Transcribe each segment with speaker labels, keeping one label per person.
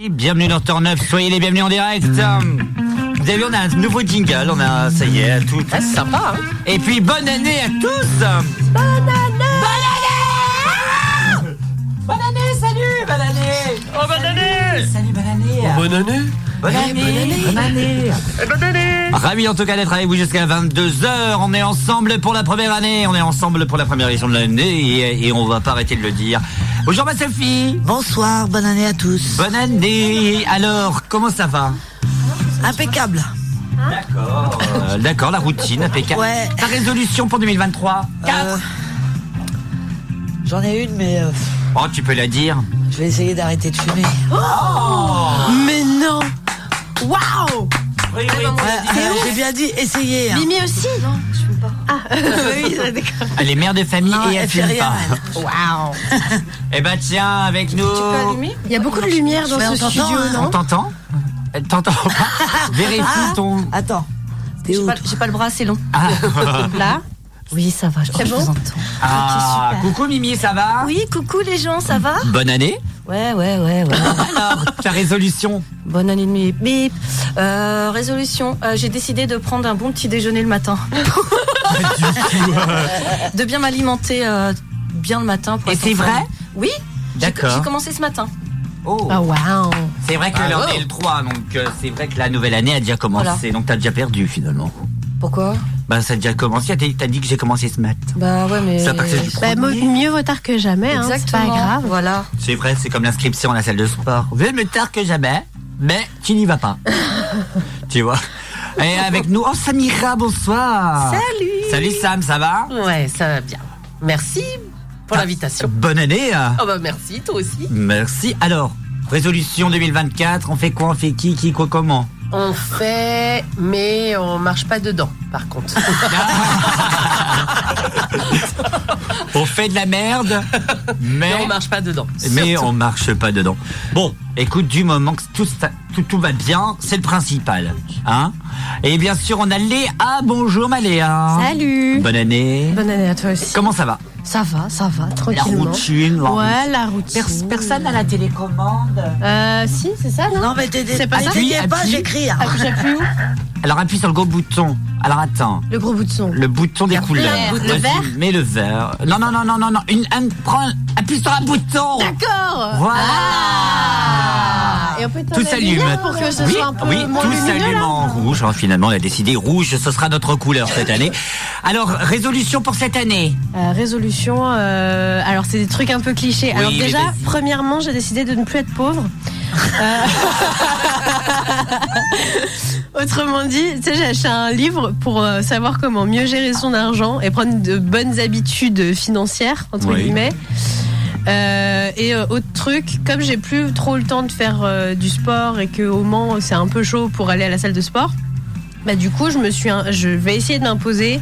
Speaker 1: Et Bienvenue dans Turn Up, soyez les bienvenus en direct. Vous avez vu, on a un nouveau jingle, on a, ça y est, tout.
Speaker 2: Ah, c'est sympa, hein
Speaker 1: Et puis bonne année à tous. Bonne année. Bonne année. Bonne année,
Speaker 2: Oh, bonne année
Speaker 1: salut, bonne année. Salut, bonne année.
Speaker 3: Bonne année
Speaker 1: Bonne année. Bonne année.
Speaker 2: Bonne année
Speaker 1: Ravi en tout cas d'être avec vous jusqu'à 22h. On est ensemble pour la première année. On est ensemble pour la première édition de l'année et, et on va pas arrêter de le dire. Bonjour ma Sophie.
Speaker 4: Bonsoir, bonne année à tous.
Speaker 1: Bonne année. Alors, comment ça va
Speaker 4: Impeccable.
Speaker 1: D'accord. Euh, D'accord, la routine, impeccable.
Speaker 4: Ouais.
Speaker 1: Ta résolution pour 2023 Quatre.
Speaker 4: Euh, J'en ai une, mais euh,
Speaker 1: Oh, tu peux la dire.
Speaker 4: je vais essayer d'arrêter de fumer. Oh mais non
Speaker 5: Waouh
Speaker 1: Oui,
Speaker 4: Ouais, euh, J'ai bien dit essayer. hein.
Speaker 5: Mimi aussi Non, je peux pas.
Speaker 4: Oui, ça-
Speaker 1: Elle est mère de famille
Speaker 4: Non,
Speaker 1: et elle
Speaker 4: elle fait
Speaker 1: fume
Speaker 4: rien,
Speaker 1: pas.
Speaker 5: Waouh
Speaker 1: Eh ben tiens, avec nous.
Speaker 5: Oh. Il y a beaucoup de lumière dans
Speaker 4: Mais on
Speaker 5: ce
Speaker 4: t'entend,
Speaker 5: studio,
Speaker 4: hein.
Speaker 1: On
Speaker 5: non
Speaker 1: t'entend Elle t'entend pas Vérifie ton.
Speaker 4: Attends. T'es
Speaker 5: J'ai
Speaker 4: où
Speaker 5: pas,
Speaker 4: toi
Speaker 5: j'ai pas le bras assez long.
Speaker 1: Ah.
Speaker 5: Là.
Speaker 4: Oui, ça va, je
Speaker 1: Oh,
Speaker 5: C'est
Speaker 4: je
Speaker 5: bon
Speaker 4: vous entends.
Speaker 1: Ah,
Speaker 5: super.
Speaker 1: coucou Mimi, ça va
Speaker 5: Oui, coucou les gens, ça va
Speaker 1: Bonne année.
Speaker 5: Ouais, ouais, ouais, ouais.
Speaker 1: Alors, ta résolution
Speaker 5: Bonne année de mes- bip. Euh, résolution, euh, j'ai décidé de prendre un bon petit déjeuner le matin. de bien m'alimenter euh, bien le matin. Pour
Speaker 1: Et
Speaker 5: être
Speaker 1: c'est
Speaker 5: en
Speaker 1: vrai
Speaker 5: forme. Oui. J'ai-
Speaker 1: D'accord.
Speaker 5: J'ai commencé ce matin.
Speaker 1: Oh,
Speaker 6: Ah
Speaker 5: waouh
Speaker 1: c'est vrai que l'on est le 3, donc euh, c'est vrai que la nouvelle année a déjà commencé,
Speaker 5: Voilà.
Speaker 1: donc t'as déjà perdu finalement.
Speaker 5: Pourquoi
Speaker 1: Bah ça a déjà commencé, t'as dit- t'as dit que j'ai commencé ce matin.
Speaker 5: Bah ouais, mais...
Speaker 1: Ça partait du
Speaker 6: Bah, mo-
Speaker 1: premier.
Speaker 6: mieux vaut tard que jamais, hein, c'est
Speaker 5: Exactement.
Speaker 6: pas grave.
Speaker 5: Voilà.
Speaker 1: C'est vrai, c'est comme l'inscription à la salle de sport. Viens me tard que jamais, mais tu n'y vas pas. tu vois Et avec nous, oh Samira, bonsoir
Speaker 2: Salut
Speaker 1: Salut Sam, ça va
Speaker 2: Ouais, ça va bien. Merci pour l'invitation.
Speaker 1: Bonne année hein.
Speaker 2: Oh Ah. bah merci, toi aussi.
Speaker 1: Merci. Alors, résolution 2024, on fait quoi On fait qui, qui, quoi, comment
Speaker 2: On fait, mais on marche pas dedans, par contre.
Speaker 1: On fait de la merde, mais,
Speaker 2: Mais on marche pas dedans.
Speaker 1: mais
Speaker 2: Surtout.
Speaker 1: on marche pas dedans. Bon, écoute, du moment que tout, ça- tout, tout va bien, c'est le principal. Hein Et bien sûr, on a Léa. Bonjour ma Léa.
Speaker 6: Salut
Speaker 1: Bonne année.
Speaker 6: Bonne année à toi aussi.
Speaker 1: Comment ça va
Speaker 6: Ça va, ça va,
Speaker 1: La
Speaker 6: tranquillement.
Speaker 1: routine la routine.
Speaker 6: Ouais, la routine.
Speaker 1: Personne à la télécommande.
Speaker 6: Euh, si, c'est ça, non
Speaker 4: Non, mais t'es
Speaker 6: C'est pas ça
Speaker 4: t'es- t'es pas,
Speaker 1: Appuie,
Speaker 4: j'écris. hein.
Speaker 6: Ah, J'appuie où
Speaker 1: Alors appuie sur le gros bouton. Alors attends.
Speaker 6: Le gros bout de son.
Speaker 1: Le bouton des couleurs.
Speaker 6: plein de boutons.
Speaker 1: Vas-y,
Speaker 6: Le vert
Speaker 1: Mets le vert. Non, non, non, non, non, non. Une, un- prends, appuie sur un bouton.
Speaker 6: D'accord
Speaker 1: Voilà.
Speaker 6: Et on peut éteindre
Speaker 1: Tout
Speaker 6: la
Speaker 1: s'allume.
Speaker 6: lumière pour que ce
Speaker 1: oui,
Speaker 6: soit un peu
Speaker 1: oui,
Speaker 6: moins
Speaker 1: tout
Speaker 6: lumineux,
Speaker 1: s'allume
Speaker 6: là.
Speaker 1: en rouge. Alors, finalement, on a décidé rouge, ce sera notre couleur cette année. Alors, résolution pour cette année.
Speaker 6: Euh, résolution, euh, alors c'est des trucs un peu clichés. alors
Speaker 1: mais
Speaker 6: déjà,
Speaker 1: vas-y.
Speaker 6: premièrement, j'ai décidé de ne plus être pauvre. Euh, Autrement dit, tu sais, j'ai acheté un livre pour euh, savoir comment mieux gérer son argent et prendre de bonnes habitudes financières, entre
Speaker 1: Oui.
Speaker 6: guillemets. Euh, et euh, autre truc, comme j'ai plus trop le temps de faire euh, du sport et que au Mans c'est un peu chaud pour aller à la salle de sport, bah du coup je me suis, un- je vais essayer de m'imposer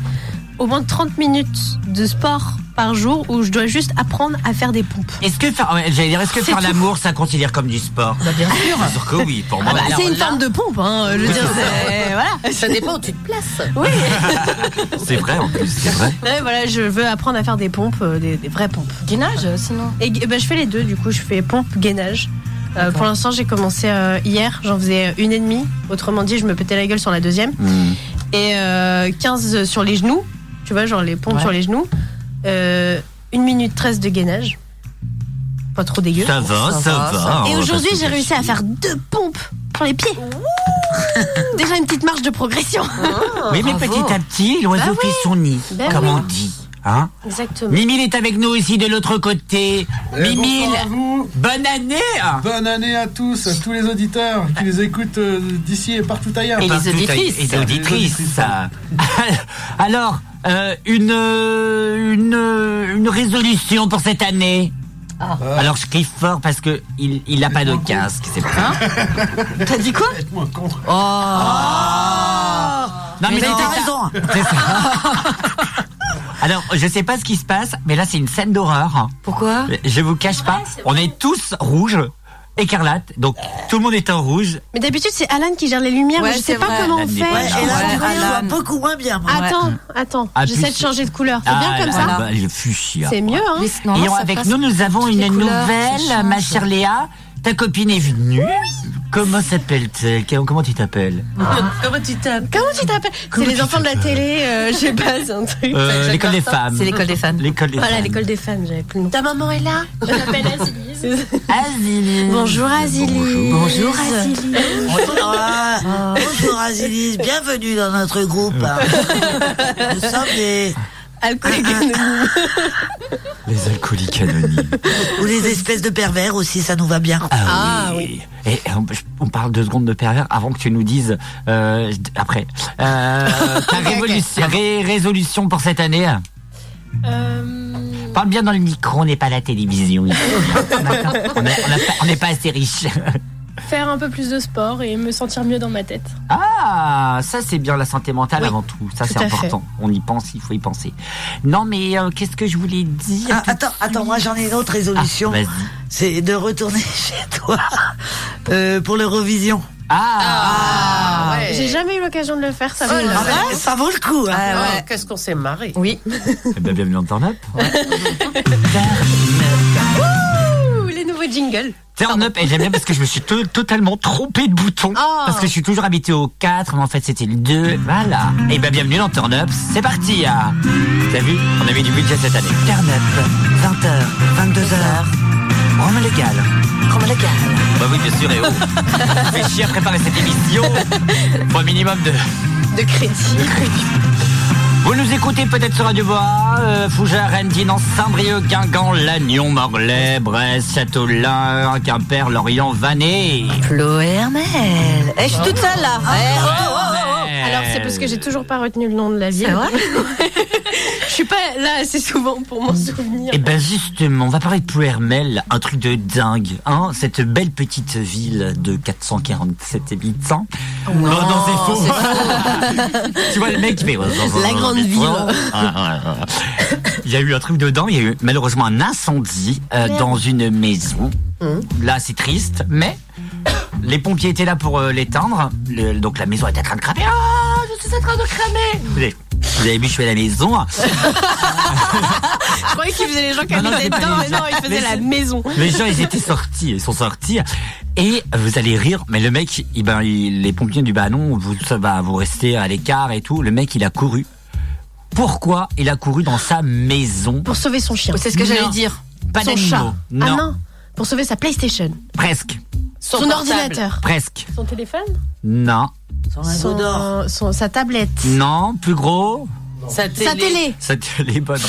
Speaker 6: au moins 30 minutes de sport par jour où je dois juste apprendre à faire des pompes.
Speaker 1: Est-ce que faire, ouais, j'allais dire, est-ce que faire l'amour, ça considère comme du sport Bien sûr. que oui, pour moi.
Speaker 6: Bah, Ah bah,
Speaker 2: alors
Speaker 6: c'est une
Speaker 2: là-
Speaker 6: forme de pompe, hein, je veux dire, c'est- voilà.
Speaker 2: Ça dépend où tu te places.
Speaker 1: C'est vrai en plus, c'est vrai.
Speaker 6: Ouais, voilà, je veux apprendre à faire des pompes, euh, des, des vraies pompes.
Speaker 5: Gainage, sinon.
Speaker 6: Et gai- bah, je fais les deux, du coup, je fais pompe, gainage. Euh, pour l'instant, j'ai commencé euh, hier, j'en faisais une et demie. Autrement dit, je me pétais la gueule sur la deuxième.
Speaker 1: Hmm.
Speaker 6: Et euh, 15 sur les genoux, tu vois, genre les pompes sur les genoux. Euh, 1 minute 13 de gainage. Pas trop dégueu.
Speaker 1: Ça va, ça, va. on
Speaker 6: Et
Speaker 1: va
Speaker 6: aujourd'hui,
Speaker 1: pas se
Speaker 6: j'ai réussi à faire deux pompes pour les pieds. Déjà une petite marge de progression.
Speaker 1: Oui, mais
Speaker 2: Bravo.
Speaker 1: petit à petit, l'oiseau fait son nid,
Speaker 6: Ben
Speaker 1: comme
Speaker 6: oui.
Speaker 1: on dit. Hein
Speaker 6: Exactement.
Speaker 1: Mimile est avec nous aussi de l'autre côté.
Speaker 7: Eh,
Speaker 3: Eh,
Speaker 1: Mimile,
Speaker 3: bonsoir à vous.
Speaker 1: bonne année
Speaker 3: Bonne année à tous, à tous les auditeurs qui les écoutent euh, d'ici et partout ailleurs.
Speaker 2: Et les
Speaker 1: Partout,
Speaker 2: auditrices.
Speaker 1: Et les auditrices.
Speaker 3: Et les auditrices.
Speaker 1: Alors, euh, une, euh, une, euh, une résolution pour cette année
Speaker 3: Ah.
Speaker 1: Alors je kiffe fort parce que il il a pas de
Speaker 3: Moins con.
Speaker 1: casque, c'est pas ça
Speaker 5: T'as dit quoi
Speaker 3: Faites-moi un con.
Speaker 1: Non mais,
Speaker 4: Mais
Speaker 1: c'est
Speaker 4: t'as
Speaker 1: ça.
Speaker 4: raison.
Speaker 1: C'est ça. Alors je sais pas ce qui se passe, mais là c'est une scène d'horreur.
Speaker 5: Pourquoi
Speaker 1: Je vous cache pas, on est tous rouges, écarlates, donc tout le monde est en rouge.
Speaker 6: Mais d'habitude, c'est Alan qui gère les lumières,
Speaker 5: Ouais,
Speaker 6: mais je sais
Speaker 5: c'est
Speaker 6: pas
Speaker 5: vrai.
Speaker 6: comment
Speaker 1: Alan
Speaker 6: on
Speaker 1: n'est
Speaker 6: fait.
Speaker 1: pas
Speaker 4: Ouais,
Speaker 1: là.
Speaker 4: et là,
Speaker 5: Ouais.
Speaker 4: je vois
Speaker 5: Alan.
Speaker 4: beaucoup moins bien. moi.
Speaker 6: Attends, attends,
Speaker 1: Ah,
Speaker 6: j'essaie
Speaker 1: puis-
Speaker 6: de changer de couleur. C'est bien comme ça.
Speaker 1: Ah là, bah, le fuchsia.
Speaker 6: C'est mieux, hein.
Speaker 5: Mais- non,
Speaker 1: Et on-
Speaker 5: ça
Speaker 1: avec
Speaker 5: passe
Speaker 1: nous, nous avons
Speaker 5: toutes les
Speaker 1: une
Speaker 5: couleurs,
Speaker 1: nouvelle,
Speaker 5: ça change.
Speaker 1: ma chère Léa. ta copine est venue. Comment s'appelle-t-elle Comment tu t'appelles
Speaker 2: Comment tu t'appelles
Speaker 6: Comment tu t'appelles C'est
Speaker 1: Comment
Speaker 6: les
Speaker 1: tu
Speaker 6: enfants de la
Speaker 1: t'appelles
Speaker 6: télé, euh, je sais pas, c'est un truc.
Speaker 1: Euh, L'école des
Speaker 2: Martin.
Speaker 1: femmes.
Speaker 5: C'est l'école des fans.
Speaker 1: L'école des
Speaker 6: Voilà,
Speaker 1: femmes.
Speaker 6: l'école des femmes, j'avais plus le nom.
Speaker 2: Ta maman est là
Speaker 5: Je m'appelle Aziz.
Speaker 1: Azilie.
Speaker 5: Bonjour Azilie.
Speaker 4: Bonjour.
Speaker 5: Azilie.
Speaker 4: Ah, bonjour Azilis, bienvenue dans notre groupe. Nous sommes des,
Speaker 6: Alcoolique anonyme.
Speaker 1: Les alcooliques anonymes.
Speaker 4: ou les espèces de pervers aussi, ça nous va bien.
Speaker 1: Ah, oui. Et on, je- on parle deux secondes de pervers avant que tu nous dises euh, je- après. Euh, ta révolution, ré- résolution pour cette année hein
Speaker 8: Euh,
Speaker 1: Parle bien dans le micro, on n'est pas à la télévision. ici. D'accord on n'est pas, on n'est pas assez riche.
Speaker 8: Faire un peu plus de sport et me sentir mieux dans ma tête.
Speaker 1: Ah, ça c'est bien la santé mentale avant tout. Ça
Speaker 8: tout
Speaker 1: c'est
Speaker 8: à fait.
Speaker 1: important. On y pense, il faut y penser. Non mais euh, qu'est-ce que je voulais dire
Speaker 4: Ah, attends, attends, moi j'en ai une autre
Speaker 1: Ah,
Speaker 4: résolution,
Speaker 1: vas-y.
Speaker 4: c'est de retourner chez toi euh, pour l'Eurovision.
Speaker 1: Ah,
Speaker 2: ouais.
Speaker 6: J'ai jamais eu l'occasion de le faire, ça
Speaker 2: Oh
Speaker 6: me
Speaker 2: là
Speaker 4: Ah
Speaker 2: là.
Speaker 4: ouais, ça vaut le coup. hein.
Speaker 2: Oh,
Speaker 5: Ah ouais.
Speaker 2: Qu'est-ce qu'on s'est marré
Speaker 5: Oui.
Speaker 1: Eh ben, bienvenue dans Turn Up.
Speaker 6: Ouh, les nouveaux jingles.
Speaker 1: Turn Up, et j'aime bien parce que je me suis to- totalement trompé de bouton.
Speaker 6: Oh.
Speaker 1: Parce que je suis toujours habité au 4, mais en fait c'était le 2. Voilà. Et ben bienvenue dans Turn Up, c'est parti. ah. T'as vu On avait du budget cette année.
Speaker 4: Turn up, 20h, 22h, Rome légale.
Speaker 5: Prends la gare.
Speaker 1: Bah oui, bien sûr, et oh. Ça fait chier à préparer cette émission. Faut un minimum de...
Speaker 6: De crédit.
Speaker 1: Vous nous écoutez peut-être sur Radio Bois, euh, Fougères, Rennes, Dinan, Saint-Brieuc, Guingamp, Lannion, Morlaix, Brest, Châteaulin, Quimper, Lorient, Vannes.
Speaker 5: Flo et Hermel. Eh, je suis toute seule là. Eh,
Speaker 6: Oh, Alors, c'est parce que j'ai toujours pas retenu le nom de la ville.
Speaker 5: C'est vrai
Speaker 6: Je suis pas là assez souvent pour m'en souvenir.
Speaker 1: Eh ben justement, on va parler de Plouermel, un truc de dingue, hein Cette belle petite ville de 447 habitants.
Speaker 6: Oh,
Speaker 1: Oh, non, non, c'est faux. tu vois le mec, mais la
Speaker 5: grande
Speaker 1: ville. il y a eu un truc dedans. Il y a eu malheureusement un incendie euh, dans une maison.
Speaker 6: Hum.
Speaker 1: Là, c'est triste, mais les pompiers étaient là pour euh, l'éteindre. Le- donc la maison était en train de cramer. Ah, je suis en train de cramer. Vous avez, vous avez vu, je suis à la maison.
Speaker 6: Je croyais qu'ils faisaient les gens qui
Speaker 1: Non, non,
Speaker 6: habitaient
Speaker 1: c'est pas
Speaker 6: dedans,
Speaker 1: les
Speaker 6: mais non,
Speaker 1: gens.
Speaker 6: ils
Speaker 1: Mais
Speaker 6: faisaient la
Speaker 1: c'est-
Speaker 6: maison.
Speaker 1: Les gens, ils étaient sortis, ils sont sortis. Et vous allez rire, mais le mec, il- ben, il- les pompiers du bah non, vous, ça va, vous restez à l'écart et tout. Le mec, il a couru. Pourquoi il a couru dans sa maison
Speaker 6: Pour sauver son chien.
Speaker 5: C'est ce que j'allais
Speaker 1: Non.
Speaker 5: dire.
Speaker 1: Pas
Speaker 6: son
Speaker 1: d'animaux.
Speaker 6: chat.
Speaker 1: Non.
Speaker 6: Ah non. Pour sauver sa PlayStation.
Speaker 1: Presque,
Speaker 6: Son,
Speaker 2: portable.
Speaker 6: ordinateur.
Speaker 1: presque.
Speaker 8: Son téléphone
Speaker 1: Non,
Speaker 4: Sans un mot d'or.
Speaker 6: Son, son- sa tablette.
Speaker 1: non, plus gros.
Speaker 2: Sa
Speaker 6: Sa télé. Oh,
Speaker 1: Ça te les bonnes.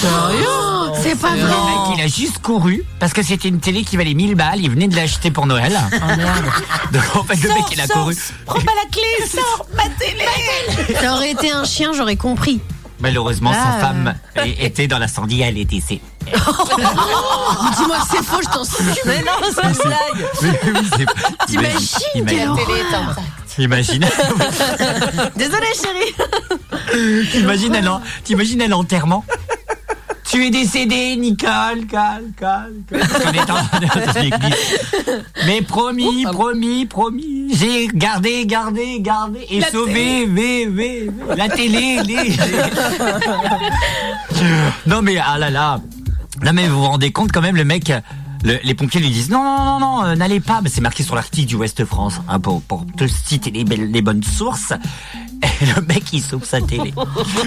Speaker 6: C'est pas
Speaker 1: Le mec,
Speaker 6: vrai.
Speaker 1: il a juste couru parce que c'était une télé qui valait 1000 balles. Il venait de l'acheter pour Noël.
Speaker 6: Oh,
Speaker 1: Donc en fait, le mec, il a couru.
Speaker 6: Prends pas la clé, sors ma télé. Ça aurait été un chien, j'aurais compris.
Speaker 1: Malheureusement, sa
Speaker 6: Ah.
Speaker 1: femme é- était dans l'incendie. Elle est décédée.
Speaker 6: Mais Oh, Dis-moi que c'est faux, je t'en supplie.
Speaker 5: Mais non, c'est une blague.
Speaker 6: T'imagines,
Speaker 1: Imagine.
Speaker 6: quelle
Speaker 2: télé est en
Speaker 1: Imagine,
Speaker 6: Désolée, chérie.
Speaker 1: t'imagines à l'en- t'imagines à l'enterrement. Tu es décédé, Nicole, calme, calme, calme. Parce qu'on est en- on est dans une église. Mais promis, promis, promis, j'ai gardé, gardé, gardé et sauvé, mais, mais, mais, la télé, les- les- Non mais, ah là là. Non mais vous vous rendez compte quand même, le mec, le- les pompiers lui disent non, non, non, non, euh, n'allez pas. Mais c'est marqué sur l'article du Ouest France, hein, pour, pour te citer les, belles- les bonnes sources. Et le mec, il sauve sa télé. mais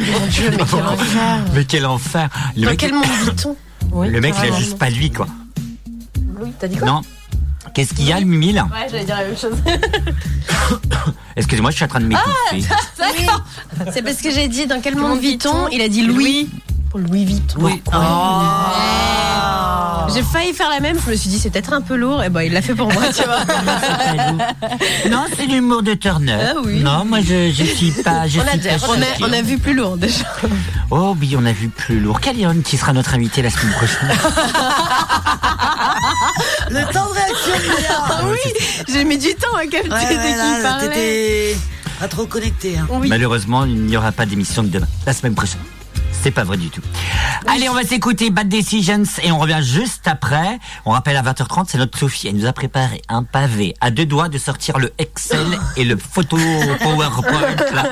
Speaker 1: quel enfer. Mais quel enfer. Le
Speaker 6: Dans
Speaker 1: mec,
Speaker 6: quel monde vit-on
Speaker 1: le mec, il a juste pas lui, quoi.
Speaker 6: T'as dit
Speaker 1: Non. Qu'est-ce qu'il y a, le mimi, là
Speaker 6: Ouais, j'allais dire la même chose. Ah,
Speaker 1: Excusez-moi, je suis en train de m'étouffer.
Speaker 6: D'accord. C'est parce que j'ai dit dans quel monde vit-on Il a dit Louis. Pour Louis Vuitton.
Speaker 1: Oh,
Speaker 6: J'ai failli faire la même, je me suis dit c'est peut-être un peu lourd, et ben il l'a fait pour moi, tu vois.
Speaker 1: non, c'est l'humour de Turner.
Speaker 6: Ah oui.
Speaker 1: Non, moi, je, je suis pas. Je suis pas
Speaker 6: on,
Speaker 1: choquée.
Speaker 6: a, on a vu plus lourd déjà.
Speaker 1: Oh oui, on a vu plus lourd. Calion qui sera notre invité la semaine prochaine.
Speaker 4: Le temps de réaction, Léa.
Speaker 6: Ah
Speaker 1: oui.
Speaker 6: J'ai mis du temps à
Speaker 4: Ouais,
Speaker 6: capter de
Speaker 4: ouais,
Speaker 6: qui
Speaker 4: là,
Speaker 6: il parlait.
Speaker 4: t'étais pas trop connecté. hein.
Speaker 6: Oui.
Speaker 1: Malheureusement, il n'y aura pas d'émission de demain. La semaine prochaine. C'est pas vrai du tout. Allez, on va s'écouter Bad Decisions et on revient juste après. On rappelle à 20h30, c'est notre Sophie. Elle nous a préparé un pavé à deux doigts de sortir le Excel et le photo PowerPoint. là.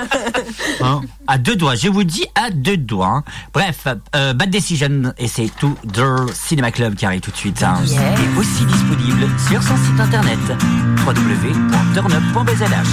Speaker 1: Hein à deux doigts, je vous dis à deux doigts. hein. Bref, euh, Bad Decision et c'est tout The Cinema Club qui arrive tout de suite. hein. Et aussi disponible sur son site internet www.turnup.bzh.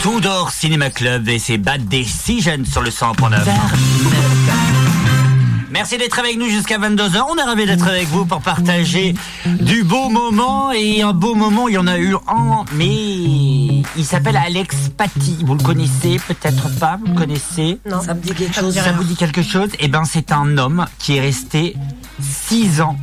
Speaker 1: Tudor Cinéma Club et ses Bad Decisions sur le 100.9. Merci d'être avec nous jusqu'à 22h. On est ravis d'être avec vous pour partager du beau moment. Et un beau moment, il y en a eu un, mais il s'appelle Alex Paty. Vous le connaissez peut-être pas, vous le connaissez
Speaker 2: Non.
Speaker 4: Ça me dit quelque
Speaker 2: Ça me
Speaker 4: chose.
Speaker 2: dit
Speaker 1: ça vous dit quelque chose Eh ben, c'est un homme qui est resté 6 ans.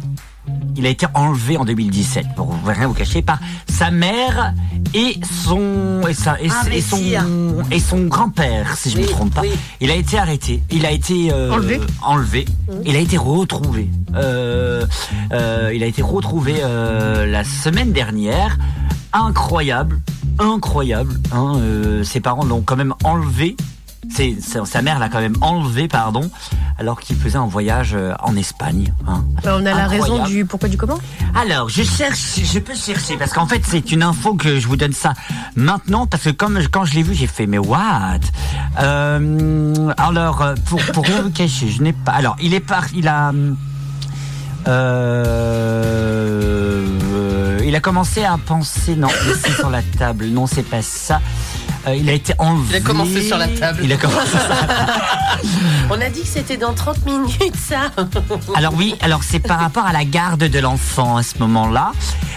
Speaker 1: Il a été enlevé en 2017, pour rien vous cacher, par sa mère et son et, sa- et-
Speaker 4: Ah,
Speaker 1: et son
Speaker 4: Messia.
Speaker 1: et son grand-père, si je ne me
Speaker 4: Oui,
Speaker 1: trompe pas.
Speaker 4: oui.
Speaker 1: Il a été arrêté. Il a été euh,
Speaker 6: Enlevé.
Speaker 1: enlevé.
Speaker 4: Mmh.
Speaker 1: Il a été retrouvé. Euh, euh, il a été retrouvé euh, la semaine dernière incroyable, incroyable. hein, euh, ses parents l'ont quand même enlevé. C'est- sa sa mère l'a quand même enlevé, pardon, alors qu'il faisait un voyage euh, en Espagne. hein.
Speaker 6: Bah, on a la
Speaker 1: Incroyable.
Speaker 6: raison du pourquoi du comment.
Speaker 1: Alors, je cherche, je peux chercher, parce qu'en fait, c'est une info que je vous donne ça maintenant, parce que comme, quand je l'ai vu, j'ai fait, mais what Euh, Alors, euh, pour, pour rien vous cacher, je n'ai pas... Alors, il est par... Il a... hum, euh, euh, il a commencé à penser... Non, mais c'est sur la table. Non, c'est pas ça. Euh, il a été enlevé...
Speaker 2: Il a commencé sur la table.
Speaker 1: Il a commencé sur la table.
Speaker 2: On a dit que c'était dans 30 minutes, ça.
Speaker 1: Alors oui, alors c'est par rapport à la garde de l'enfant à ce moment-là.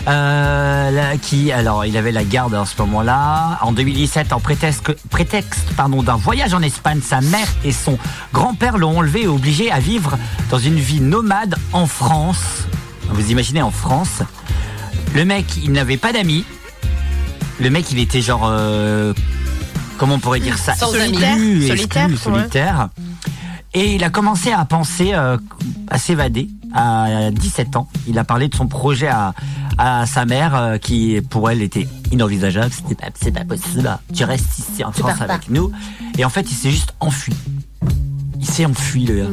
Speaker 1: Euh, là, qui alors il avait la garde à ce moment-là en 2017 en prétexte prétexte pardon d'un voyage en Espagne sa mère et son grand-père l'ont enlevé et obligé à vivre dans une vie nomade en France vous imaginez en France le mec il n'avait pas d'amis le mec il était genre euh, comment on pourrait dire ça
Speaker 2: Sans amis.
Speaker 1: Exclu, exclu,
Speaker 6: Solitaire, solitaire, ouais.
Speaker 1: solitaire. Et il a commencé à penser euh, à s'évader à 17 ans. Il a parlé de son projet à, à sa mère euh, qui, pour elle, était inenvisageable. C'était pas, c'est pas possible. Tu restes ici en France
Speaker 2: pars pas.
Speaker 1: avec nous. Et en fait, il s'est juste enfui. Il s'est enfui, le
Speaker 2: Mm.
Speaker 1: gars.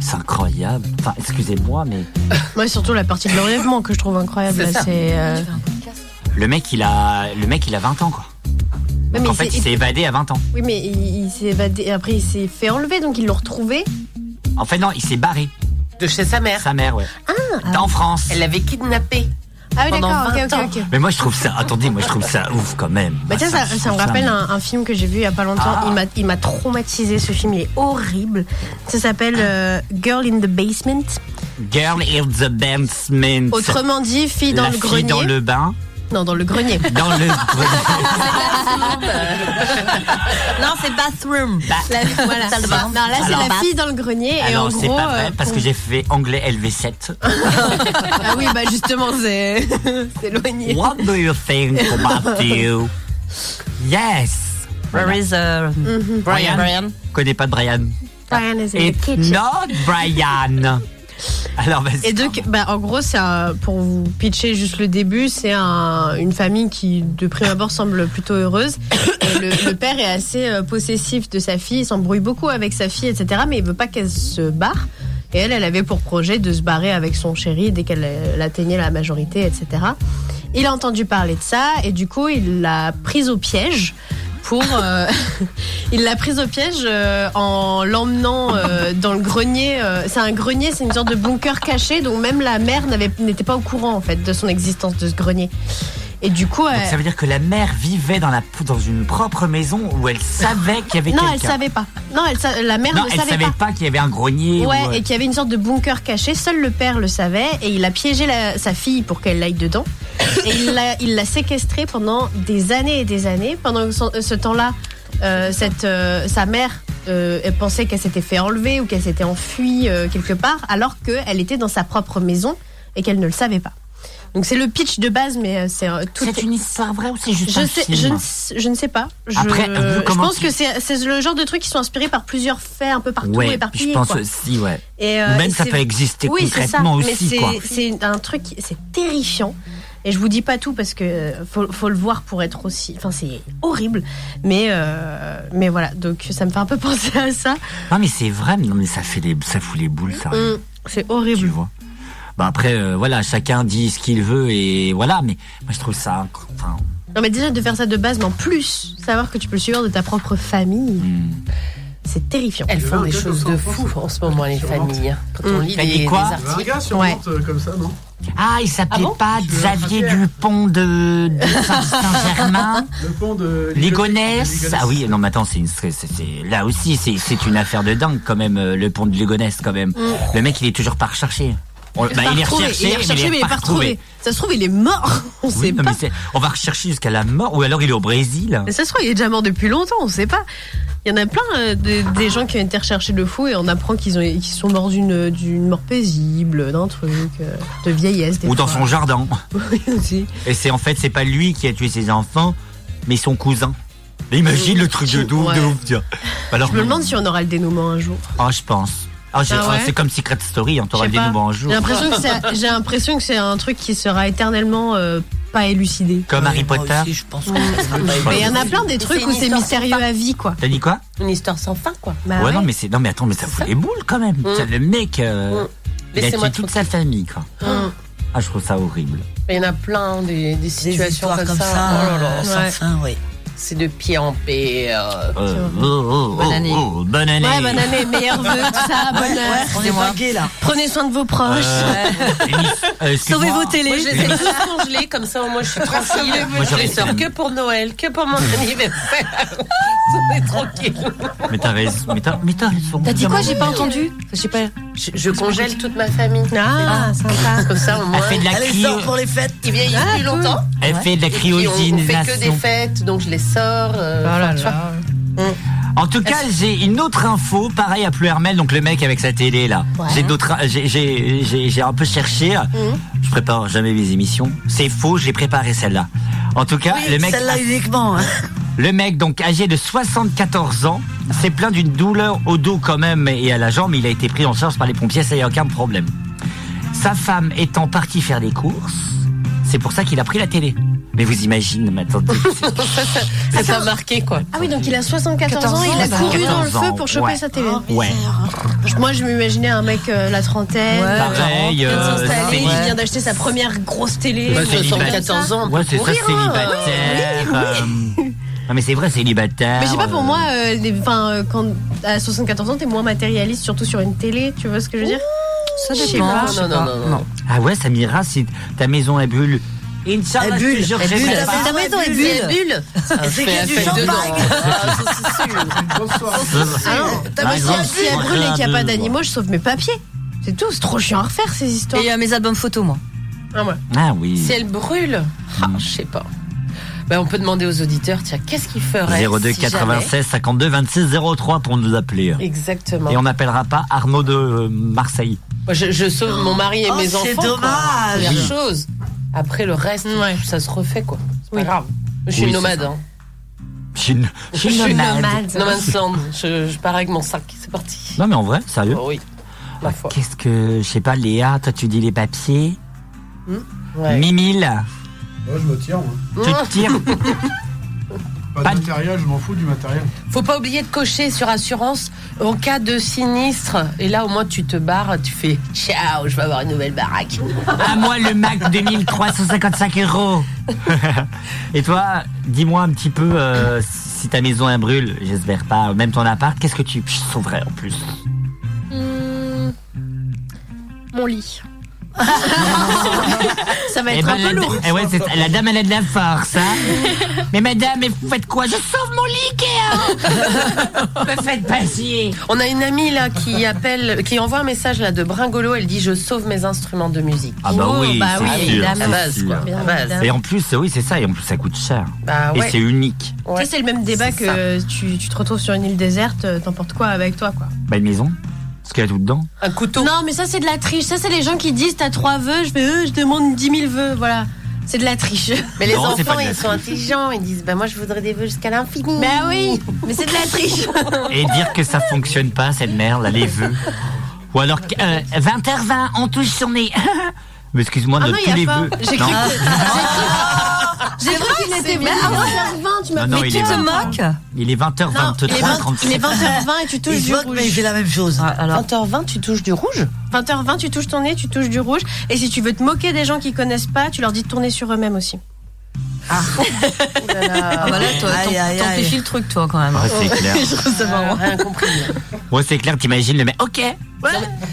Speaker 1: C'est incroyable. Enfin, excusez-moi, mais
Speaker 6: Moi, surtout la partie de l'enlèvement que je trouve incroyable.
Speaker 2: C'est
Speaker 6: là,
Speaker 2: ça.
Speaker 6: C'est euh,
Speaker 1: le mec, il a, le mec, il a 20 ans, quoi.
Speaker 6: Ouais,
Speaker 1: Donc,
Speaker 6: mais
Speaker 1: en fait,
Speaker 6: c'est-
Speaker 1: il s'est évadé à 20 ans.
Speaker 6: Oui, mais il, il s'est évadé. Après, il s'est fait enlever, donc ils l'ont retrouvé.
Speaker 1: En fait, non, il s'est barré.
Speaker 2: De chez sa mère.
Speaker 1: Sa mère, ouais. en France.
Speaker 2: Elle l'avait kidnappé.
Speaker 6: Ah oui,
Speaker 2: Pendant
Speaker 6: d'accord. Ok,
Speaker 2: 20
Speaker 6: ok, ok.
Speaker 1: Mais moi, je trouve ça. Attendez, moi, je trouve ça ouf quand même.
Speaker 6: Bah tiens, ça,
Speaker 1: je
Speaker 6: ça me
Speaker 1: trouve
Speaker 6: rappelle un, un film que j'ai vu il y a pas longtemps.
Speaker 1: Ah.
Speaker 6: Il m'a- Il m'a traumatisé ce film, il est horrible. Ça s'appelle euh, Girl in the Basement.
Speaker 1: Girl in the basement.
Speaker 6: Autrement dit, fille dans
Speaker 1: la
Speaker 6: le
Speaker 1: fille
Speaker 6: grenier.
Speaker 1: dans le bain.
Speaker 6: Non, dans le grenier.
Speaker 1: Dans le grenier.
Speaker 5: Non, c'est bathroom.
Speaker 6: La- voilà.
Speaker 5: Ça le va.
Speaker 6: Non, là c'est
Speaker 1: Alors,
Speaker 6: la fille dans le grenier et en
Speaker 1: Alors, c'est
Speaker 6: gros.
Speaker 1: pas vrai
Speaker 6: euh,
Speaker 1: parce que
Speaker 6: pour-
Speaker 1: j'ai fait anglais LV7.
Speaker 6: Ah oui, bah justement, c'est c'est éloigné.
Speaker 1: What do you think about you? Yes.
Speaker 5: Where
Speaker 1: Voilà.
Speaker 5: is uh,
Speaker 6: Mhm.
Speaker 1: Brian. Connais pas de Brian.
Speaker 6: Brian is in the
Speaker 1: It's
Speaker 6: kitchen.
Speaker 1: not Brian. Alors, vas-y.
Speaker 6: Et donc, bah, en gros, c'est un- pour vous pitcher juste le début, c'est un- une famille qui, de prime abord, semble plutôt heureuse. Et le, le père est assez euh, possessif de sa fille, il s'embrouille beaucoup avec sa fille, etc. Mais il veut pas qu'elle se barre. Et elle, elle avait pour projet de se barrer avec son chéri dès qu'elle euh, atteignait la majorité, etc. Il a entendu parler de ça et du coup, il l'a prise au piège pour. euh, il l'a prise au piège euh, en l'emmenant euh, dans le grenier. euh, c'est un grenier, c'est une sorte de bunker caché dont même la mère n'avait- n'était pas au courant en fait de son existence de ce grenier. Et du coup,
Speaker 1: Donc,
Speaker 6: elle-
Speaker 1: ça veut dire que la mère vivait dans, la, dans une propre maison où elle savait qu'il y avait
Speaker 6: non,
Speaker 1: quelqu'un.
Speaker 6: elle savait pas. Non, elle sa- la mère
Speaker 1: Non,
Speaker 6: ne
Speaker 1: elle
Speaker 6: savait
Speaker 1: savait
Speaker 6: pas.
Speaker 1: pas, qu'il y avait un grenier.
Speaker 6: Ouais,
Speaker 1: ou, euh,
Speaker 6: et qu'il y avait une sorte de bunker caché. Seul le père le savait et il a piégé la- sa fille pour qu'elle aille dedans. Et il l'a- il l'a séquestrée pendant des années et des années. Pendant ce, ce temps-là, euh, cette, euh, sa mère euh, elle pensait qu'elle s'était fait enlever ou qu'elle s'était enfuie euh, quelque part, alors qu'elle était dans sa propre maison et qu'elle ne le savait pas. Donc c'est le pitch de base, mais euh, c'est euh, tout.
Speaker 1: C'est une histoire vraie ou c'est juste
Speaker 6: Je,
Speaker 1: un
Speaker 6: sais,
Speaker 1: film
Speaker 6: je, ne, sais- je ne sais pas. Je,
Speaker 1: Après, vu
Speaker 6: je
Speaker 1: comment
Speaker 6: pense
Speaker 1: tu-
Speaker 6: que c'est c'est le genre de trucs qui sont inspirés par plusieurs faits un peu partout
Speaker 1: Ouais,
Speaker 6: éparpillés.
Speaker 1: je pense
Speaker 6: quoi.
Speaker 1: aussi, ouais.
Speaker 6: Et,
Speaker 1: Ou
Speaker 6: euh,
Speaker 1: même
Speaker 6: et
Speaker 1: ça
Speaker 6: c'est-
Speaker 1: peut exister
Speaker 6: oui, c'est ça.
Speaker 1: concrètement
Speaker 6: Mais
Speaker 1: aussi,
Speaker 6: c'est-
Speaker 1: quoi.
Speaker 6: C'est un truc, c'est terrifiant. Et je vous dis pas tout parce que euh, faut, faut le voir pour être aussi. Enfin, c'est horrible. Mais, euh, mais voilà, donc ça me fait un peu penser à ça.
Speaker 1: Non, mais c'est vrai, mais non, mais ça fait les, ça fout les boules, ça.
Speaker 6: Hum, c'est
Speaker 1: Tu
Speaker 6: horrible.
Speaker 1: vois. Bah après, euh, voilà, chacun dit ce qu'il veut et voilà, mais moi je trouve ça. inc- Enfin,
Speaker 6: Non, mais déjà de faire ça de base, mais en plus, savoir que tu peux le suivre de ta propre famille,
Speaker 1: hmm.
Speaker 6: c'est terrifiant.
Speaker 1: Bah,
Speaker 2: Elles font
Speaker 3: Le
Speaker 2: des
Speaker 3: deux
Speaker 2: choses
Speaker 3: cents
Speaker 2: de
Speaker 3: francs,
Speaker 2: fous en ce moment, les
Speaker 3: Sûrement.
Speaker 2: familles. hein. Quand on lit
Speaker 1: T'as dit
Speaker 2: les,
Speaker 1: quoi
Speaker 3: Il y
Speaker 2: les
Speaker 3: avait un
Speaker 2: articles.
Speaker 3: gars sur
Speaker 6: Ouais.
Speaker 3: Nantes, euh, comme ça, non
Speaker 1: Ah, il s'appelait
Speaker 2: Ah bon
Speaker 1: pas
Speaker 3: Je suis
Speaker 1: Xavier
Speaker 3: fier.
Speaker 1: Dupont de, de Saint- Saint-Germain,
Speaker 3: Le pont de.
Speaker 1: Légonesse.
Speaker 3: Ligonesse.
Speaker 1: Ah oui, non, mais attends, c'est une, c'est- c'est- là aussi, c'est- c'est une affaire de dingue quand même, euh, le pont de Légonesse quand même. Le mec, il est toujours pas recherché. On- bah,
Speaker 6: Pas
Speaker 1: il est
Speaker 6: retrouvé,
Speaker 1: recherché, mais il est pas retrouvé.
Speaker 6: Ça se trouve, il est mort. On
Speaker 1: Oui,
Speaker 6: sait
Speaker 1: non,
Speaker 6: pas.
Speaker 1: mais c'est- on va rechercher jusqu'à la mort, ou alors il est au Brésil.
Speaker 6: Mais ça se trouve, il est déjà mort depuis longtemps, on sait pas. Il y en a plein euh, des- des gens qui ont été recherchés de fou et on apprend qu'ils ont- qu'ils sont morts d'une d'une mort paisible, d'un truc, euh, de vieillesse. des
Speaker 1: Ou dans son
Speaker 6: fois.
Speaker 1: jardin.
Speaker 6: Oui, aussi.
Speaker 1: Et c'est en fait, c'est pas lui qui a tué ses enfants, mais son cousin. Imagine le truc de
Speaker 6: Ouais.
Speaker 1: ouf, de ouf, tiens. Alors,
Speaker 6: Je me demande si on aura le dénouement un jour.
Speaker 1: Ah, je pense. Ah, j'ai-
Speaker 6: Ah
Speaker 1: ah,
Speaker 6: ouais
Speaker 1: C'est comme Secret Story, hein, on t'aura
Speaker 6: Je sais
Speaker 1: dit
Speaker 6: pas.
Speaker 1: nous bonjour.
Speaker 6: J'ai l'impression que ça- j'ai l'impression que c'est un truc qui sera éternellement euh, pas élucidé.
Speaker 1: Comme Harry
Speaker 4: moi
Speaker 1: Potter.
Speaker 4: aussi, je pense que ça sera pas
Speaker 6: Mais il y en a
Speaker 4: évident.
Speaker 6: plein des trucs
Speaker 2: une
Speaker 6: où c'est
Speaker 2: histoire
Speaker 6: mystérieux
Speaker 2: sympa.
Speaker 6: à vie, quoi.
Speaker 1: T'as dit quoi
Speaker 2: Une histoire sans fin, quoi.
Speaker 6: Bah
Speaker 1: ouais,
Speaker 6: ouais.
Speaker 1: non, mais c'est non, mais attends, mais ça fout les boules quand même. Tiens, Le mec, euh,
Speaker 2: Mm.
Speaker 1: il a
Speaker 2: Laissez-moi
Speaker 1: tué toute sa famille, quoi.
Speaker 2: Hum.
Speaker 1: Ah, je trouve ça horrible.
Speaker 2: Il y en a plein des, des
Speaker 4: Des
Speaker 2: situations
Speaker 4: histoires comme ça,
Speaker 2: Oh là là.
Speaker 4: euh, sans
Speaker 6: Ouais.
Speaker 4: fin, oui.
Speaker 2: C'est de pire en pire.
Speaker 1: Euh, oh, oh,
Speaker 2: Bonne
Speaker 1: oh,
Speaker 2: année.
Speaker 1: oh, bonne année.
Speaker 6: Ouais, bonne année, meilleurs vœux, tout ça, bonheur.
Speaker 4: On est
Speaker 2: moi.
Speaker 4: vagué là.
Speaker 6: Prenez soin de vos
Speaker 1: Euh,
Speaker 6: proches.
Speaker 1: Denis, euh, excuse-moi.
Speaker 6: Sauvez vos télés.
Speaker 2: Moi, je les ai tous congelés, comme ça, au moins, je suis tranquille.
Speaker 1: Moi,
Speaker 2: je
Speaker 1: j'aurais
Speaker 2: les
Speaker 1: été
Speaker 2: sors
Speaker 1: le-
Speaker 2: que pour Noël, que pour mon anniversaire. On est tranquille.
Speaker 1: Mais t'as raison. Mais t'as, mais t'as raison.
Speaker 5: T'as dit quoi J'ai pas entendu. J'ai pas.
Speaker 2: Je, je congèle toute ma famille.
Speaker 6: Ah, sympa.
Speaker 2: Comme ça, au
Speaker 1: Elle
Speaker 2: moins,
Speaker 1: fait de la
Speaker 4: Allez,
Speaker 1: cryo.
Speaker 4: sors pour les fêtes.
Speaker 2: ils vieillissent
Speaker 6: Ah,
Speaker 2: plus
Speaker 6: cool.
Speaker 2: longtemps.
Speaker 1: Elle fait de la
Speaker 2: Et puis, on, on fait que des
Speaker 1: cryogénisation.
Speaker 2: fêtes, donc je les sors. euh,
Speaker 1: Oh
Speaker 2: enfin, tu vois.
Speaker 1: En tout cas, j'ai une autre info, pareil à Pluhermel, donc le mec avec sa télé là. J'ai d'autres, euh, j'ai- j'ai j'ai- j'ai un peu cherché. Je prépare jamais mes émissions. C'est faux, je l'ai préparée celle-là. En tout cas, le mec,
Speaker 4: Celle-là uniquement. hein.
Speaker 1: le mec donc âgé de 74 ans, s'est plaint d'une douleur au dos quand même et à la jambe. Il a été pris en charge par les pompiers, ça y a aucun problème. Sa femme étant partie faire des courses, c'est pour ça qu'il a pris la télé. Mais vous imaginez, mais attendez, c'est-
Speaker 2: Ça t'a marqué, quoi.
Speaker 6: Ah oui, donc il a 74 ans,
Speaker 5: 14
Speaker 6: il a
Speaker 5: ans,
Speaker 6: couru dans le
Speaker 1: 14 ans,
Speaker 6: feu pour choper
Speaker 1: ouais. Oh,
Speaker 6: sa télé.
Speaker 1: ouais.
Speaker 6: Je- Moi, je m'imaginais un mec, euh, la trentaine,
Speaker 4: Ouais.
Speaker 1: Pareil,
Speaker 6: qui vient de
Speaker 1: euh,
Speaker 6: s'installer,
Speaker 1: c'est-
Speaker 6: il vient d'acheter sa première grosse télé.
Speaker 1: Bah,
Speaker 6: ou
Speaker 1: c'est
Speaker 6: un truc comme
Speaker 2: 74
Speaker 6: ça.
Speaker 2: ans.
Speaker 1: Ouais, c'est ça,
Speaker 6: Mourir, hein,
Speaker 1: célibataire. euh, Non, mais c'est vrai, célibataire.
Speaker 6: Mais je sais pas, pour
Speaker 1: euh,
Speaker 6: moi, euh, les- enfin, euh, quand à 74 ans, t'es moins matérialiste, surtout sur une télé, tu vois ce que je veux dire
Speaker 5: Ça
Speaker 6: Je sais
Speaker 5: dépend.
Speaker 6: pas.
Speaker 5: Je sais
Speaker 2: Non, non,
Speaker 5: pas.
Speaker 2: non, non, non.
Speaker 1: Ah ouais, Samira, si ta maison est bulle. Inch'Allah,
Speaker 4: Elle
Speaker 1: je te
Speaker 4: bulle,
Speaker 1: jure,
Speaker 4: elle
Speaker 1: je
Speaker 4: bulle.
Speaker 1: répète pas.
Speaker 4: Ta maison est
Speaker 2: C'est Ah, bulle. Ah,
Speaker 4: C'est que du champagne.
Speaker 3: Bonsoir.
Speaker 2: Ah,
Speaker 1: La
Speaker 6: T'as
Speaker 1: grande
Speaker 6: si elle brûle et qu'il n'y a pas d'animaux, je sauve mes papiers. C'est tout, c'est trop chiant à refaire ces histoires.
Speaker 5: Et euh, mes albums photos, moi.
Speaker 1: Ah oui.
Speaker 2: Si elle brûle, ah, je sais pas. Ben, on peut demander aux auditeurs, tiens, qu'est-ce qu'ils feraient
Speaker 1: 02
Speaker 2: si
Speaker 1: 96 52 26 03 pour nous appeler.
Speaker 2: jamais Exactement.
Speaker 1: Et on n'appellera pas Arnaud de euh, Marseille.
Speaker 2: Moi, je, je sauve mon mari et
Speaker 4: Oh,
Speaker 2: mes enfants.
Speaker 4: c'est
Speaker 2: quoi.
Speaker 4: dommage.
Speaker 2: Première
Speaker 1: Oui.
Speaker 2: chose. Après, le reste, ça se refait, quoi. C'est pas grave. Je suis
Speaker 1: Oui,
Speaker 2: nomade,
Speaker 1: c'est
Speaker 2: hein.
Speaker 1: Je suis une- je suis une
Speaker 4: Ah,
Speaker 1: nomade.
Speaker 2: No man's land. Je, je pars avec mon sac. C'est parti.
Speaker 1: Non, mais en vrai, sérieux.
Speaker 2: Oh oui. Ma foi.
Speaker 1: Qu'est-ce que. Je sais pas, Léa, toi tu dis les papiers.
Speaker 2: Ouais. Mmh.
Speaker 1: Mimile,
Speaker 3: Moi, je me tire. moi.
Speaker 1: tu te tires.
Speaker 3: Pas de
Speaker 1: Pas de-
Speaker 3: matériel, je m'en fous du matériel.
Speaker 2: Faut pas oublier de cocher sur assurance en cas de sinistre. Et là, au moins, tu te barres, tu fais ciao, je vais avoir une nouvelle baraque.
Speaker 1: À moi le Mac 2355 euros. Et toi, dis-moi un petit peu euh, si ta maison elle brûle, j'espère pas, même ton appart, qu'est-ce que tu sauverais en plus
Speaker 8: Hum, Mon lit.
Speaker 6: Ça va
Speaker 1: Eh
Speaker 6: être
Speaker 1: ben,
Speaker 6: un peu
Speaker 1: la,
Speaker 6: lourd.
Speaker 1: eh ouais, c'est- la dame elle a de la force, hein Mais madame, mais vous faites quoi Je sauve mon lit, Ikea Me faites pas chier
Speaker 2: On a une amie là qui appelle, qui envoie un message là de Bringolo. Elle dit Je sauve mes instruments de musique.
Speaker 1: Ah bah
Speaker 6: Oh,
Speaker 1: oui,
Speaker 6: bah
Speaker 1: c'est
Speaker 6: oui,
Speaker 1: sûr,
Speaker 6: évidemment.
Speaker 1: c'est
Speaker 2: À base,
Speaker 1: sûr.
Speaker 2: quoi.
Speaker 6: Bien
Speaker 2: À base.
Speaker 6: évidemment.
Speaker 1: Et en plus, oui, c'est ça, et en plus ça coûte cher.
Speaker 2: Bah
Speaker 1: Et
Speaker 2: ouais.
Speaker 1: c'est unique.
Speaker 2: Ouais.
Speaker 6: Tu sais, c'est le même débat
Speaker 2: C'est
Speaker 6: que tu, tu te retrouves sur une île déserte, euh, t'emportes quoi avec toi, quoi.
Speaker 1: Bah une maison Parce qu'il y a tout dedans.
Speaker 2: Un couteau.
Speaker 6: Non, mais ça, c'est de la triche. Ça, c'est les gens qui disent t'as trois vœux, je vais eux, je demande 10 000 vœux. Voilà. C'est de la triche.
Speaker 2: Mais les
Speaker 1: Non, c'est pas
Speaker 2: enfants,
Speaker 1: de la
Speaker 2: ils sont
Speaker 1: triche.
Speaker 2: intelligents. Ils disent Bah moi, je voudrais des vœux jusqu'à l'infini.
Speaker 6: bah oui, mais c'est de la triche.
Speaker 1: Et dire que ça fonctionne pas, cette merde, les vœux. Ou alors, euh, 20h20, on touche son nez. Mais excuse-moi,
Speaker 6: Ah
Speaker 1: de
Speaker 6: non,
Speaker 1: tous
Speaker 6: y a
Speaker 1: les
Speaker 6: pas.
Speaker 1: vœux.
Speaker 6: J'ai
Speaker 1: Non,
Speaker 6: cru J'ai cru qu'il était Ah, bien. tu
Speaker 1: non,
Speaker 6: m'as
Speaker 1: non,
Speaker 5: mais
Speaker 1: il,
Speaker 5: tu
Speaker 1: est
Speaker 5: te
Speaker 1: 20.
Speaker 5: moques
Speaker 1: il est 20h23,
Speaker 6: Non, il est 20 il est
Speaker 1: 37.
Speaker 6: 20h20 et tu touches
Speaker 4: Il
Speaker 6: du
Speaker 4: vote, mais il
Speaker 6: rouge.
Speaker 4: fait la même chose.
Speaker 5: Alors,
Speaker 2: 20h20, tu touches du rouge
Speaker 6: 20h20, tu touches ton nez, tu touches du rouge. Et si tu veux te moquer des gens qui connaissent pas, tu leur dis de tourner sur eux-mêmes aussi.
Speaker 5: ah bah là, toi,
Speaker 4: Aïe, aïe,
Speaker 5: t'en-
Speaker 4: aïe.
Speaker 5: t'amplifies le truc, toi, quand même.
Speaker 1: Ouais, c'est clair.
Speaker 2: C'est marrant. Rien compris.
Speaker 1: Ouais, c'est clair, t'imagines le mec. Ok.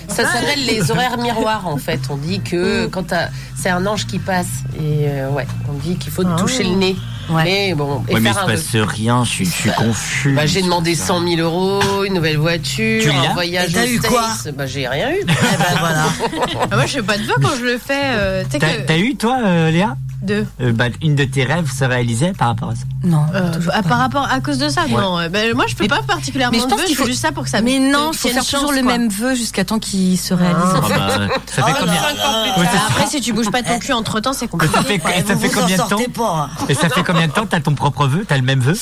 Speaker 2: Ça s'appelle les horaires miroirs en fait. On dit que quand t'as- c'est un ange qui passe et euh, ouais, on dit qu'il faut toucher le nez.
Speaker 5: Ouais.
Speaker 2: Mais bon, et
Speaker 1: Ouais, mais
Speaker 2: faire
Speaker 1: il se
Speaker 2: un vœu.
Speaker 1: passe rien, je suis, je suis confus.
Speaker 2: Bah, j'ai demandé 100 000 euros, une nouvelle voiture,
Speaker 1: Tu l'as
Speaker 2: un voyage
Speaker 4: Et t'as
Speaker 2: aux
Speaker 4: eu quoi
Speaker 2: States. Bah, j'ai rien eu.
Speaker 4: Eh ben voilà.
Speaker 6: Ah, moi, je fais pas de vœux quand je le fais. euh, tu sais
Speaker 1: T'as
Speaker 6: que.
Speaker 1: t'as eu, toi, euh, Léa
Speaker 6: Deux.
Speaker 1: Euh, bah, Une de tes rêves se réalisait par rapport à ça.
Speaker 5: Non.
Speaker 6: Euh, à- par rapport à cause de ça, non. euh, ben, moi, je peux pas particulièrement.
Speaker 5: mais je
Speaker 6: de
Speaker 5: pense
Speaker 6: vœux,
Speaker 5: qu'il
Speaker 6: fais
Speaker 5: faut-
Speaker 6: juste ça pour que ça.
Speaker 5: Mais
Speaker 6: me-
Speaker 5: non,
Speaker 6: qu'il
Speaker 5: faut
Speaker 6: y ait
Speaker 5: faire
Speaker 6: une
Speaker 5: toujours
Speaker 6: chance,
Speaker 5: le
Speaker 6: quoi.
Speaker 5: même vœu jusqu'à temps qu'il se réalise.
Speaker 1: Ah bah, ça fait
Speaker 4: Oh
Speaker 1: combien
Speaker 4: là là.
Speaker 1: Ouais, ça-
Speaker 6: Bah, Après, si tu bouges pas ton cul entre temps, c'est
Speaker 1: ça
Speaker 6: compliqué.
Speaker 1: fait-
Speaker 4: Ouais,
Speaker 1: ça
Speaker 4: vous
Speaker 1: fait
Speaker 4: vous
Speaker 1: combien de
Speaker 4: en
Speaker 1: temps
Speaker 4: sortez pas. hein.
Speaker 1: Et ça fait combien de temps
Speaker 5: Ah.
Speaker 1: T'as ton propre vœu T'as le même vœu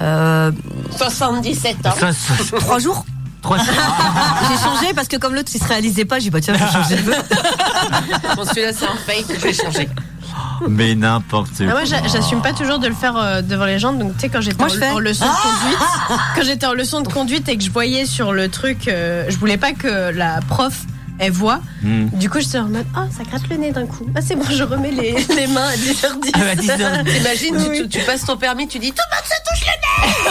Speaker 5: Euh,
Speaker 2: 77 ans.
Speaker 1: Ça, ça-
Speaker 5: trois jours
Speaker 1: 300.
Speaker 5: J'ai changé parce que comme l'autre il se réalisait pas, j'ai pas tiens, je vais changer.
Speaker 2: Bon, celui-là, c'est un fake, je vais changer.
Speaker 1: Mais n'importe quoi.
Speaker 6: Ah, moi, j'a- j'assume pas toujours de le faire euh, devant les gens. Donc, tu sais, quand j'étais en,
Speaker 5: Moi, je fais.
Speaker 6: en leçon de conduite, quand j'étais en leçon de conduite et que je voyais sur le truc, euh, je voulais pas que la prof elle voit.
Speaker 1: Hmm.
Speaker 6: Du coup, j'étais en mode, oh, ça gratte le nez d'un coup. Ah, c'est bon, je remets les, les mains à 10h10.
Speaker 1: Ah, bah, dis donc,
Speaker 2: T'imagines, tu, tu- tu passes ton permis, tu dis tout le monde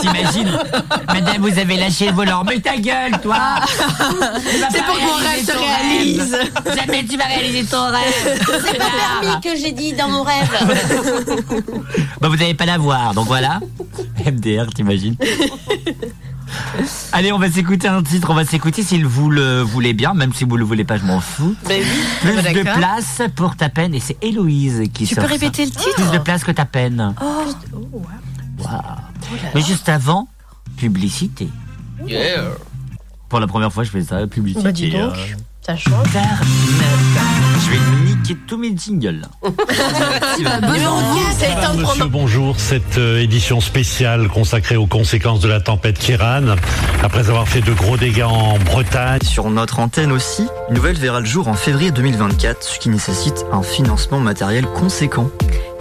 Speaker 1: T'imagines Madame, vous avez lâché le volant. Mais ta gueule, toi C'est
Speaker 6: pour que mon rêve se réalise.
Speaker 1: Jamais tu vas réaliser ton rêve.
Speaker 2: s'est pas permis que j'ai dit dans mon rêve.
Speaker 1: Bah, vous n'allez pas la voir, donc voilà. MDR, t'imagines Allez, on va s'écouter un titre. On va s'écouter s'il vous le voulez bien, même si vous le voulez pas, je m'en fous.
Speaker 2: Mais oui.
Speaker 1: Plus
Speaker 6: bah,
Speaker 1: de
Speaker 6: d'accord.
Speaker 1: place pour ta peine. Et c'est Héloïse qui
Speaker 5: Tu
Speaker 1: sort
Speaker 5: peux
Speaker 1: ça.
Speaker 5: répéter le titre
Speaker 1: Plus de place que ta peine.
Speaker 6: Oh.
Speaker 1: Waouh. Mais juste avant, publicité. Pour la première fois, je fais ça, publicité.
Speaker 6: Bah, dis donc,
Speaker 1: euh.
Speaker 6: ça change.
Speaker 1: Je vais niquer tous mes jingles.
Speaker 9: Monsieur, bonjour. Cette euh, édition spéciale consacrée aux conséquences de la tempête Kiran, après avoir fait de gros dégâts en Bretagne.
Speaker 10: Sur notre antenne aussi, une nouvelle verra le jour en février 2024, ce qui nécessite un financement matériel conséquent.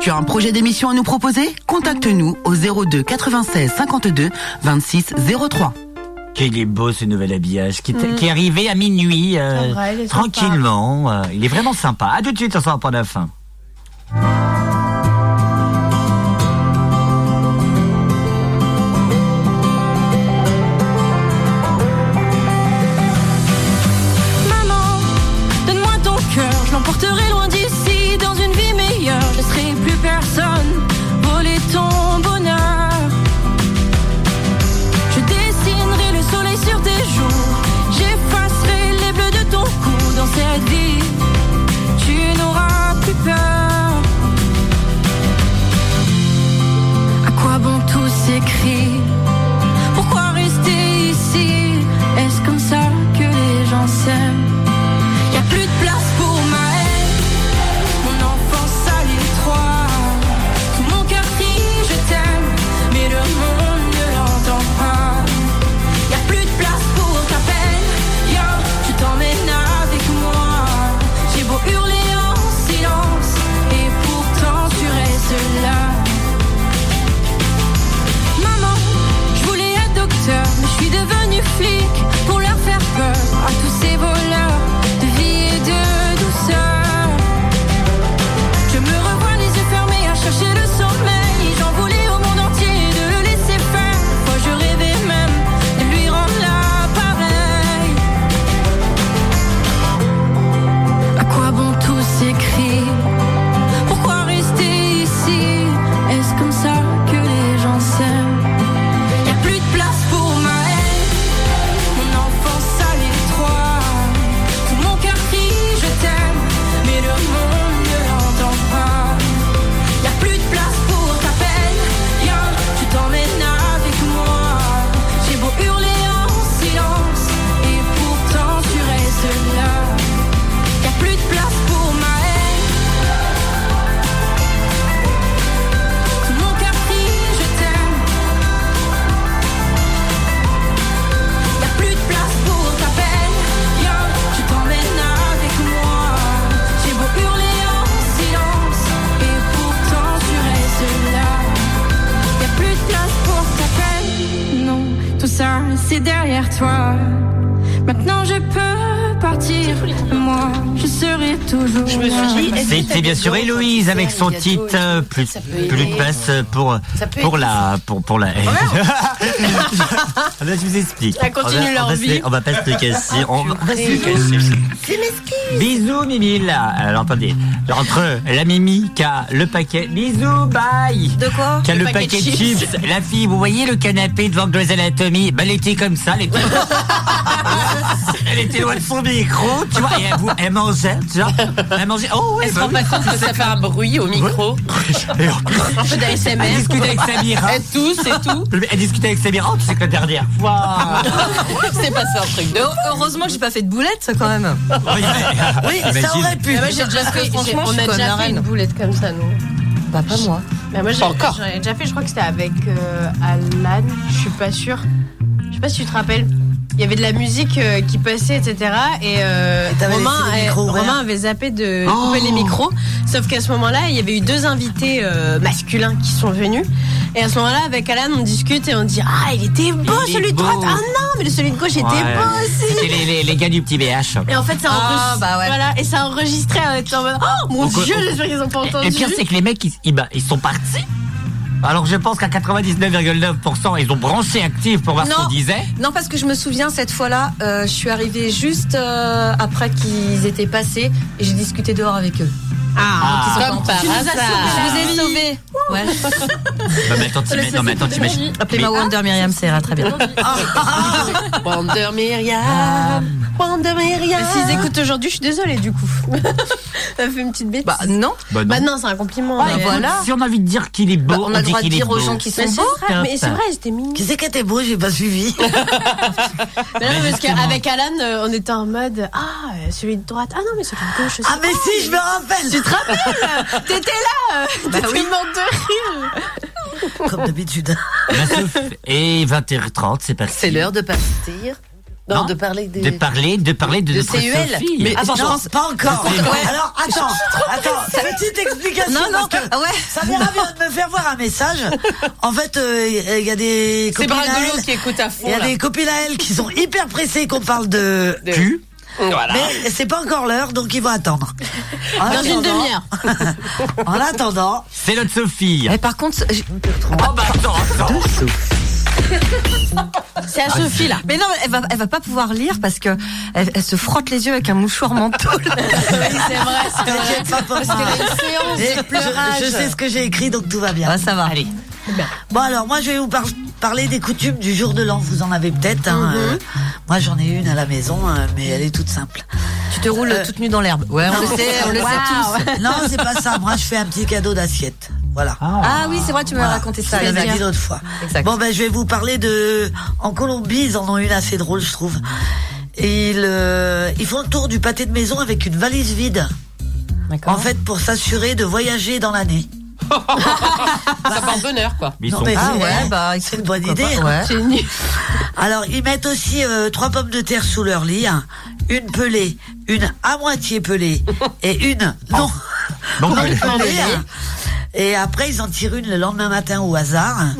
Speaker 11: Tu as un projet d'émission à nous proposer Contacte-nous au 02 96 52 26 03.
Speaker 1: Quel est beau ce nouvel habillage qui, est- qui est arrivé à minuit, euh,
Speaker 6: Mm. C'est vrai, il est sympa.
Speaker 1: tranquillement. euh, il est vraiment sympa. À tout de suite, on sera pour la fin.
Speaker 12: Maman, donne-moi ton cœur, je l'emporterai loin d'ici, dans une vie meilleure, je serai plus personne, voler ton bonheur. Je dessinerai le soleil sur tes joues, j'effacerai les bleus de ton cou dans cette vie, tu n'auras plus peur. À quoi bon tous ces cris Pourquoi rester ici Est-ce comme ça que les gens s'aiment Y a plus de place pour ma haine. Mon enfance à l'étroit. Tout mon cœur crie je t'aime, mais le monde ne l'entend pas. Y a plus de place pour ta peine. Yo, je t'emmène avec moi. J'ai beau hurler en silence, et pourtant tu restes là. Maman, je voulais être docteur, mais je suis devenu flic pour leur faire peur à tous ces voleurs de vie et de douceur. Je me revois les yeux fermés à chercher le sommeil. J'en voulais au monde entier de le laisser faire. Moi je rêvais même de lui rendre la pareille. À quoi bon tous ces cris Pourquoi rester ici Est-ce comme ça que les gens s'aiment Y a plus de place pour ma haine. Mon enfance à l'étroit. Tout mon cœur crie je t'aime, mais le monde ne l'entend pas. Y a plus de place pour ta peine. Viens, tu t'emmènes avec moi. J'ai beau hurler en silence, et pourtant tu restes là. Y a plus de place pour ma haine. Tout mon cœur crie, je t'aime. Y a plus de place pour ta peine. Viens, tu t'emmènes avec moi. J'ai beau hurler en silence, et pourtant tu restes là. Y a plus de place pour ta peine. Non, tout ça c'est derrière toi. Maintenant je peux partir. Moi, je serai toujours.
Speaker 2: Je me suis dit, est-ce que
Speaker 1: C'était
Speaker 2: t'as
Speaker 1: bien
Speaker 2: des
Speaker 1: sûr
Speaker 2: gants,
Speaker 1: Héloïse
Speaker 2: ça,
Speaker 1: avec son
Speaker 2: des gâteaux
Speaker 1: titre
Speaker 2: et tout
Speaker 1: euh, plus,
Speaker 2: Ça peut
Speaker 1: plus
Speaker 2: aider.
Speaker 1: de place euh, pour,
Speaker 2: Ça peut
Speaker 1: pour,
Speaker 2: aider, Ah
Speaker 1: la, pour, pour la haine. Là,
Speaker 2: ben,
Speaker 1: je vous explique.
Speaker 6: Elles continuent
Speaker 1: On va- on
Speaker 6: leur
Speaker 1: va se-
Speaker 6: vie.
Speaker 1: On va pas se le casser. On va- on va se le casser. Bisous, Mimi. là. Alors, attendez. Entre la Mimi qui a le paquet. Bisous, bye.
Speaker 5: De quoi
Speaker 1: Qui a le, paquet, de chips. La fille, vous voyez le canapé devant Grey's Anatomy Ben, elle était comme ça, elle était... elle était loin de son micro, tu vois, et elle, vous, elle mangeait, tu vois. Elle mangeait. Oh, ouais,
Speaker 2: Elle se
Speaker 1: bah
Speaker 2: rend
Speaker 1: oui.
Speaker 2: pas compte que ça fait un bruit au micro.
Speaker 1: Et en plus,
Speaker 2: Un peu d'ASMR.
Speaker 1: Elle discutait avec Samira.
Speaker 2: Elle tousse et tout.
Speaker 1: Elle discutait avec Samira. Oh, tu sais que la dernière fois.
Speaker 2: C'est pas ça un truc de.
Speaker 5: Heureusement, j'ai pas fait de boulette, quand même.
Speaker 1: Oui,
Speaker 5: ça
Speaker 1: Imagine.
Speaker 5: aurait pu.
Speaker 6: Mais moi, j'ai déjà
Speaker 5: Parce que
Speaker 6: fait,
Speaker 5: franchement,
Speaker 6: j'ai-
Speaker 5: je
Speaker 6: on a
Speaker 5: suis
Speaker 6: déjà
Speaker 5: comme
Speaker 6: fait
Speaker 5: la
Speaker 6: une
Speaker 5: reine.
Speaker 6: boulette comme ça, non
Speaker 5: Bah, pas moi.
Speaker 13: Bah, moi, j'ai-
Speaker 5: Encore.
Speaker 13: j'en ai déjà fait, je crois que c'était avec euh, Alan, je suis pas sûre. Je sais pas si tu te rappelles. Il y avait de la musique euh, qui passait, etc. Et, euh,
Speaker 5: t'avais
Speaker 6: Romain,
Speaker 5: laissé les
Speaker 6: euh,
Speaker 5: micros ouverts.
Speaker 6: Romain avait zappé de
Speaker 5: Oh.
Speaker 6: couper les micros. Sauf qu'à ce moment-là, il y avait eu deux invités euh, masculins qui sont venus. Et à ce moment-là, avec Alan, on discute et on dit Ah, il était beau
Speaker 1: Il est
Speaker 6: celui de
Speaker 1: beau.
Speaker 6: droite. Ah non, mais le celui de gauche était
Speaker 1: Ouais.
Speaker 6: beau aussi.
Speaker 1: C'était les, les, les gars du petit BH.
Speaker 6: Et en fait, ça
Speaker 1: Ah,
Speaker 6: enregistre. Voilà, et ça enregistrait en étant en mode Oh mon
Speaker 1: On co-
Speaker 6: dieu,
Speaker 1: on-
Speaker 6: j'espère qu'ils ont pas entendu.
Speaker 1: Et le pire, c'est que les mecs, ils, ils- bah, ils sont partis. Alors, je pense qu'à 99,9%, ils ont branché actif pour voir ce qu'on disait.
Speaker 5: non, parce que je me souviens cette fois-là, euh, je suis arrivée juste euh, après qu'ils étaient passés et j'ai discuté dehors avec eux.
Speaker 2: Ah,
Speaker 5: Donc, ils sont
Speaker 2: comme
Speaker 5: pas
Speaker 2: par
Speaker 5: entrés. Tu nous as
Speaker 2: hasard.
Speaker 5: sauvés, Je vous ai sauvés. Ouais.
Speaker 1: Bah, mais attends, t'imagines- non, mais attends, t'imagines.
Speaker 5: Appelez-moi
Speaker 4: ah,
Speaker 5: Wonder Myriam, ça ira très bien.
Speaker 2: Wonder Myriam. Wonder Myriam.
Speaker 6: S'ils écoutent aujourd'hui, je suis désolée du coup. T'as fait une petite bêtise. Bah Ah,
Speaker 5: non.
Speaker 1: Bah, non.
Speaker 6: c'est un compliment.
Speaker 1: Bah, écoute, Si on a envie de dire qu'il est beau,
Speaker 5: Bah, on a le
Speaker 1: dit
Speaker 5: droit de
Speaker 1: qu'il est
Speaker 5: dire aux
Speaker 1: beau.
Speaker 5: gens qui sont
Speaker 6: Mais c'est
Speaker 5: beaux.
Speaker 6: vrai, mais c'est vrai, c'était mignon.
Speaker 4: Qui c'est qui était beau J'ai pas suivi.
Speaker 6: Mais non, parce
Speaker 4: justement.
Speaker 6: qu'avec Alan, euh, on était en mode Ah, euh, celui de droite. Ah non, mais celui de gauche aussi. Oh.
Speaker 4: Ah, mais si, je me rappelle.
Speaker 6: Tu te rappelles T'étais là euh,
Speaker 4: Bah
Speaker 6: T'étais
Speaker 4: oui.
Speaker 6: morte de rire
Speaker 4: Comme d'habitude.
Speaker 1: Et 20h30, c'est parti.
Speaker 2: C'est l'heure de partir. Non,
Speaker 1: Non.
Speaker 2: de parler des.
Speaker 1: De parler, de parler de,
Speaker 2: De
Speaker 1: notre
Speaker 2: CUL.
Speaker 1: Sophie.
Speaker 2: Mais
Speaker 4: Attends,
Speaker 2: non,
Speaker 4: pas encore.
Speaker 1: Mais
Speaker 4: Ouais,
Speaker 1: ouais.
Speaker 4: Alors, attends, attends, petite explication.
Speaker 5: Non, non,
Speaker 4: parce que
Speaker 5: ouais.
Speaker 4: Samira vient de me faire voir un message. En fait, euh, il y a des
Speaker 2: C'est
Speaker 4: copines à
Speaker 2: Bragolo
Speaker 4: elle-
Speaker 2: qui écoute à fond.
Speaker 4: Il y a
Speaker 2: là.
Speaker 4: des copines à elle qui sont hyper pressées qu'on parle de cul.
Speaker 2: Voilà.
Speaker 4: Mais c'est pas encore l'heure, donc ils vont attendre. En
Speaker 6: Dans une
Speaker 4: attendant-
Speaker 6: demi-heure.
Speaker 4: En attendant,
Speaker 1: C'est notre Sophie.
Speaker 5: Mais par contre, je-
Speaker 1: Oh, bah, attends, attends.
Speaker 5: c'est à Sophie là. Mais non, elle va, elle va pas pouvoir lire parce que elle, elle se frotte les yeux avec un mouchoir menthol.
Speaker 6: Oui, c'est vrai, c'est vrai.
Speaker 4: t'inquiète pas pour
Speaker 6: Parce
Speaker 4: moi.
Speaker 6: qu'elle a une
Speaker 4: Et
Speaker 6: séance
Speaker 4: je-
Speaker 6: de pleurage.
Speaker 4: Je sais ce que j'ai écrit, donc tout va bien.
Speaker 5: Ah, ça va. Allez.
Speaker 4: Bon alors moi je vais vous par- parler des coutumes du jour de l'an. Vous en avez peut-être. hein,
Speaker 5: Mhm.
Speaker 4: euh, moi j'en ai une à la maison, euh, mais elle est toute simple.
Speaker 5: Tu te
Speaker 2: Euh,
Speaker 5: roules toute nue dans l'herbe. Ouais, Ah, on le
Speaker 4: Non.
Speaker 5: sait, on le
Speaker 4: Waouh.
Speaker 5: sait tous.
Speaker 4: Non c'est pas ça. Moi je fais un petit cadeau d'assiette. Voilà.
Speaker 5: Ah oui, c'est vrai, tu m'as
Speaker 4: Voilà.
Speaker 5: raconté ça.
Speaker 4: Je vous l'avais
Speaker 5: Elsa.
Speaker 4: dit l'autre fois.
Speaker 5: Exact.
Speaker 4: Bon ben je vais vous parler de. En Colombie ils en ont une assez drôle je trouve. Et ils, euh, ils font le tour du pâté de maison avec une valise vide. En fait pour s'assurer de voyager dans l'année.
Speaker 2: Ça part bonheur, quoi.
Speaker 1: Mais ils
Speaker 4: Non,
Speaker 1: sont
Speaker 4: mais
Speaker 5: Ah
Speaker 4: c'est-
Speaker 5: ouais, bah
Speaker 4: c'est
Speaker 5: écoute,
Speaker 4: une bonne
Speaker 5: pourquoi
Speaker 4: idée.
Speaker 5: pas,
Speaker 4: hein.
Speaker 5: ouais.
Speaker 4: Alors, ils mettent aussi euh, trois pommes de terre sous leur lit, hein. une pelée, une à moitié pelée et une non,
Speaker 1: Non, mais-
Speaker 4: pelée. hein. Et après, ils en tirent une le lendemain matin au hasard. hein.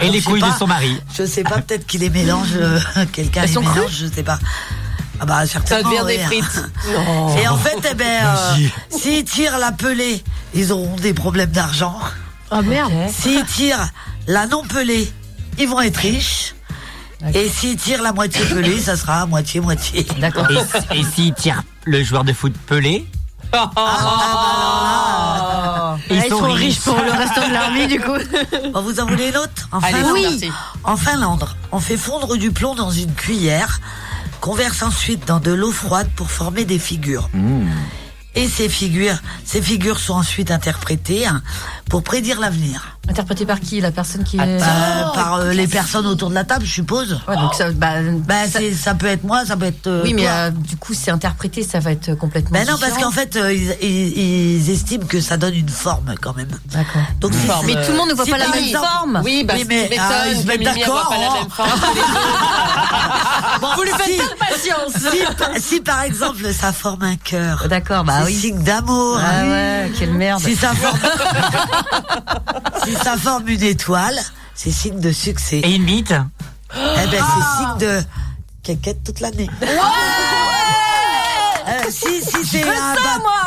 Speaker 1: Et les
Speaker 4: Je sais
Speaker 1: couilles de
Speaker 4: pas.
Speaker 1: son mari.
Speaker 4: Je sais pas, peut-être qu'il les mélange, euh, quelqu'un
Speaker 5: Elles
Speaker 4: les
Speaker 5: sont crues
Speaker 4: mélange, je sais pas. Ah bah
Speaker 2: Ça
Speaker 4: certainement.
Speaker 5: Oh,
Speaker 2: devient des
Speaker 4: oui, hein.
Speaker 2: frites.
Speaker 4: Et en fait, eh ben, euh,
Speaker 1: Vas-y.
Speaker 4: s'ils tirent la pelée, ils auront des problèmes d'argent.
Speaker 6: Oh merde.
Speaker 4: S'ils tirent la non pelée, ils vont être riches. Et s'ils tirent la moitié pelée, ça sera moitié-moitié.
Speaker 5: D'accord.
Speaker 1: Et, s- et s'il tire le joueur de foot pelé, ils,
Speaker 6: Ils sont riches pour le restant de leur vie du coup.
Speaker 4: Bon, vous en voulez une autre en
Speaker 2: Allez,
Speaker 4: Finlande,
Speaker 2: c'est parti.
Speaker 4: en Finlande, on fait fondre du plomb dans une cuillère, qu'on verse ensuite dans de l'eau froide pour former des figures. Et ces figures, ces figures sont ensuite interprétées hein, pour prédire l'avenir.
Speaker 5: Interprété par qui La personne qui est.
Speaker 4: Euh, par euh, les personnes autour de la table, je suppose.
Speaker 5: Ouais, donc ça, bah,
Speaker 4: Bah,
Speaker 5: ça-
Speaker 4: c'est- ça peut être moi, ça peut être. euh,
Speaker 5: oui, mais
Speaker 4: toi.
Speaker 5: euh, du coup, c'est interprété, ça va être complètement.
Speaker 4: Ben non, parce
Speaker 5: différent.
Speaker 4: qu'en fait, euh, ils, ils- ils estiment que ça donne une forme quand même.
Speaker 5: D'accord.
Speaker 4: Donc, si-
Speaker 2: forme.
Speaker 5: Mais tout le monde ne voit
Speaker 4: si
Speaker 5: pas la
Speaker 4: par
Speaker 5: même
Speaker 4: exemple-
Speaker 5: forme.
Speaker 2: Oui, bah,
Speaker 4: Oui,
Speaker 2: si
Speaker 4: mais,
Speaker 2: tu m'étonnes
Speaker 4: ah, ils se
Speaker 2: que
Speaker 4: mettent
Speaker 2: Mimi, elle voit pas la
Speaker 4: d'accord,
Speaker 2: même forme.
Speaker 4: Vous lui faites
Speaker 5: Patience.
Speaker 4: si, par- si par exemple ça forme un cœur,
Speaker 5: D'accord, bah
Speaker 4: c'est
Speaker 5: oui.
Speaker 4: signe d'amour.
Speaker 5: Ah ouais, quelle merde.
Speaker 4: Si ça forme, si ça forme une étoile, c'est signe de succès.
Speaker 1: Et une bite
Speaker 4: Eh ben c'est signe de quéquette toute l'année. Euh, si si c'est un, ba-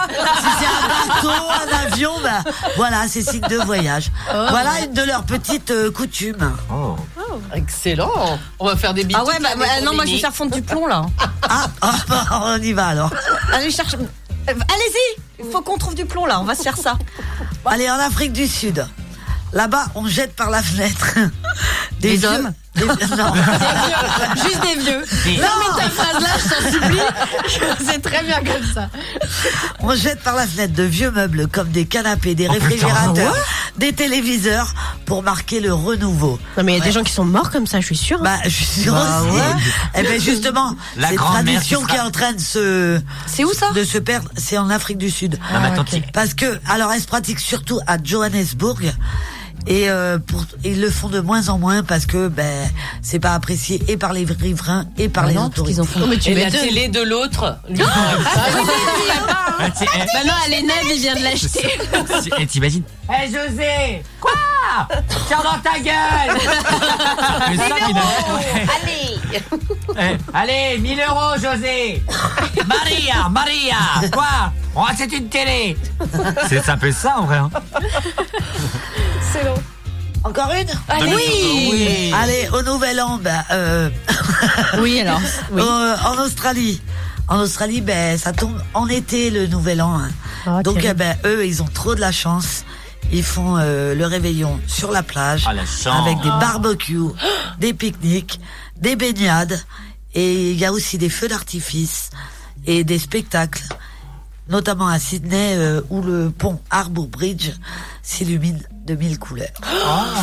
Speaker 4: si c'est un bateau, un avion, bah, voilà, c'est signe de voyage. voilà une de leurs petites euh, coutumes.
Speaker 1: Oh.
Speaker 2: Excellent. On va faire des bisous.
Speaker 5: Ah ouais, bah,
Speaker 2: toute l'année
Speaker 5: bah,
Speaker 2: pour
Speaker 5: non, moi je vais
Speaker 2: Mimi.
Speaker 5: faire fondre du plomb là.
Speaker 4: Ah, ah, bah, on y va alors.
Speaker 5: Allez, cherche. euh, Allez-y, il faut qu'on trouve du plomb là, on va se faire ça.
Speaker 4: Allez en Afrique du Sud. Là-bas, on jette par la fenêtre des
Speaker 5: Les
Speaker 4: vieux-
Speaker 5: hommes
Speaker 4: non.
Speaker 13: Juste des vieux.
Speaker 4: Des-
Speaker 13: Non, mais ta phrase là, je t'en
Speaker 5: Ah,
Speaker 13: supplie. C'est très bien comme ça.
Speaker 4: On jette par la fenêtre de vieux meubles comme des canapés, des
Speaker 13: Oh, putain,
Speaker 4: réfrigérateurs,
Speaker 13: ouais
Speaker 4: des téléviseurs pour marquer le renouveau.
Speaker 6: Non mais il y a des gens qui sont morts comme ça, je suis sûre.
Speaker 4: Bah, je suis sûre
Speaker 6: Bah,
Speaker 4: aussi.
Speaker 6: ouais.
Speaker 4: Eh ben justement,
Speaker 1: La
Speaker 4: cette
Speaker 1: grand-mère
Speaker 4: tradition
Speaker 1: qui
Speaker 4: qui,
Speaker 1: sera-
Speaker 4: est en train de se C'est où ça De se perdre, c'est en Afrique du Sud.
Speaker 1: Ah, mais attends, tu-
Speaker 4: Parce que alors elle se pratique surtout à Johannesburg. Et euh, pour, ils le font de moins en moins parce que ben c'est pas apprécié et par les riverains et par
Speaker 2: Bah
Speaker 4: les
Speaker 2: non, parce
Speaker 4: autorités.
Speaker 2: qu'ils en font- Et la télé de l'autre. lui, il aurait pas.
Speaker 1: Ah, tu sais, eh,
Speaker 6: Bah non, elle est neuve, il vient de l'acheter.
Speaker 1: si- eh, T'imagines
Speaker 12: Hé José Quoi Tiens dans ta gueule
Speaker 1: Mais ça, finalement,
Speaker 12: Allez
Speaker 1: Eh, Allez, 1000 euros, José Maria, Maria Quoi Oh, c'est une télé C'est c'est un peu ça, en vrai. hein.
Speaker 4: C'est long. Encore une
Speaker 1: Allez. Oui. Oui.
Speaker 4: Allez, au Nouvel An, ben, euh,
Speaker 6: Oui, alors, oui.
Speaker 4: euh, en Australie. En Australie, ben, ça tombe en été le Nouvel An. hein. Donc,
Speaker 6: terrible.
Speaker 4: eh ben, eux, ils ont trop de la chance. Ils font euh, le réveillon sur la plage
Speaker 1: Ah, la chance.
Speaker 4: avec des
Speaker 1: Ah.
Speaker 4: barbecues, des pique-niques, des baignades. Et il y a aussi des feux d'artifice et des spectacles, notamment à Sydney euh, où le pont Harbour Bridge s'illumine de mille couleurs.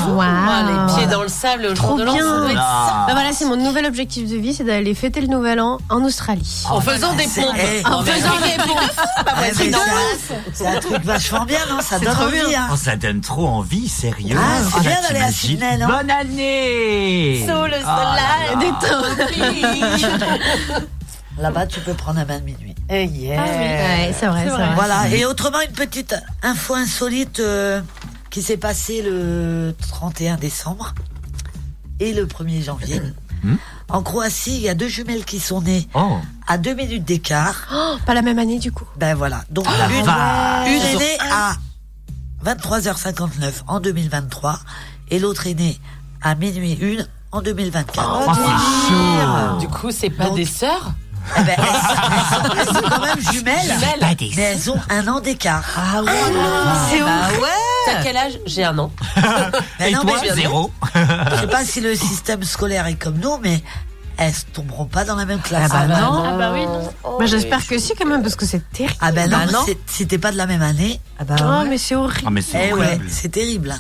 Speaker 6: Wow.
Speaker 2: Les pieds dans le sable, le
Speaker 6: Trop
Speaker 2: jour de l'an, ça
Speaker 6: bien.
Speaker 2: doit être
Speaker 6: Bah voilà, c'est mon nouvel objectif de vie, c'est d'aller fêter le nouvel an en Australie.
Speaker 2: En faisant Ah,
Speaker 5: Ah,
Speaker 2: des
Speaker 5: bah,
Speaker 2: Oh,
Speaker 4: c'est-
Speaker 2: pompes.
Speaker 4: eh,
Speaker 2: En
Speaker 4: non, mais-
Speaker 2: faisant des pompes.
Speaker 4: Ah, mais
Speaker 2: c'est
Speaker 4: c'est
Speaker 2: dingue.
Speaker 4: un- c'est un truc vachement bien, non Ça
Speaker 2: C'est
Speaker 4: donne
Speaker 2: trop
Speaker 4: envie, hein.
Speaker 1: Oh, ça donne trop envie, sérieux.
Speaker 4: Ah, c'est
Speaker 1: Oh,
Speaker 4: bien
Speaker 1: bah,
Speaker 4: d'aller à
Speaker 1: t'imagines.
Speaker 4: Sydney, non
Speaker 1: Bonne année
Speaker 4: Sous le
Speaker 1: Ah, là, là.
Speaker 4: Là-bas, tu peux prendre un bain de minuit.
Speaker 2: Eh yeah. Ah oui. Ouais, c'est vrai, C'est c'est vrai. vrai.
Speaker 4: Voilà. Et autrement, une petite info insolite euh, qui s'est passée le 31 décembre et le 1er janvier.
Speaker 12: Hmm.
Speaker 4: En Croatie, il y a deux jumelles qui sont nées
Speaker 1: Oh,
Speaker 4: à deux minutes d'écart.
Speaker 6: Oh, pas la même année du coup.
Speaker 4: Ben voilà. Donc,
Speaker 6: Ah,
Speaker 4: l'une
Speaker 6: vache.
Speaker 4: une est née à 23h59 en 2023 et l'autre est née à minuit une en 2024.
Speaker 1: Oh,
Speaker 6: Ah.
Speaker 2: Du coup, c'est pas des sœurs
Speaker 4: Elles Eh ben, sont quand même jumelles,
Speaker 2: Jumelles.
Speaker 4: mais elles ont un an d'écart. Ah ouais,
Speaker 2: C'est
Speaker 4: bah
Speaker 2: ouf.
Speaker 4: ouais.
Speaker 2: T'as quel âge J'ai un an.
Speaker 4: Mais
Speaker 1: Et
Speaker 4: Ben non,
Speaker 1: toi,
Speaker 4: mais je-
Speaker 1: zéro
Speaker 4: Je sais pas si le système scolaire est comme nous, mais elles tomberont pas dans la même classe.
Speaker 6: Ah bah Ah non. non. Ah bah oui, non. Bah, j'espère
Speaker 4: que si quand même parce que c'est terrible. Ah bah non,
Speaker 6: Bah non.
Speaker 4: c'est- c'était pas de la même année. Ah bah
Speaker 6: Oh, mais c'est horrible.
Speaker 1: Ah, mais c'est
Speaker 4: Eh ouais,
Speaker 1: horrible.
Speaker 4: c'est terrible.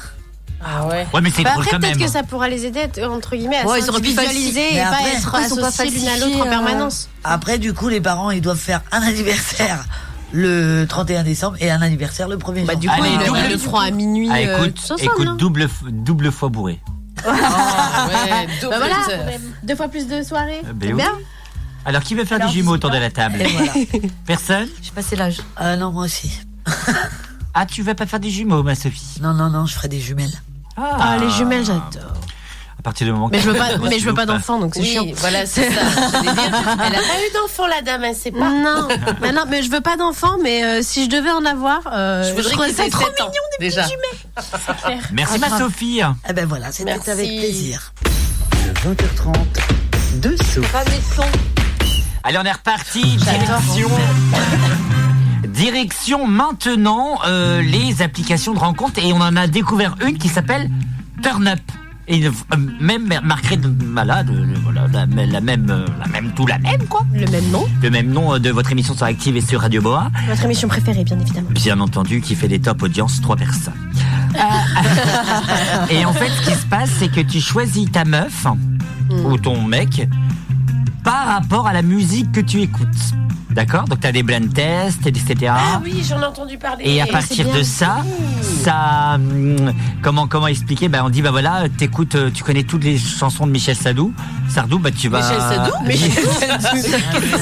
Speaker 2: Ah ouais.
Speaker 1: Ouais, mais c'est
Speaker 6: Bah
Speaker 1: drôle
Speaker 6: après,
Speaker 1: quand
Speaker 6: peut-être
Speaker 1: même.
Speaker 6: que
Speaker 4: hein.
Speaker 6: ça pourra les aider, à être, entre guillemets, à
Speaker 4: Ouais, ils auraient pu
Speaker 6: visualiser
Speaker 4: falsifier.
Speaker 6: et
Speaker 4: Mais
Speaker 6: pas
Speaker 4: après,
Speaker 6: être
Speaker 4: pourquoi ils sont pas
Speaker 6: associés l'une à l'autre en
Speaker 4: falsifiés, euh,
Speaker 6: permanence.
Speaker 4: Après, du coup, les parents, ils doivent faire un anniversaire le 31 décembre et un anniversaire le 1er
Speaker 6: Bah,
Speaker 4: janvier.
Speaker 6: du coup, ils le- ils le feront à minuit.
Speaker 1: Ah,
Speaker 6: euh,
Speaker 1: écoute,
Speaker 6: tous ensemble,
Speaker 1: écoute
Speaker 6: hein.
Speaker 1: double, f- double fois bourré.
Speaker 2: Ah,
Speaker 6: Bah voilà.
Speaker 8: Deux fois plus de
Speaker 4: Ah,
Speaker 8: soirées.
Speaker 1: Eh ben oui. Alors, qui veut faire des jumeaux autour de la
Speaker 6: Eh
Speaker 1: table Personne
Speaker 4: Je sais pas, c'est l'âge. Ah non, moi aussi.
Speaker 1: Ah, tu vas pas faire des jumeaux, ma Sophie
Speaker 4: Non, non, non, je ferai des jumelles.
Speaker 6: Ah, les jumelles, j'adore.
Speaker 1: À partir du moment
Speaker 6: Mais
Speaker 1: que
Speaker 6: je veux pas,
Speaker 1: Moi,
Speaker 6: mais
Speaker 1: tu
Speaker 6: je
Speaker 4: Ah.
Speaker 6: veux pas
Speaker 1: loupes
Speaker 6: d'enfants, donc c'est
Speaker 2: Oui,
Speaker 6: chiant.
Speaker 2: voilà, c'est ça. J'allais dire, Elle a pas eu d'enfant, la dame, elle sait pas.
Speaker 6: Non, mais non, mais je veux pas d'enfants, mais euh, si je devais en avoir, euh,
Speaker 2: Je
Speaker 6: je,
Speaker 2: voudrais
Speaker 6: trouverais
Speaker 2: qu'ils
Speaker 6: ça
Speaker 2: aient
Speaker 6: trop
Speaker 2: sept ans,
Speaker 6: mignon des
Speaker 2: déjà.
Speaker 6: petits jumelles.
Speaker 1: Merci, ma Sophie.
Speaker 4: Eh ben voilà, c'était
Speaker 2: Merci.
Speaker 4: avec plaisir.
Speaker 1: 20h30, deux
Speaker 5: Pas de son.
Speaker 1: Allez, on est reparti. Direction. Direction maintenant euh, les applications de rencontre et on en a découvert une qui s'appelle Turn Up. Et euh, même marquée de malade, euh, voilà, la, la même, euh, la même, tout la même quoi.
Speaker 6: Le même nom.
Speaker 1: Le même nom euh, de votre émission sur Active et sur Radio Boa,
Speaker 6: Votre émission préférée, bien évidemment.
Speaker 1: bien entendu, qui fait des top audiences trois personnes.
Speaker 2: Ah.
Speaker 1: Et en fait, ce qui se passe, c'est que tu choisis ta meuf
Speaker 2: Mm.
Speaker 1: ou ton mec par rapport à la musique que tu écoutes. D'accord Donc tu as des blind tests, etc.
Speaker 2: Ah oui, j'en ai entendu parler.
Speaker 1: Et à partir de ça, ça, hum, comment comment expliquer Ben on dit bah voilà, t'écoutes, euh, tu connais toutes les chansons de Michel Sardou. Sardou, bah tu vas.
Speaker 2: Michel Sardou Michel Sardou.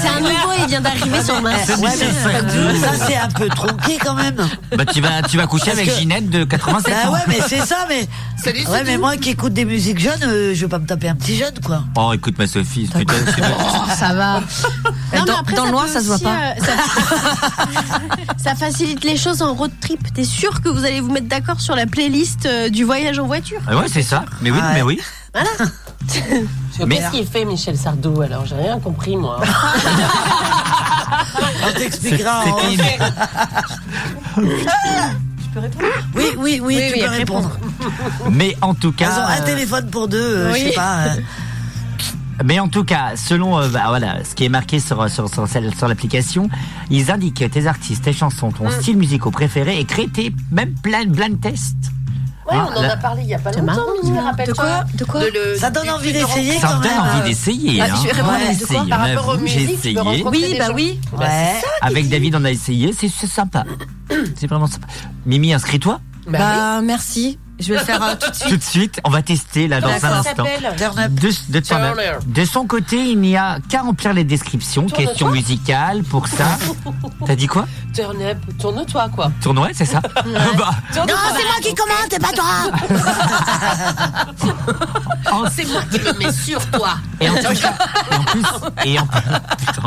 Speaker 6: C'est un nouveau, il vient d'arriver sur ma.
Speaker 1: C'est
Speaker 4: Ouais,
Speaker 1: Michel
Speaker 4: mais
Speaker 1: Sardou.
Speaker 4: ça, c'est un peu tronqué quand même.
Speaker 1: Bah tu vas tu vas coucher
Speaker 4: Parce
Speaker 1: avec
Speaker 4: que-
Speaker 1: Ginette de 87
Speaker 4: Bah
Speaker 1: ans.
Speaker 4: ouais, mais c'est ça, mais.
Speaker 2: Salut,
Speaker 4: ouais, mais moi qui écoute des musiques jeunes, euh, je vais pas me taper un petit jeune, quoi.
Speaker 1: Oh écoute ma Sophie, tu dois- tu dois-
Speaker 6: ça va.
Speaker 4: Dans- dans le
Speaker 6: loin
Speaker 4: noir, ça se voit pas.
Speaker 6: ça, euh, ça facilite les choses en road trip. T'es sûr que vous allez vous mettre d'accord sur la playlist euh, du voyage en voiture
Speaker 1: Ah ouais c'est ça. Mais oui,
Speaker 4: Ah ouais.
Speaker 1: mais oui. Mais-
Speaker 2: Qu'est-ce qu'il fait Michel Sardou alors J'ai rien compris moi.
Speaker 4: On t'expliquera. en-
Speaker 2: terrible.
Speaker 4: Oui, oui,
Speaker 2: Oui,
Speaker 4: oui, tu
Speaker 2: oui,
Speaker 4: peux
Speaker 2: après,
Speaker 4: répondre.
Speaker 1: Mais en tout cas.
Speaker 4: Elles ont un
Speaker 1: euh,
Speaker 4: téléphone pour deux, euh, je sais pas. euh.
Speaker 1: Mais en tout cas, selon euh, bah, voilà, ce qui est marqué sur, sur, sur, celle- sur l'application, ils indiquent que tes artistes, tes chansons, ton
Speaker 4: Mm.
Speaker 1: style musical préféré et créent tes même plein blind test.
Speaker 2: Ouais, on en
Speaker 1: là-
Speaker 2: a parlé il n'y a pas longtemps,
Speaker 1: marrant.
Speaker 2: Mimi, rappelle-toi. De quoi
Speaker 4: Ça donne envie d'essayer
Speaker 1: Ça
Speaker 4: quand
Speaker 1: me
Speaker 4: même.
Speaker 1: donne envie d'essayer.
Speaker 4: Ah,
Speaker 1: hein.
Speaker 4: je vais répondre
Speaker 1: On a
Speaker 4: à- de
Speaker 1: essayé,
Speaker 4: quoi
Speaker 1: on
Speaker 4: Par
Speaker 1: avoue,
Speaker 4: rapport aux
Speaker 1: j'ai
Speaker 4: musiques,
Speaker 1: essayé.
Speaker 4: de rencontrer Oui, des bah gens. oui. Bah, c'est Ouais. ça,
Speaker 1: Avec David, on a essayé. C'est c'est sympa. C'est vraiment sympa. Mimi, inscris-toi.
Speaker 5: Bah, merci. Je vais le faire euh, tout de
Speaker 4: Hein
Speaker 1: Tout
Speaker 5: suite.
Speaker 1: de suite, on va tester là dans
Speaker 5: Comment
Speaker 1: un
Speaker 5: ça
Speaker 1: instant.
Speaker 5: s'appelle Turn
Speaker 1: De, de,
Speaker 5: Turn
Speaker 1: turn up. De son côté, il n'y a qu'à remplir les descriptions,
Speaker 2: Tourne-toi.
Speaker 1: questions musicales pour ça. T'as dit quoi
Speaker 6: Bah
Speaker 2: Turn up, tourne-toi, quoi.
Speaker 1: Tournoi, c'est ça Bah,
Speaker 2: Non,
Speaker 4: c'est moi qui commande, c'est pas toi
Speaker 2: Oh, C'est moi qui me mets sur toi.
Speaker 1: Et en plus, et en, putain.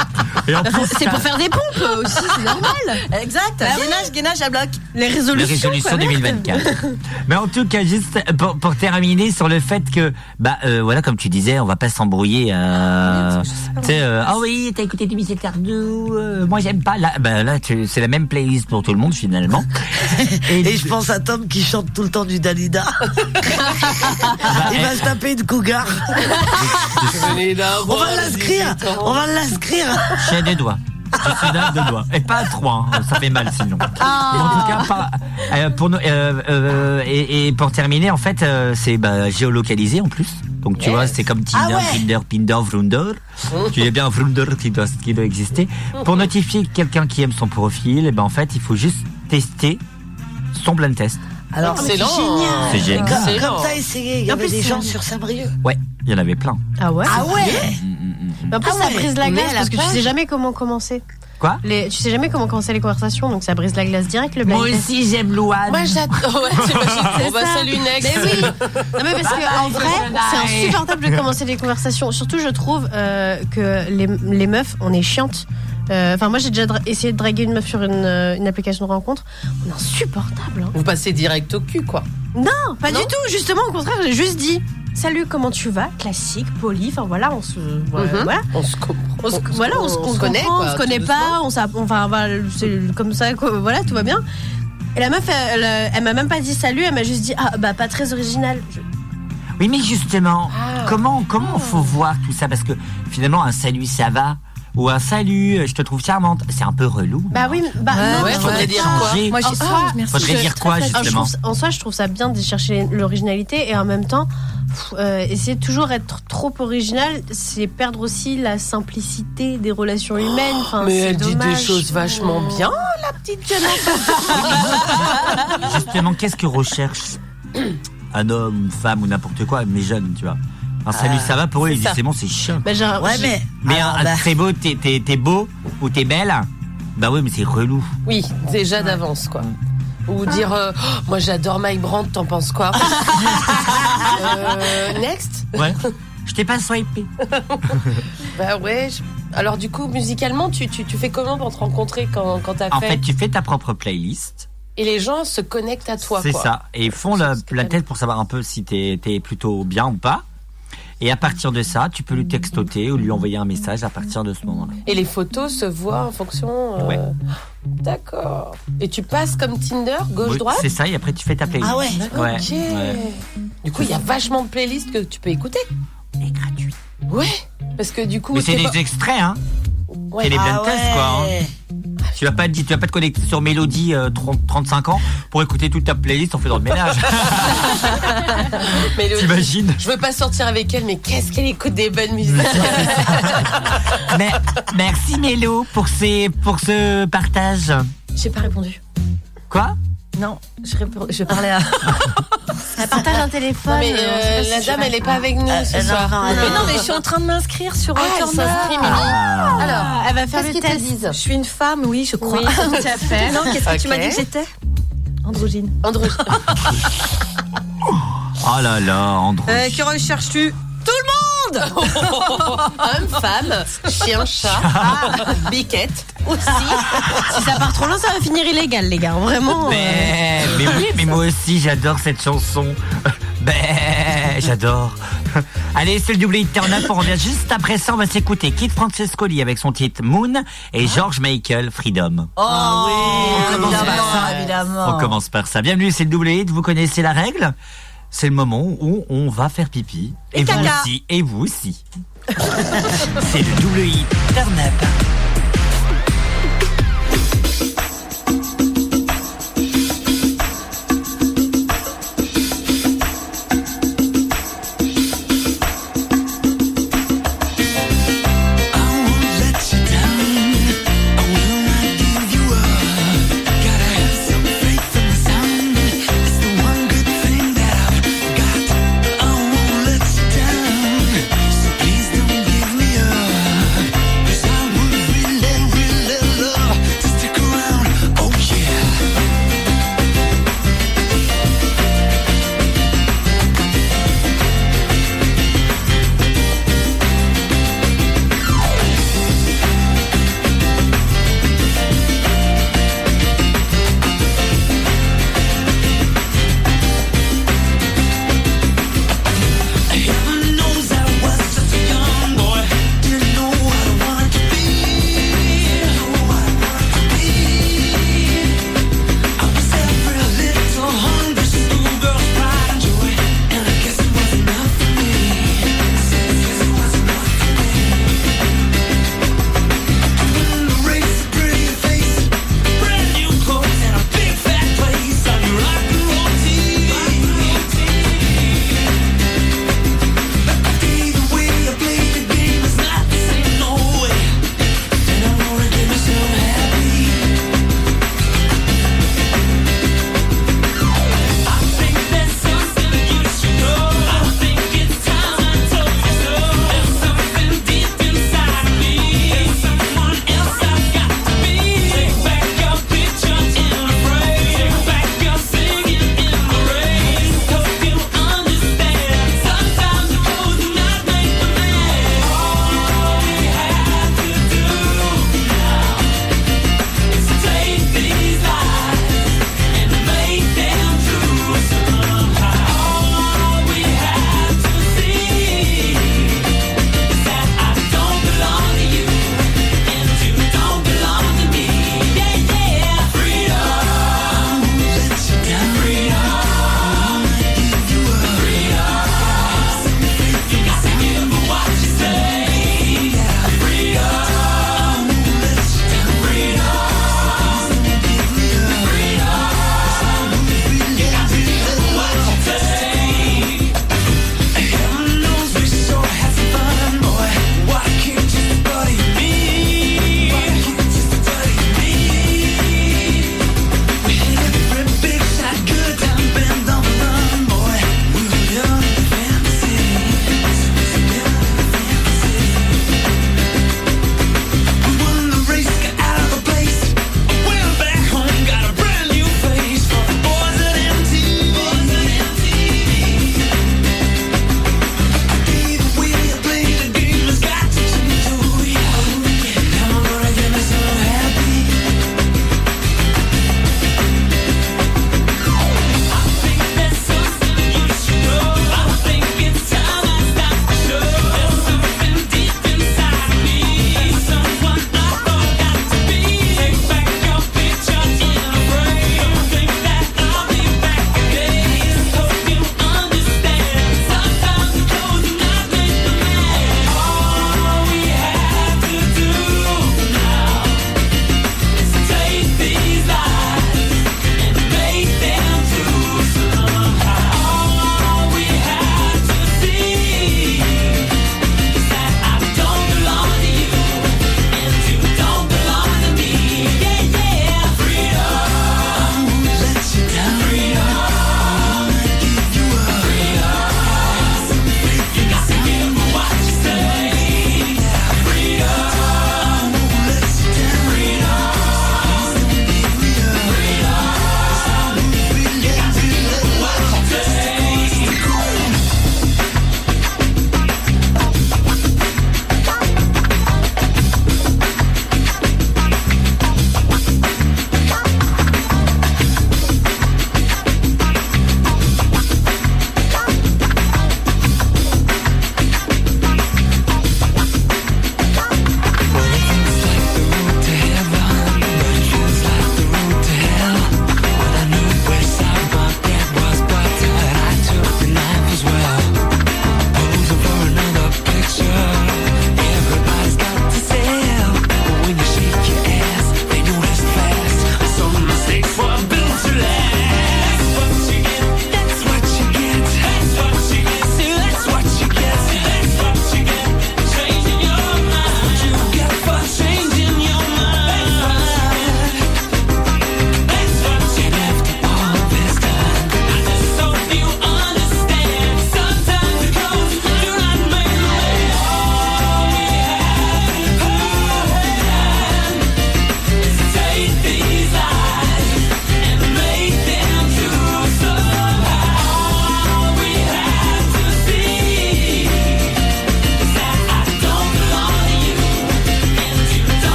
Speaker 1: Et en plus,
Speaker 6: C'est
Speaker 1: ça-
Speaker 6: pour faire des pompes euh, aussi, c'est normal.
Speaker 5: Exact.
Speaker 6: gainage, gainage à bloc. Les résolutions.
Speaker 1: Les résolutions
Speaker 6: quoi, merde.
Speaker 1: 2024. Mais en tout cas, juste pour, pour terminer sur le fait que, bah euh, voilà, comme tu disais, on va pas s'embrouiller. euh, tu sais, euh, ah oui, t'as écouté du Michel Sardou, euh, moi j'aime pas. Là, bah, là, tu- c'est la même playlist pour tout le monde finalement.
Speaker 4: Et, je pense à Tom qui chante tout le temps du Dalida. Il va se taper une cougar. On va l'inscrire. On va l'inscrire.
Speaker 1: J'ai des doigts. Je suis d'un de doigts. Et pas à trois, hein, ça fait mal sinon.
Speaker 10: Ah.
Speaker 1: Mais en tout cas, pas- euh, pour nous- euh, euh, et, et pour terminer, en fait, euh, c'est bah, géolocalisé en plus. Donc tu
Speaker 10: Yes.
Speaker 1: vois, c'est comme Tinder,
Speaker 10: Ah ouais.
Speaker 1: Tinder, Pinder, Vrunder.
Speaker 2: Hein
Speaker 1: tu es bien Vrunder qui doit, qui doit exister. Pour notifier quelqu'un qui aime son profil, eh ben, en fait, il faut juste tester son blind test.
Speaker 4: Alors, c'est
Speaker 2: Excellent.
Speaker 4: génial.
Speaker 1: C'est génial.
Speaker 4: Comme,
Speaker 1: Excellent.
Speaker 4: comme t'as essayé, il y
Speaker 1: En
Speaker 4: avait
Speaker 1: plus,
Speaker 4: des
Speaker 1: c'est
Speaker 4: gens
Speaker 1: un-
Speaker 4: sur Saint-Brieuc.
Speaker 1: Ouais, il y en avait plein.
Speaker 6: Ah ouais
Speaker 4: Ah ouais
Speaker 6: Mais En plus,
Speaker 4: Ah
Speaker 6: ça
Speaker 4: ouais.
Speaker 6: brise la
Speaker 4: Mais
Speaker 6: glace
Speaker 4: à la
Speaker 6: parce que tu
Speaker 4: plage.
Speaker 6: sais jamais comment commencer.
Speaker 1: Quoi
Speaker 6: les, Tu sais jamais comment commencer les conversations, donc ça brise la glace direct le
Speaker 1: Moi aussi, j'aime Louane.
Speaker 6: Moi j'adore.
Speaker 2: Ouais, c'est pas- on va saluer Nex.
Speaker 6: Mais oui. Non mais parce que en vrai, c'est insupportable de commencer les conversations. Surtout, je trouve euh, que les, les meufs, on est chiantes. Euh, Enfin, moi j'ai déjà dra- essayé de draguer une meuf sur une, euh, une application de rencontre. On est insupportable. hein.
Speaker 2: Vous passez direct au cul, quoi.
Speaker 6: Non, pas du tout. Justement, au contraire, j'ai juste dit Salut, comment tu vas Classique, poli. Enfin voilà, on se. voilà,
Speaker 2: Mhm.
Speaker 6: voilà.
Speaker 2: On se comprend.
Speaker 6: On se, voilà, on, se on se connaît, on se connaît pas, on s'app- enfin voilà, c'est comme ça, quoi, voilà, tout va bien. Et la meuf, elle, elle, elle m'a même pas dit salut, elle m'a juste dit ah bah pas très original. Je-
Speaker 1: Oui, mais justement,
Speaker 4: Ah,
Speaker 1: comment comment faut voir tout ça Parce que finalement, un salut, ça va. Ou un salut, euh, je te trouve charmante. C'est un peu relou.
Speaker 6: Bah oui, bah
Speaker 1: Ouais,
Speaker 6: non,
Speaker 1: ouais,
Speaker 6: mais
Speaker 1: faudrait
Speaker 6: c'est
Speaker 1: dire
Speaker 6: ça.
Speaker 1: quoi Moi, j'ai-
Speaker 6: En soi,
Speaker 1: ah, merci. Faudrait
Speaker 6: je-
Speaker 1: dire quoi,
Speaker 6: Ah, je trouve
Speaker 1: justement
Speaker 6: ça- En soi, je trouve ça bien de chercher l'originalité et en même temps, pff, euh, essayer de toujours être trop original, c'est perdre aussi la simplicité des relations humaines. Enfin,
Speaker 2: Mais
Speaker 6: Oh, c'est
Speaker 2: elle dit des
Speaker 6: dommage.
Speaker 2: choses vachement bien, la petite Jenna.
Speaker 1: Justement, qu'est-ce que recherche un homme, une femme ou n'importe quoi, mais jeune, tu vois Un salut,
Speaker 4: Ah,
Speaker 1: ça va pour eux,
Speaker 4: c'est
Speaker 1: ils disent
Speaker 4: ça.
Speaker 1: c'est bon, c'est chiant.
Speaker 6: Bah, genre,
Speaker 4: Ouais,
Speaker 6: je-
Speaker 4: mais.
Speaker 1: Mais
Speaker 4: Alors,
Speaker 1: un, un
Speaker 4: bah,
Speaker 1: très beau, t'es- t'es t'es beau ou t'es belle Bah oui, mais c'est relou.
Speaker 2: Oui, déjà d'avance, quoi.
Speaker 6: Ah.
Speaker 2: Ou dire, euh, Oh, moi j'adore Mike Brandt, t'en penses quoi Euh, Next
Speaker 1: Ouais. Je t'ai pas swipé.
Speaker 2: Bah ouais. je- Alors du coup, musicalement, tu, tu, tu fais comment pour te rencontrer quand, quand t'as
Speaker 1: En
Speaker 2: fait,
Speaker 1: fait, tu fais ta propre playlist.
Speaker 2: Et les gens se connectent à toi,
Speaker 1: C'est
Speaker 2: quoi.
Speaker 1: ça. Et ils font la, la tête pour savoir un peu si t'es es plutôt bien ou pas. Et à partir de ça, tu peux lui textoter ou lui envoyer un message à partir de ce moment-là.
Speaker 2: Et les photos se voient en fonction... euh,
Speaker 1: Ouais.
Speaker 2: D'accord. Et tu passes comme Tinder,
Speaker 1: Oui,
Speaker 2: gauche-droite
Speaker 1: C'est ça, et après tu fais ta playlist.
Speaker 2: Ah ouais,
Speaker 1: ouais.
Speaker 2: ok.
Speaker 1: ouais.
Speaker 2: Du coup, il y a vachement de playlists que tu peux écouter.
Speaker 1: Mais gratuit.
Speaker 2: Ouais, parce que du coup.
Speaker 1: Mais c'est
Speaker 2: t'es
Speaker 1: des
Speaker 2: pas-
Speaker 1: extraits, hein
Speaker 2: Ouais.
Speaker 1: C'est
Speaker 4: Ah
Speaker 1: les blind tests, quoi. hein. Tu vas pas te, tu vas pas te connecter sur Mélodie euh, 30 35 ans pour écouter toute ta playlist en faisant le ménage.
Speaker 2: Mais le-
Speaker 1: T'imagines
Speaker 2: Je veux pas sortir avec elle, mais qu'est-ce qu'elle écoute des bonnes musiques
Speaker 1: Mais, merci Mélo pour ces pour ce partage.
Speaker 5: J'ai pas répondu.
Speaker 1: Quoi
Speaker 5: Non, je, répo- je parlais à.
Speaker 6: Elle partage un téléphone.
Speaker 2: Non, mais,
Speaker 6: euh,
Speaker 2: euh,
Speaker 6: on sait pas si
Speaker 2: la
Speaker 6: tu
Speaker 2: dame,
Speaker 6: vas-
Speaker 2: elle est pas avec nous ce
Speaker 6: euh, non,
Speaker 2: soir.
Speaker 6: non,
Speaker 5: Mais
Speaker 6: non,
Speaker 5: non, mais je suis en train de m'inscrire sur
Speaker 2: Ah, elle
Speaker 5: Turn Up.
Speaker 2: s'inscrit, Mimi.
Speaker 1: Ah.
Speaker 5: Alors,
Speaker 6: elle va faire
Speaker 5: qu'est-ce
Speaker 6: le
Speaker 5: qu'ils te
Speaker 6: test.
Speaker 5: disent Je suis une femme, oui, je crois.
Speaker 6: Oui, tout à fait.
Speaker 5: non, qu'est-ce que tu
Speaker 6: Ok.
Speaker 5: m'as dit que j'étais Androgyne.
Speaker 2: Androgyne.
Speaker 1: Oh là là, Andrew.
Speaker 5: Euh, que recherches-tu Tout le monde
Speaker 2: Homme, femme, chien, chat, biquette.
Speaker 6: Si ça part trop loin, ça va finir illégal, les gars. hein, Vraiment. euh.
Speaker 1: Mais, mais oui, mais moi aussi Ben, j'adore cette chanson. Ben, j'adore. Allez, c'est le double hit turn up. On revient juste après ça. On va s'écouter Kid Francescoli avec son titre Moon et George Michael Freedom.
Speaker 4: Ah. Oh, oui,
Speaker 1: commence par
Speaker 4: évidemment,
Speaker 1: ça.
Speaker 4: évidemment.
Speaker 1: On commence par ça. Bienvenue, c'est le double hit. Vous connaissez la règle. C'est le moment où on va faire pipi.
Speaker 4: Et
Speaker 1: vous
Speaker 4: caca.
Speaker 1: aussi. Et vous aussi. c'est le double hit turn up.
Speaker 12: Cause I would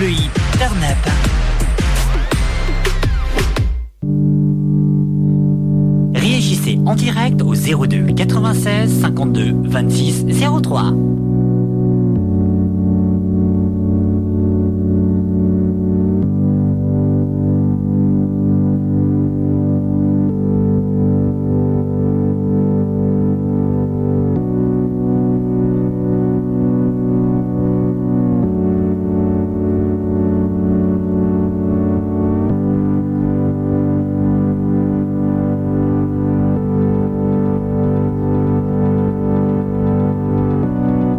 Speaker 14: le hit turn up.
Speaker 1: Réagissez en direct au 02 96 52 26 03.
Speaker 15: Thank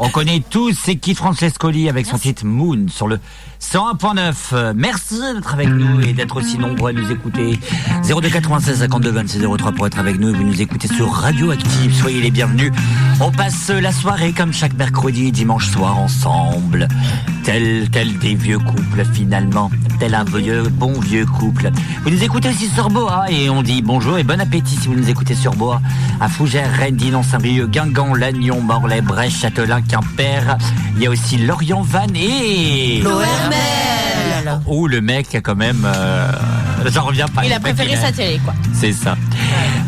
Speaker 1: On connaît tous, c'est qui Francescoli avec son titre Moon sur le 101.9. Euh, Merci d'être avec nous et d'être aussi nombreux à nous écouter. 02 96 52 26 03 pour être avec nous et vous nous écoutez sur Radio Active. Soyez les bienvenus. On passe la soirée comme chaque mercredi et dimanche soir ensemble. Tel, tel des vieux couples finalement. Tel un vieux, bon vieux couple. Vous nous écoutez aussi sur Boa et on dit bonjour et bon appétit si vous nous écoutez sur Boa. À Fougères, Rennes, Dinan, Saint-Brieuc, Guingamp, Lannion, Morlaix, Brest, Châtelain, Quimper. Il y a aussi Lorient, Vannes et... Oh, le mec a quand même. euh, J'en reviens pas.
Speaker 13: Il
Speaker 1: Le
Speaker 13: a
Speaker 1: mec,
Speaker 13: préféré
Speaker 1: il a-
Speaker 13: sa télé, quoi.
Speaker 1: C'est ça.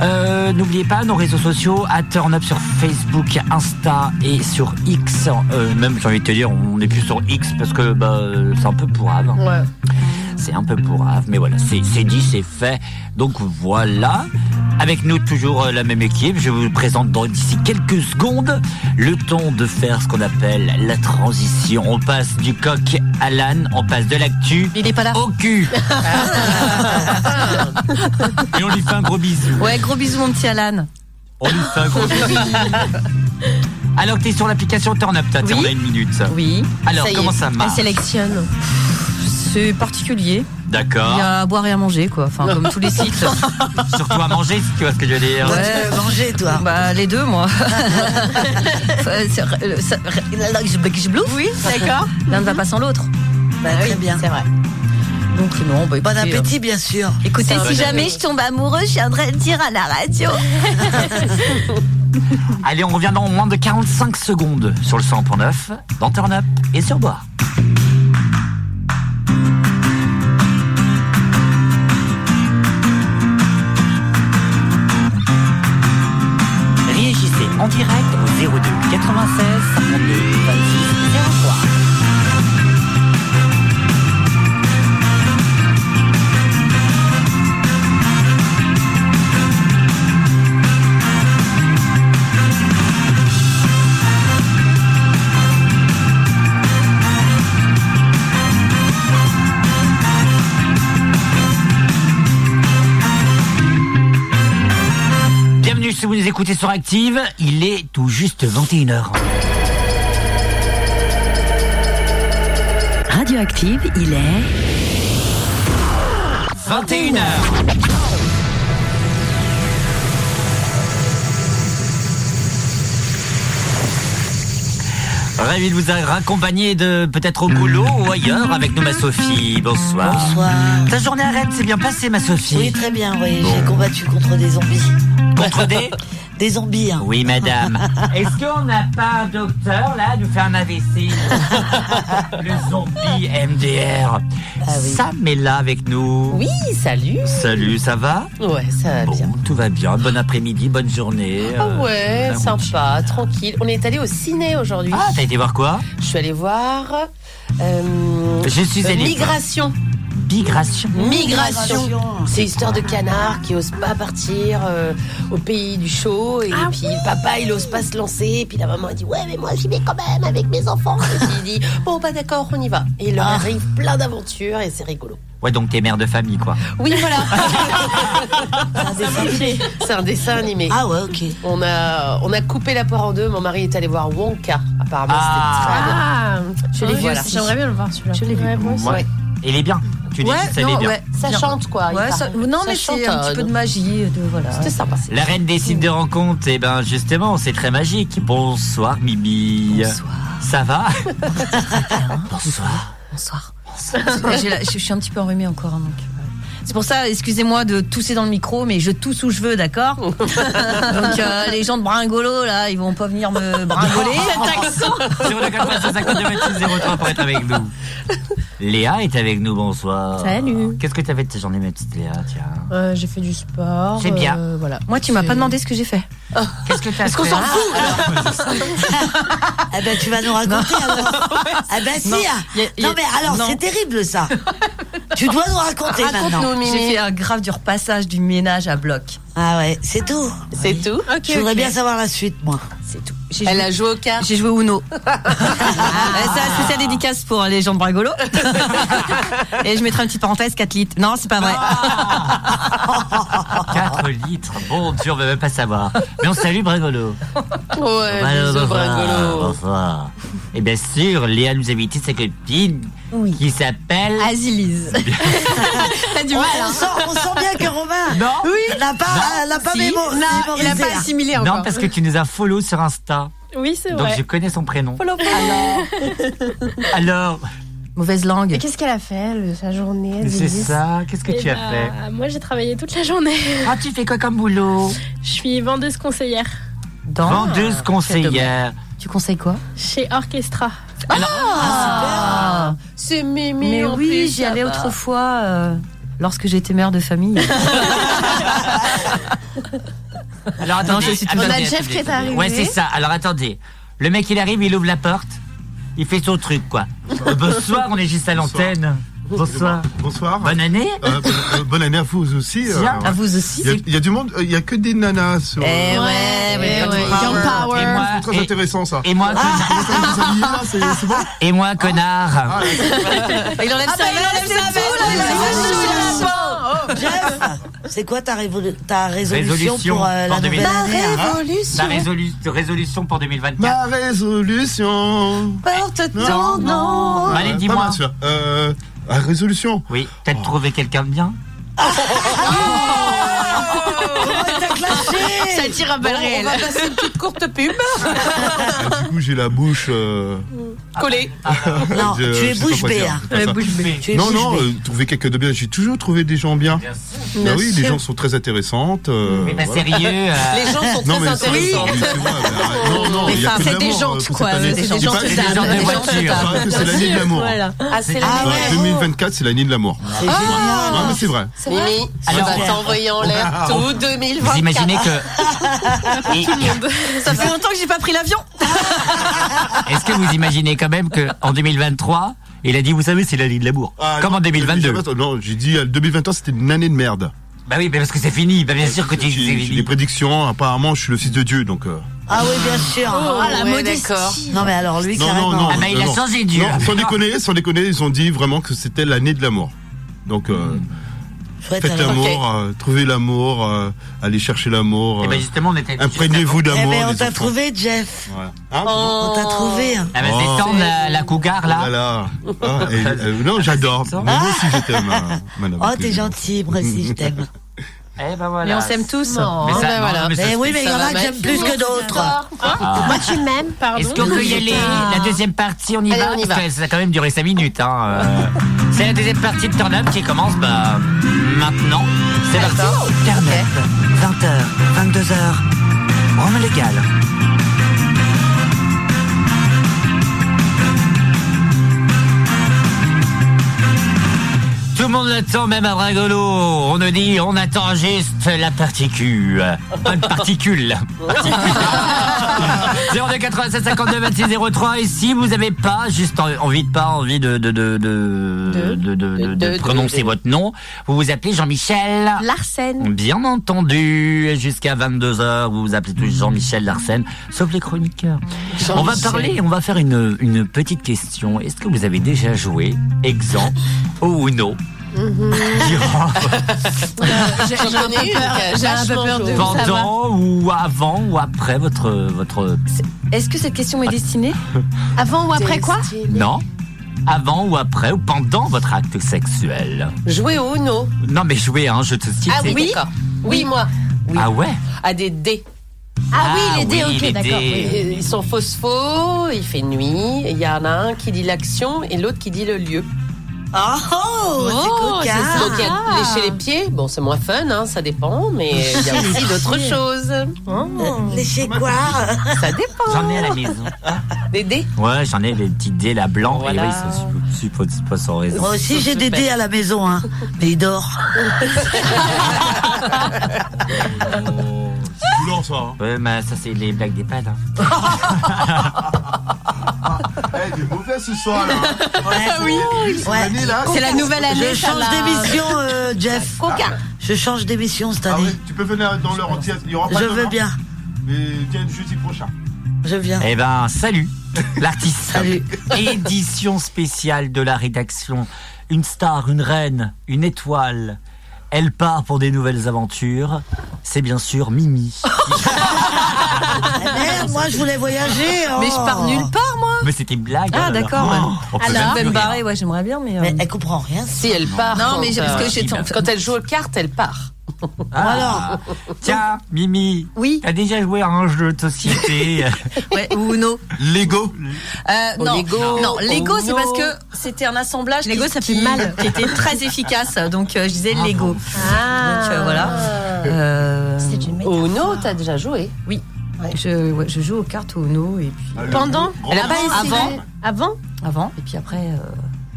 Speaker 1: Euh, N'oubliez pas nos réseaux sociaux, à Turn Up sur Facebook, Insta et sur X. Euh, même, j'ai envie de te dire, on n'est plus sur X parce que bah, euh, c'est un peu pourrave. C'est un peu pourrave, mais voilà, c'est c'est dit, c'est fait. Donc voilà. Avec nous toujours euh, la même équipe. Je vous présente dans d'ici quelques secondes le temps de faire ce qu'on appelle la transition. On passe du coq à l'âne, on passe de l'actu. Il n'est pas là. Au cul. Et on lui fait un gros bisou.
Speaker 5: Ouais, gros bisous, mon petit Alan.
Speaker 1: On lui fait un gros bisou. Alors que t'es sur l'application Turn Up, t'as on a une minute.
Speaker 5: Oui.
Speaker 1: Alors
Speaker 5: y est, Ah,
Speaker 1: comment ça marche
Speaker 5: Elle sélectionne. C'est particulier. Il
Speaker 1: D'accord.
Speaker 5: y a à boire et à manger, quoi. Enfin, comme tous les sites.
Speaker 1: Surtout à manger, si tu vois ce que je veux dire.
Speaker 5: Ouais, manger, toi.
Speaker 4: Ah.
Speaker 5: Bah, les deux, moi. Enfin, c'est- euh, ça- oui,
Speaker 4: d'accord.
Speaker 5: L'un ne va pas sans l'autre.
Speaker 4: Bah, très bien. C'est
Speaker 13: vrai.
Speaker 5: Donc, non, bah,
Speaker 4: Bon
Speaker 5: écoutez,
Speaker 4: appétit,
Speaker 5: euh,
Speaker 4: bien sûr.
Speaker 5: Écoutez, si jamais je tombe amoureux, je viendrai le dire à la radio.
Speaker 1: Allez, on revient dans moins de 45 secondes sur le 100.9, dans Turn Up et sur Bois.
Speaker 16: Réagissez en direct au 02 96 52 26 03.
Speaker 1: Bienvenue si vous nous écoutez sur Active, il est tout juste 21h.
Speaker 11: Radioactive, il est
Speaker 1: 21h. Ravi de vous accompagner de peut-être au boulot ou ailleurs avec nous ma Sophie. Bonsoir.
Speaker 4: Bonsoir.
Speaker 1: Ta journée à Rennes s'est bien passée ma Sophie.
Speaker 4: Oui, très bien, oui. J'ai combattu contre des zombies.
Speaker 1: Contre des
Speaker 4: Des zombies, hein.
Speaker 1: Oui madame. Est-ce qu'on n'a pas un docteur là à nous faire un AVC Le zombie MDR. Sam est là avec nous.
Speaker 2: Oui, salut.
Speaker 1: Salut, ça va
Speaker 2: Ouais, ça va bien.
Speaker 1: Tout va bien. Bon après-midi, bonne journée.
Speaker 2: Ah
Speaker 1: euh,
Speaker 2: ouais,
Speaker 1: la
Speaker 2: sympa, tranquille. On est allé au ciné aujourd'hui.
Speaker 1: Ah, T'as été voir quoi
Speaker 2: Je suis allée voir. euh,
Speaker 1: Je suis
Speaker 2: euh,
Speaker 1: allée-
Speaker 2: Migration.
Speaker 1: Migration.
Speaker 2: Migration.
Speaker 1: Migration.
Speaker 2: C'est l'histoire de canard qui ose pas partir euh, au pays du chaud. Et puis le papa, il ose pas se lancer. Et puis la maman, elle dit Ouais, mais moi, j'y vais quand même avec mes enfants. Et puis il dit Bon, bah d'accord, on y va. Et il leur arrive plein d'aventures et c'est rigolo.
Speaker 1: Ouais, donc t'es mère de famille, quoi.
Speaker 2: Oui, voilà. C'est un dessin animé. C'est un dessin animé.
Speaker 4: Ah ouais, ok.
Speaker 2: On a, on a coupé la poire en deux. Mon mari est allé voir Wonka. Apparemment,
Speaker 1: Ah.
Speaker 2: c'était très bien.
Speaker 8: Je l'ai vu
Speaker 2: Voilà.
Speaker 8: aussi. J'aimerais bien le voir celui-là. Je l'ai vu.
Speaker 1: Ouais. Il est bien. Tu dis que ça il est bien.
Speaker 2: Ça chante, quoi, il
Speaker 5: Ouais,
Speaker 2: paraît.
Speaker 5: ça- non,
Speaker 2: Ça
Speaker 5: mais
Speaker 2: chante,
Speaker 5: c'est un
Speaker 2: euh,
Speaker 5: petit peu
Speaker 2: donc.
Speaker 5: de magie. De, voilà.
Speaker 2: C'était sympa.
Speaker 1: La reine des sites de rencontre, et ben justement, c'est très magique. Bonsoir Mimi. Bonsoir. Ça va Bonsoir.
Speaker 5: Bonsoir. J'ai la- je, je suis un petit peu enrhumée encore. hein, donc, voilà. C'est pour ça, excusez-moi de tousser dans le micro, mais je tousse où je veux, d'accord Donc euh, les gens de Bringolo, là, ils vont pas venir me bringoler.
Speaker 1: Sur le 96 52 26 03 pour être avec nous. Léa est avec nous, bonsoir.
Speaker 8: Salut.
Speaker 1: Qu'est-ce que t'as fait de ta journée, ma petite Léa Tiens.
Speaker 8: Euh, j'ai fait du sport.
Speaker 1: C'est bien.
Speaker 8: euh, voilà.
Speaker 5: Moi, tu m'as pas demandé ce que j'ai fait.
Speaker 1: Qu'est-ce que t'as
Speaker 5: Est-ce qu'on
Speaker 1: fait
Speaker 5: s'en fout
Speaker 4: Ah ben, tu vas nous raconter alors. Ah ben, si.
Speaker 5: Non.
Speaker 4: ah.
Speaker 5: Y a- y a-
Speaker 4: Non, mais alors,
Speaker 5: non.
Speaker 4: c'est terrible, ça. tu dois nous raconter maintenant.
Speaker 5: J'ai fait un grave du repassage du ménage à bloc.
Speaker 4: Ah ouais, c'est tout.
Speaker 2: C'est tout.
Speaker 4: Je voudrais bien savoir la suite, moi.
Speaker 5: C'est tout. J'ai Elle a joué au cartes. Ah. J'ai joué au Uno. Euh, C'est la spéciale dédicace pour les gens de Bragolo. Et je mettrai une petite parenthèse 4 litres. Non, c'est pas vrai.
Speaker 1: 4 litres. Bon Dieu, on ne veut même pas savoir. Mais on salue Bragolo.
Speaker 2: Ouais,
Speaker 1: Bonsoir,
Speaker 2: bisous, Bragolo.
Speaker 1: bonsoir. Et bien sûr, Léa nous a invité sa copine qui s'appelle.
Speaker 5: Ah, Azilise.
Speaker 4: T'as
Speaker 5: du mal,
Speaker 4: On
Speaker 5: hein.
Speaker 4: sent, on sent bien que Romain
Speaker 1: Oui.
Speaker 4: n'a pas, n'a pas
Speaker 1: Si.
Speaker 4: mémo- mémorisé, hein.
Speaker 1: Non, parce que tu nous as follow sur Insta.
Speaker 8: Oui, c'est
Speaker 1: Donc
Speaker 8: vrai.
Speaker 1: je connais son prénom. Alors,
Speaker 5: Mauvaise langue.
Speaker 8: Et qu'est-ce qu'elle a fait le- sa journée
Speaker 1: Mais c'est
Speaker 8: Aziz
Speaker 1: ça, qu'est-ce que
Speaker 8: Eh
Speaker 1: tu as
Speaker 8: bah,
Speaker 1: fait
Speaker 8: Moi, j'ai travaillé toute la journée.
Speaker 1: Ah, tu fais quoi comme boulot
Speaker 8: Je suis vendeuse conseillère
Speaker 1: vendeuse conseillère.
Speaker 5: Tu conseilles quoi
Speaker 8: chez Orchestra.
Speaker 5: Ah,
Speaker 8: C'est Mimi
Speaker 5: Mais
Speaker 8: en
Speaker 5: oui,
Speaker 8: plus,
Speaker 5: j'y
Speaker 8: ça
Speaker 5: allais
Speaker 8: va.
Speaker 5: autrefois euh, lorsque j'étais mère de famille.
Speaker 1: Alors
Speaker 5: Non,
Speaker 1: attendez,
Speaker 5: je suis
Speaker 1: attendez,
Speaker 5: toujours- On a
Speaker 1: attendez,
Speaker 5: Jeff qui est
Speaker 1: attendez.
Speaker 5: arrivé.
Speaker 1: Ouais, c'est ça. Alors attendez. Le mec, il arrive, il ouvre la porte, il fait son truc, quoi. Euh, Bonsoir, on est juste à l'antenne. Bonsoir. Ah
Speaker 7: Bonsoir.
Speaker 1: Bonne année.
Speaker 3: Euh,
Speaker 7: bonne année à vous aussi.
Speaker 1: Tiens, à vous aussi,
Speaker 7: Il y a-
Speaker 1: c'est-
Speaker 7: il y, a du monde, euh, il y a que des nanas sur.
Speaker 1: Eh ouais,
Speaker 7: ouais,
Speaker 1: Et moi,
Speaker 7: C'est très
Speaker 1: Ah, et-
Speaker 7: intéressant ça.
Speaker 1: Et moi, Et moi,
Speaker 7: Ah,
Speaker 1: connard.
Speaker 5: Ah, bah, Il enlève sa veste, il enlève sa veste sous la peau.
Speaker 4: Jeff, c'est quoi ta, révolu- ta résolution,
Speaker 1: Résolution
Speaker 4: pour euh, la
Speaker 1: pour
Speaker 4: nouvelle
Speaker 1: 2000.
Speaker 4: année hein
Speaker 1: Ah, La résolu- résolution pour 2024.
Speaker 7: Ma résolution.
Speaker 4: Porte
Speaker 7: ton nom.
Speaker 1: Allez, dis-moi.
Speaker 7: Ah, Pas mal, celui-là. Euh, la résolution.
Speaker 1: Oui, peut-être trouver quelqu'un de bien.
Speaker 5: Ça tire à balles réelles.
Speaker 2: On va passer une petite courte pub.
Speaker 7: Ah, Du coup, j'ai la bouche. euh, Ah,
Speaker 2: Collée.
Speaker 4: Non,
Speaker 7: je-
Speaker 4: tu es
Speaker 7: je sais pas
Speaker 4: bouche
Speaker 7: quoi
Speaker 4: bée,
Speaker 7: dire,
Speaker 4: hein.
Speaker 7: c'est pas ça.
Speaker 4: Tu es
Speaker 7: non,
Speaker 4: bouche
Speaker 7: non,
Speaker 4: bée.
Speaker 7: euh, trouver quelqu'un de bien. J'ai toujours trouvé des gens bien.
Speaker 4: sûr.
Speaker 7: Bah
Speaker 4: Bien
Speaker 7: oui,
Speaker 4: sûr.
Speaker 7: les gens sont très intéressantes. euh,
Speaker 1: Mais pas
Speaker 7: voilà.
Speaker 1: sérieux, euh. Les gens sont
Speaker 7: Non,
Speaker 1: très
Speaker 7: mais ça,
Speaker 1: intéressants.
Speaker 7: oui, c'est vrai, mais arrête. Non, non,
Speaker 1: Mais
Speaker 7: il y a
Speaker 1: enfin,
Speaker 7: que de
Speaker 1: c'est des
Speaker 7: l'amour,
Speaker 1: gens,
Speaker 7: euh, pour
Speaker 1: quoi,
Speaker 7: cette
Speaker 1: euh,
Speaker 7: année.
Speaker 1: c'est des
Speaker 7: Il
Speaker 1: gens
Speaker 7: paraît
Speaker 1: de
Speaker 7: que
Speaker 1: dames,
Speaker 7: c'est- hein.
Speaker 1: des
Speaker 7: il
Speaker 1: gens
Speaker 7: paraît
Speaker 1: de dames.
Speaker 7: que c'est l'année de l'amour.
Speaker 1: Voilà. Ah, c'est
Speaker 7: Ouais,
Speaker 1: l'année de l'amour.
Speaker 7: 2024, c'est l'année de l'amour.
Speaker 2: C'est
Speaker 7: Ouais,
Speaker 2: génial.
Speaker 7: ouais, mais c'est vrai.
Speaker 2: Mimi, je
Speaker 7: Alors,
Speaker 2: vais t'envoyer en l'air
Speaker 7: on-
Speaker 2: tout 2024.
Speaker 7: Vous imaginez
Speaker 1: Et-
Speaker 5: Tout le monde. Ça fait longtemps que j'ai pas pris l'avion.
Speaker 1: Est-ce que vous imaginez quand même qu'en 2023, il a dit, vous savez, c'est l'année de l'amour.
Speaker 7: Ah,
Speaker 1: Comme en 2022.
Speaker 7: Non, j'ai dit euh, 2021, c'était une année de merde.
Speaker 1: Bah oui, mais parce que c'est fini. Bah bien sûr que tu.
Speaker 7: J'ai j'ai des prédictions. Apparemment, je suis le fils de Dieu, donc. euh,
Speaker 4: Ah oui, bien sûr.
Speaker 5: Oh,
Speaker 4: ah, la
Speaker 5: ouais,
Speaker 4: modestie.
Speaker 5: d'accord.
Speaker 4: Non, mais alors lui,
Speaker 7: Non,
Speaker 4: carrément. Ah, bah,
Speaker 7: non, non. non, non. Non, sans déconner, sans déconner, ils ont dit vraiment que c'était l'année de l'amour. Donc, euh,
Speaker 4: Chouette,
Speaker 7: faites
Speaker 4: alors.
Speaker 7: l'amour,
Speaker 4: Mm. Ok.
Speaker 7: euh, trouvez l'amour, euh, allez chercher l'amour.
Speaker 1: Eh ben,
Speaker 7: euh,
Speaker 1: justement, on était-
Speaker 7: Imprégnez-vous
Speaker 1: juste avant.
Speaker 4: Eh
Speaker 7: d'amour.
Speaker 4: ben, on
Speaker 7: les
Speaker 4: t'a
Speaker 7: enfants.
Speaker 4: trouvé, Jeff.
Speaker 7: Voilà.
Speaker 4: On
Speaker 5: Oh.
Speaker 4: t'a trouvé. hein.
Speaker 1: Ah bah, c'est
Speaker 7: Oh.
Speaker 1: temps de la, la cougar, là.
Speaker 7: Oh là. Ah, et, euh, non, j'adore. Mais Moi aussi, je t'aime, euh, madame.
Speaker 4: Oh, t'es gentil, moi aussi, je t'aime.
Speaker 1: Eh ben
Speaker 5: Mais on s'aime tous.
Speaker 7: Mais ça-
Speaker 5: Ben
Speaker 7: non,
Speaker 5: voilà.
Speaker 7: mais Mm-hmm. ça-
Speaker 4: Eh oui, mais il y en a qui aiment plus que d'autres.
Speaker 1: Ah.
Speaker 13: Moi, tu m'aimes, pardon. Ah.
Speaker 1: Est-ce qu'on peut y aller
Speaker 6: euh,
Speaker 1: La deuxième partie, on y
Speaker 13: Allez,
Speaker 1: va
Speaker 13: on y
Speaker 1: Parce
Speaker 13: va.
Speaker 1: que ça a quand même duré 5 minutes. hein, euh. C'est la deuxième partie de Turn Up qui commence bah, maintenant. C'est parti. Turn Up, 20h, 22h. Rome légal. Tout le monde l'attend, même à Bragolo. On ne dit, on attend juste la particule. Pas une particule. 02 96 52 26 03 et si vous avez pas juste en- envie de pas envie de de de de, de, de, de- de
Speaker 2: de-
Speaker 1: prononcer
Speaker 2: de-
Speaker 1: votre nom vous vous appelez Jean-Michel
Speaker 6: Larsen.
Speaker 1: bien entendu Et jusqu'à 22h vous vous appelez tous Jean-Michel Larsen sauf les chroniqueurs on va
Speaker 2: Jean-Michel.
Speaker 1: parler on va faire une une petite question est-ce que vous avez déjà joué exemple au Uno
Speaker 13: J'ai
Speaker 2: J'en
Speaker 13: un peu
Speaker 2: connais une
Speaker 13: peur,
Speaker 2: qui a
Speaker 13: j'ai un peu
Speaker 2: vachement
Speaker 13: peur de-
Speaker 2: joué.
Speaker 13: Ça va.
Speaker 1: pendant ou avant ou après votre votre
Speaker 5: Est-ce que cette question est destinée
Speaker 6: Avant ou après quoi
Speaker 1: Non. Avant ou après ou pendant votre acte sexuel.
Speaker 2: Jouer au Uno.
Speaker 1: Non mais jouer, hein, je te cite.
Speaker 2: Ah
Speaker 1: c'est-
Speaker 2: oui, d'accord. Oui, moi.
Speaker 1: Ah ouais
Speaker 2: À des dés.
Speaker 1: Ah oui, les dés, Ah oui, ok, les d'accord, dés.
Speaker 2: Et Ils sont phospho, il fait nuit, il y en a un qui dit l'action et l'autre qui dit le lieu.
Speaker 4: Oh, c'est cocasse.
Speaker 2: ça. Donc il y a lécher les pieds, bon c'est moins fun, hein, ça dépend, mais il y a aussi d'autres choses.
Speaker 4: Lécher quoi
Speaker 2: Ça dépend.
Speaker 1: J'en ai à la maison.
Speaker 2: Des dés
Speaker 1: Ouais, j'en ai les petits dés là blancs.
Speaker 2: Voilà.
Speaker 1: Et oui, ça, je suppose c'est pas sans raison.
Speaker 4: Moi aussi, j'ai des dés à la maison, hein. Mais il dort.
Speaker 7: C'est douloureux, ça. hein.
Speaker 1: Ouais, mais ça c'est les blagues des pads. hein.
Speaker 7: Eh, t'es mauvais ce soir, là.
Speaker 4: oui.
Speaker 7: année, là,
Speaker 5: C'est la nouvelle année,
Speaker 4: Je
Speaker 5: ça
Speaker 4: change
Speaker 5: va.
Speaker 4: d'émission, euh, Jeff. Je change
Speaker 7: Ah
Speaker 4: d'émission cette année.
Speaker 7: Tu peux venir dans leur entière. Il y aura pas
Speaker 4: Je
Speaker 7: demain,
Speaker 4: veux bien.
Speaker 7: Mais viens jeudi prochain.
Speaker 4: Je Je viens.
Speaker 1: Eh ben, salut, l'artiste.
Speaker 4: Salut.
Speaker 1: Édition spéciale de la rédaction. Une star, une reine, une étoile. Elle part pour des nouvelles aventures. C'est bien sûr Mimi.
Speaker 4: Merde, moi je voulais voyager. oh.
Speaker 5: Mais je pars nulle part, moi.
Speaker 1: Mais c'était une blague.
Speaker 5: Ah,
Speaker 1: oh là là.
Speaker 5: d'accord.
Speaker 1: Oh, on peut même
Speaker 5: elle
Speaker 1: plus
Speaker 5: me
Speaker 1: rire.
Speaker 5: barrer, ouais, j'aimerais bien, mais. euh,
Speaker 4: elle comprend rien.
Speaker 2: Si elle part.
Speaker 5: Non,
Speaker 2: quand,
Speaker 5: mais j'ai- parce
Speaker 2: euh,
Speaker 5: que j'ai tant-
Speaker 2: Quand elle joue aux cartes, elle part.
Speaker 1: Ah. Tiens, Mimi. Oui. T'as déjà joué à un jeu de société.
Speaker 5: ouais, ou Uno.
Speaker 1: Lego.
Speaker 5: Euh,
Speaker 1: Au
Speaker 5: non,
Speaker 1: Lego.
Speaker 5: non, Lego,
Speaker 1: Au
Speaker 5: c'est
Speaker 2: Oh
Speaker 1: Uno.
Speaker 5: parce que c'était un assemblage Lego, qui, ça fait
Speaker 1: mal.
Speaker 5: qui était très efficace. Donc euh, je disais Lego. Donc euh, voilà. C'est une
Speaker 2: Au Uno, t'as déjà joué
Speaker 5: Oui. Je, ouais, je joue aux cartes au Uno et puis.
Speaker 2: Ah, le Pendant grand-
Speaker 5: Elle a pas
Speaker 2: essayé
Speaker 5: Avant.
Speaker 6: bah, Avant
Speaker 5: Avant. Et puis après. euh,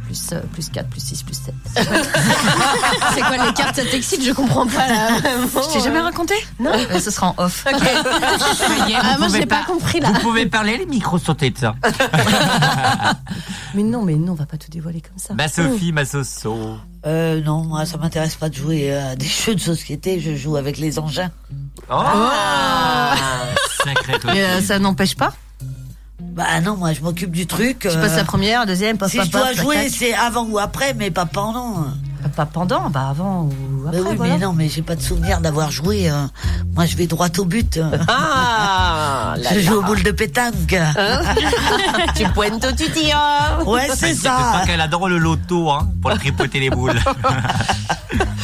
Speaker 5: Plus, euh, plus 4, plus 6, plus 7. C'est quoi les cartes Ça t'excite Je comprends pas là. Je t'ai jamais raconté Non Ce sera en off.
Speaker 1: Ça y est, vous
Speaker 6: Ah, moi, euh, je
Speaker 1: pouvez
Speaker 6: l'ai pas compris, là.
Speaker 1: Vous pouvez parler, les micros sont éteints.
Speaker 5: Mais non, mais non, on va pas tout dévoiler comme ça.
Speaker 1: Ma Sophie, ma Soso.
Speaker 4: Euh, non, moi ça m'intéresse pas de jouer à des jeux de société. Je joue avec les engins.
Speaker 1: Oh. Sacré Toshi.
Speaker 5: Mais, euh, ça n'empêche pas.
Speaker 4: Bah non, moi je m'occupe du truc. euh,
Speaker 5: Tu passes la première, la deuxième, paf,
Speaker 4: Si
Speaker 5: paf,
Speaker 4: je dois
Speaker 5: paf, tac,
Speaker 4: jouer,
Speaker 5: tac.
Speaker 4: c'est avant ou après, mais pas pendant.
Speaker 5: Pas pendant, bah avant ou
Speaker 4: après. oui,
Speaker 5: voilà.
Speaker 4: mais non, mais j'ai pas de souvenir d'avoir joué. euh, Moi je vais droit au but. euh.
Speaker 5: Oh
Speaker 2: Ah, là
Speaker 4: Je joue
Speaker 2: là.
Speaker 4: aux boules de pétanque.
Speaker 5: Hein
Speaker 2: tu pointes au tutillon.
Speaker 4: Ouais, c'est ça.
Speaker 1: qu'elle adore le loto hein, pour le tripoter les boules.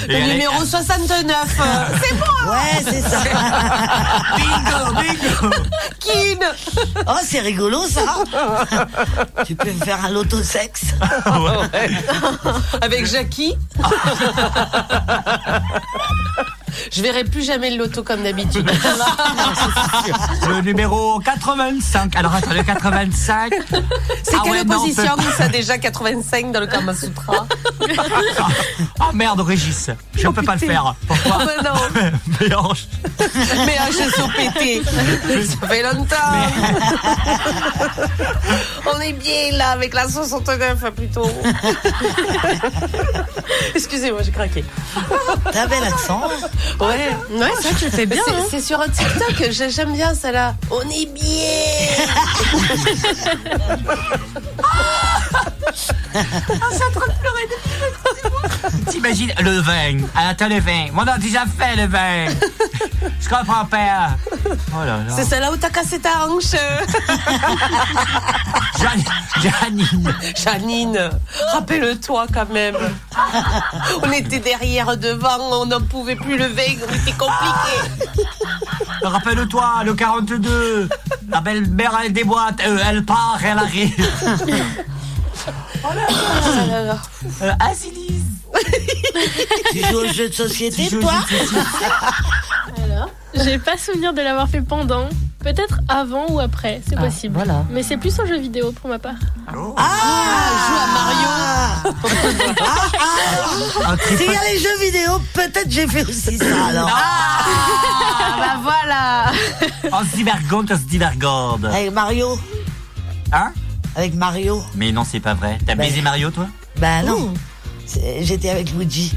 Speaker 1: Et elle
Speaker 2: Le
Speaker 1: est-
Speaker 2: numéro 69, euh, c'est moi
Speaker 4: Ouais, c'est ça.
Speaker 1: bingo, bingo.
Speaker 4: Kin. Oh, c'est rigolo ça. tu peux me faire un loto sexe.
Speaker 2: Avec Jackie Je verrai plus jamais le loto comme d'habitude.
Speaker 1: Le numéro 85. Alors attends, le 85.
Speaker 2: C'est
Speaker 1: Ah
Speaker 2: quelle
Speaker 1: ouais, non, on
Speaker 2: opposition
Speaker 1: peut-
Speaker 2: ça déjà 85 dans le Kama Sutra
Speaker 1: Oh merde, Régis, je ne peux pas le faire. Pourquoi
Speaker 2: Oh, bah non.
Speaker 1: Mais en-
Speaker 2: Mais un gesso pété, ça fait longtemps. On est bien là avec la 69 enfin, plutôt. Excusez-moi, j'ai craqué.
Speaker 4: T'as un bel accent. hein.
Speaker 2: Ouais, ouais,
Speaker 6: ça, tu le fais bien,
Speaker 2: C'est
Speaker 6: hein.
Speaker 2: c'est sur un TikTok, j'ai- j'aime bien ça là. On est bien.
Speaker 1: T'imagines le vin. Ah, Attends, le vin. Mon a déjà fait le vin. Je comprends pas. Oh là là.
Speaker 2: C'est celle-là où t'as cassé ta hanche. euh.
Speaker 1: Janine.
Speaker 2: Janine, rappelle-toi quand même. On était derrière, devant, on n'en pouvait plus lever, on était compliqué.
Speaker 1: Rappelle-toi, le 42. La belle-mère, elle déboîte. Euh, elle part, elle arrive. Oh Euh, Asilis.
Speaker 4: tu joues aux jeux de société,
Speaker 6: Tu joues aux
Speaker 4: toi
Speaker 8: Alors J'ai pas souvenir de l'avoir fait pendant. Peut-être avant ou après, c'est
Speaker 4: Ah,
Speaker 8: possible.
Speaker 4: voilà.
Speaker 8: Mais c'est plus un jeu vidéo pour ma part.
Speaker 4: Ah,
Speaker 5: Ah,
Speaker 1: Ah.
Speaker 4: S'il y a les jeux vidéo, peut-être j'ai fait aussi ça alors.
Speaker 6: Ah, bah voilà
Speaker 1: On se divergonde, on se divergonde.
Speaker 4: Avec Mario.
Speaker 1: Hein
Speaker 4: Avec Mario.
Speaker 1: Mais non, c'est pas vrai. T'as baisé Mario, toi
Speaker 4: Bah non. C'est- J'étais avec Luigi.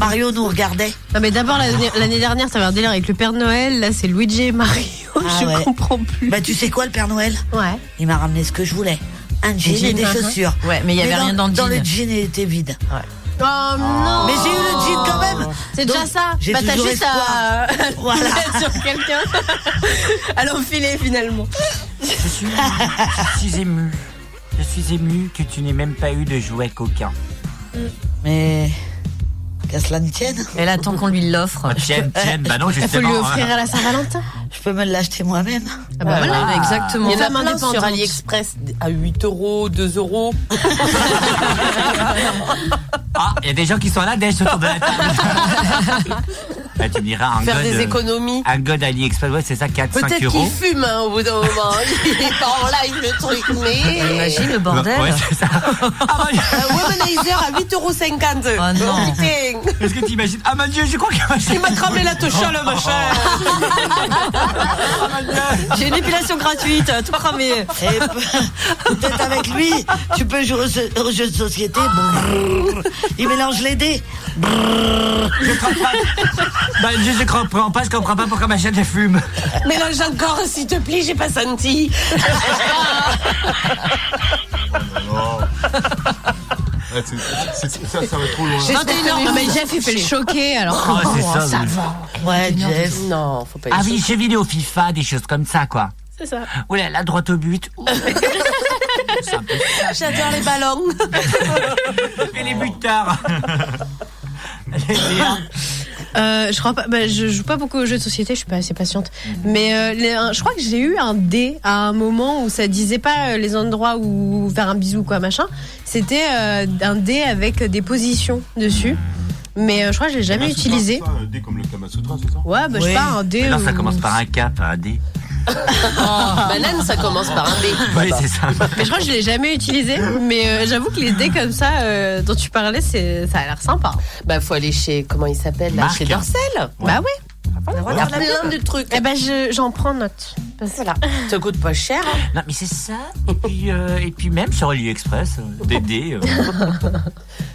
Speaker 4: Mario nous regardait.
Speaker 6: Non, mais d'abord, l'année l'année dernière, ça avait un délire avec le Père Noël. Là, c'est Luigi et Mario. je comprends plus.
Speaker 4: Bah, tu sais quoi, le Père Noël
Speaker 6: Ah Ouais.
Speaker 4: Il m'a ramené ce que je voulais. Un jean, et
Speaker 5: jean,
Speaker 4: des
Speaker 5: hein.
Speaker 4: chaussures.
Speaker 5: Ouais, mais il y avait rien dans le
Speaker 4: Dans
Speaker 5: jean.
Speaker 4: le jean, il était vide.
Speaker 6: Oh non
Speaker 4: Mais j'ai eu le jean quand même.
Speaker 5: Oh.
Speaker 6: C'est
Speaker 4: Donc,
Speaker 6: déjà ça
Speaker 4: j'ai
Speaker 6: Bah, t'as
Speaker 4: toujours
Speaker 6: juste
Speaker 4: espoir.
Speaker 6: à.
Speaker 4: Voilà.
Speaker 6: sur quelqu'un. à l'enfiler finalement.
Speaker 1: Je suis, je suis ému. Je suis ému que tu n'aies même pas eu de jouet coquin.
Speaker 4: Mais. Qu'à cela ne tienne.
Speaker 5: Elle attend qu'on lui l'offre.
Speaker 1: Tiens, tiens, bah non,
Speaker 4: Il faut
Speaker 1: justement.
Speaker 4: lui offrir
Speaker 1: hein.
Speaker 4: à
Speaker 6: la Saint-Valentin.
Speaker 4: Je peux me l'acheter moi-même.
Speaker 5: Ah bah voilà, exactement.
Speaker 2: Il y en a
Speaker 5: Femme
Speaker 2: plein
Speaker 5: indépendante.
Speaker 2: sur AliExpress à 8 euros, 2 euros.
Speaker 1: Ah, il y a des gens qui sont là, des autour de la table. Bah, tu me diras un
Speaker 2: Faire
Speaker 1: god,
Speaker 2: des
Speaker 1: euh,
Speaker 2: économies.
Speaker 1: Un god AliExpress, ouais, c'est ça, 4-5
Speaker 2: Peut-être qu'il
Speaker 1: euros.
Speaker 2: fume hein, au bout d'un moment. Il est pas en live le truc, mais.
Speaker 5: Imagine
Speaker 1: Bah,
Speaker 5: le bordel.
Speaker 1: Ouais, c'est ça. Ah, bah,
Speaker 2: Un womanizer à 8,50 euros.
Speaker 5: Oh non.
Speaker 2: putain.
Speaker 1: Est-ce que tu imagines Ah mon dieu, je crois qu'il m'a
Speaker 2: Il m'a cramé la tocha, le machin.
Speaker 5: J'ai une épilation gratuite, euh, tout cramé.
Speaker 4: Et pe- peut-être avec lui, tu peux jouer aux jeux- aux jeux de société. Brrr. Il mélange les dés. Brrr.
Speaker 1: Je Bah, je ne comprends pas, je comprends pas pourquoi ma chatte elle fume.
Speaker 2: Mélange encore, s'il te plaît, j'ai pas senti.
Speaker 7: Ah, c'est- c'est- c'est- ça, ça va trop loin.
Speaker 2: J'espère que
Speaker 6: Non, mais
Speaker 2: vous
Speaker 6: Jeff, il fait le
Speaker 2: touchez.
Speaker 6: choquer, alors.
Speaker 1: Ah, c'est ça, oui.
Speaker 4: Ouais, Jeff.
Speaker 2: oh. Non, faut pas
Speaker 1: Ah oui, jeux vidéo, FIFA, des choses comme ça, quoi.
Speaker 8: C'est ça.
Speaker 1: Oh là là, droite au but. Ouh,
Speaker 2: J'adore les ballons.
Speaker 1: Et les buteurs. Léa,
Speaker 6: Euh, je crois pas. bah, je joue pas beaucoup aux jeux de société. Je suis pas assez patiente.
Speaker 2: Mm-hmm.
Speaker 6: Mais euh, les- un- je crois que j'ai eu un dé à un moment où ça disait pas euh, les endroits où faire un bisou quoi machin. C'était euh, un dé avec des positions dessus. Mais euh, je crois que je l'ai jamais
Speaker 7: Kamasutra,
Speaker 6: utilisé.
Speaker 7: Ah, ben, c'est ça, un dé comme le Kamasutra, c'est ça
Speaker 6: Ouais, bah, je sais pas, un dé.
Speaker 1: Non, ça
Speaker 6: ou-
Speaker 1: commence par un cap, un D.
Speaker 2: Banane, ça commence par un dé.
Speaker 1: Oui, c'est ça.
Speaker 6: Mais je crois que je l'ai jamais utilisé. Mais euh, j'avoue que les dés comme ça euh, dont tu parlais, c'est ça a l'air sympa.
Speaker 2: Bah, faut aller chez. Comment il s'appelle là
Speaker 6: Marc.
Speaker 2: Chez Dorcel
Speaker 6: Bah ouais.
Speaker 2: Il y a plein de trucs.
Speaker 6: Eh ben je- j'en prends note. Parce-
Speaker 2: Voilà. Ça coûte pas cher. hein.
Speaker 1: Non, mais c'est ça. Et puis, euh, et puis même sur AliExpress, euh, des dés. euh.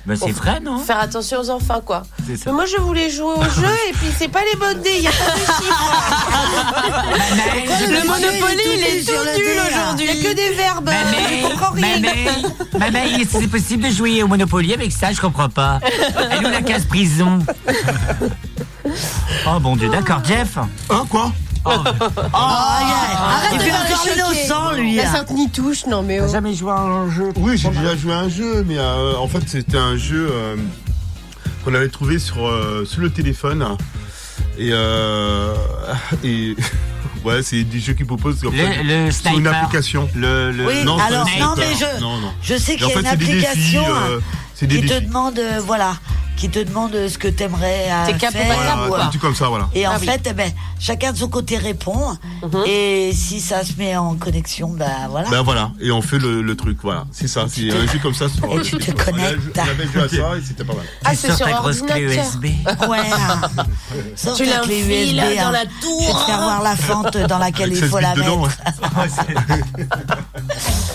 Speaker 1: Ben, c'est vrai, non
Speaker 2: Faire attention aux enfants, quoi.
Speaker 1: C'est ça.
Speaker 2: Mais moi, je voulais jouer au jeu et puis c'est pas les bonnes dés. Il y a pas de chiffres.
Speaker 6: Le Monopoly, il est tout nul
Speaker 2: aujourd'hui. Il y a que des verbes.
Speaker 1: Mamie,
Speaker 2: Je comprends rien.
Speaker 1: mamie, mamie, c'est possible de jouer au Monopoly avec ça, je comprends pas. Elle nous la casse prison. Oh bon Dieu, d'accord, Jeff.
Speaker 7: Hein, quoi
Speaker 4: Oh,
Speaker 2: Ah,
Speaker 4: Arrête de
Speaker 6: Il fait
Speaker 4: faire
Speaker 6: encore
Speaker 4: l'innocent, lui.
Speaker 2: Bah,
Speaker 4: hein.
Speaker 6: La sainte nitouche, non mais. oh.
Speaker 1: jamais joué à un jeu
Speaker 7: Oui, j'ai déjà joué à un jeu, mais euh, en fait, c'était un jeu euh, qu'on avait trouvé sur, euh, sur le téléphone. Et. euh, et ouais, c'est du jeu qui propose. en
Speaker 1: Le-
Speaker 7: fait,
Speaker 1: le
Speaker 7: sur une
Speaker 1: sniper.
Speaker 7: application.
Speaker 1: Le, le...
Speaker 4: Oui,
Speaker 7: c'est
Speaker 4: alors,
Speaker 7: un
Speaker 4: non,
Speaker 7: sniper.
Speaker 4: mais je-
Speaker 7: Non, non.
Speaker 4: Je sais
Speaker 7: Et
Speaker 4: qu'il
Speaker 7: en
Speaker 4: y a
Speaker 7: fait,
Speaker 4: une
Speaker 7: c'est des défis,
Speaker 4: application
Speaker 7: euh,
Speaker 4: hein,
Speaker 7: c'est des
Speaker 4: qui te
Speaker 7: défis.
Speaker 4: demande, euh, voilà, qui te demande euh, ce que t'aimerais euh,
Speaker 2: T'es cap ou pas
Speaker 4: faire,
Speaker 2: cap,
Speaker 4: ou,
Speaker 2: quoi.
Speaker 7: Un truc comme ça, voilà.
Speaker 4: Et en
Speaker 2: Ah oui. Mhm.
Speaker 4: fait, eh ben, chacun de son côté répond. Et si ça se met en connexion, ben voilà.
Speaker 7: Ben voilà, et on fait le, le truc, voilà. C'est ça, c'est un jeu comme ça. Sur,
Speaker 4: Et tu te connectes.
Speaker 7: J'avais joué à ça et c'était pas mal.
Speaker 2: Ah,
Speaker 1: Tu
Speaker 2: c'est
Speaker 1: sors
Speaker 2: sur
Speaker 1: ta grosse clé
Speaker 2: ordinateur.
Speaker 1: USB.
Speaker 4: ouais. Sauf
Speaker 2: Tu
Speaker 4: la clé
Speaker 2: l'enfiles
Speaker 4: USB.
Speaker 2: dans
Speaker 4: hein.
Speaker 2: la
Speaker 4: Je vais te
Speaker 2: tour.
Speaker 4: faire voir la fente dans laquelle
Speaker 7: Avec
Speaker 4: il
Speaker 7: 16
Speaker 4: faut la
Speaker 7: bits
Speaker 4: mettre.
Speaker 7: dedans,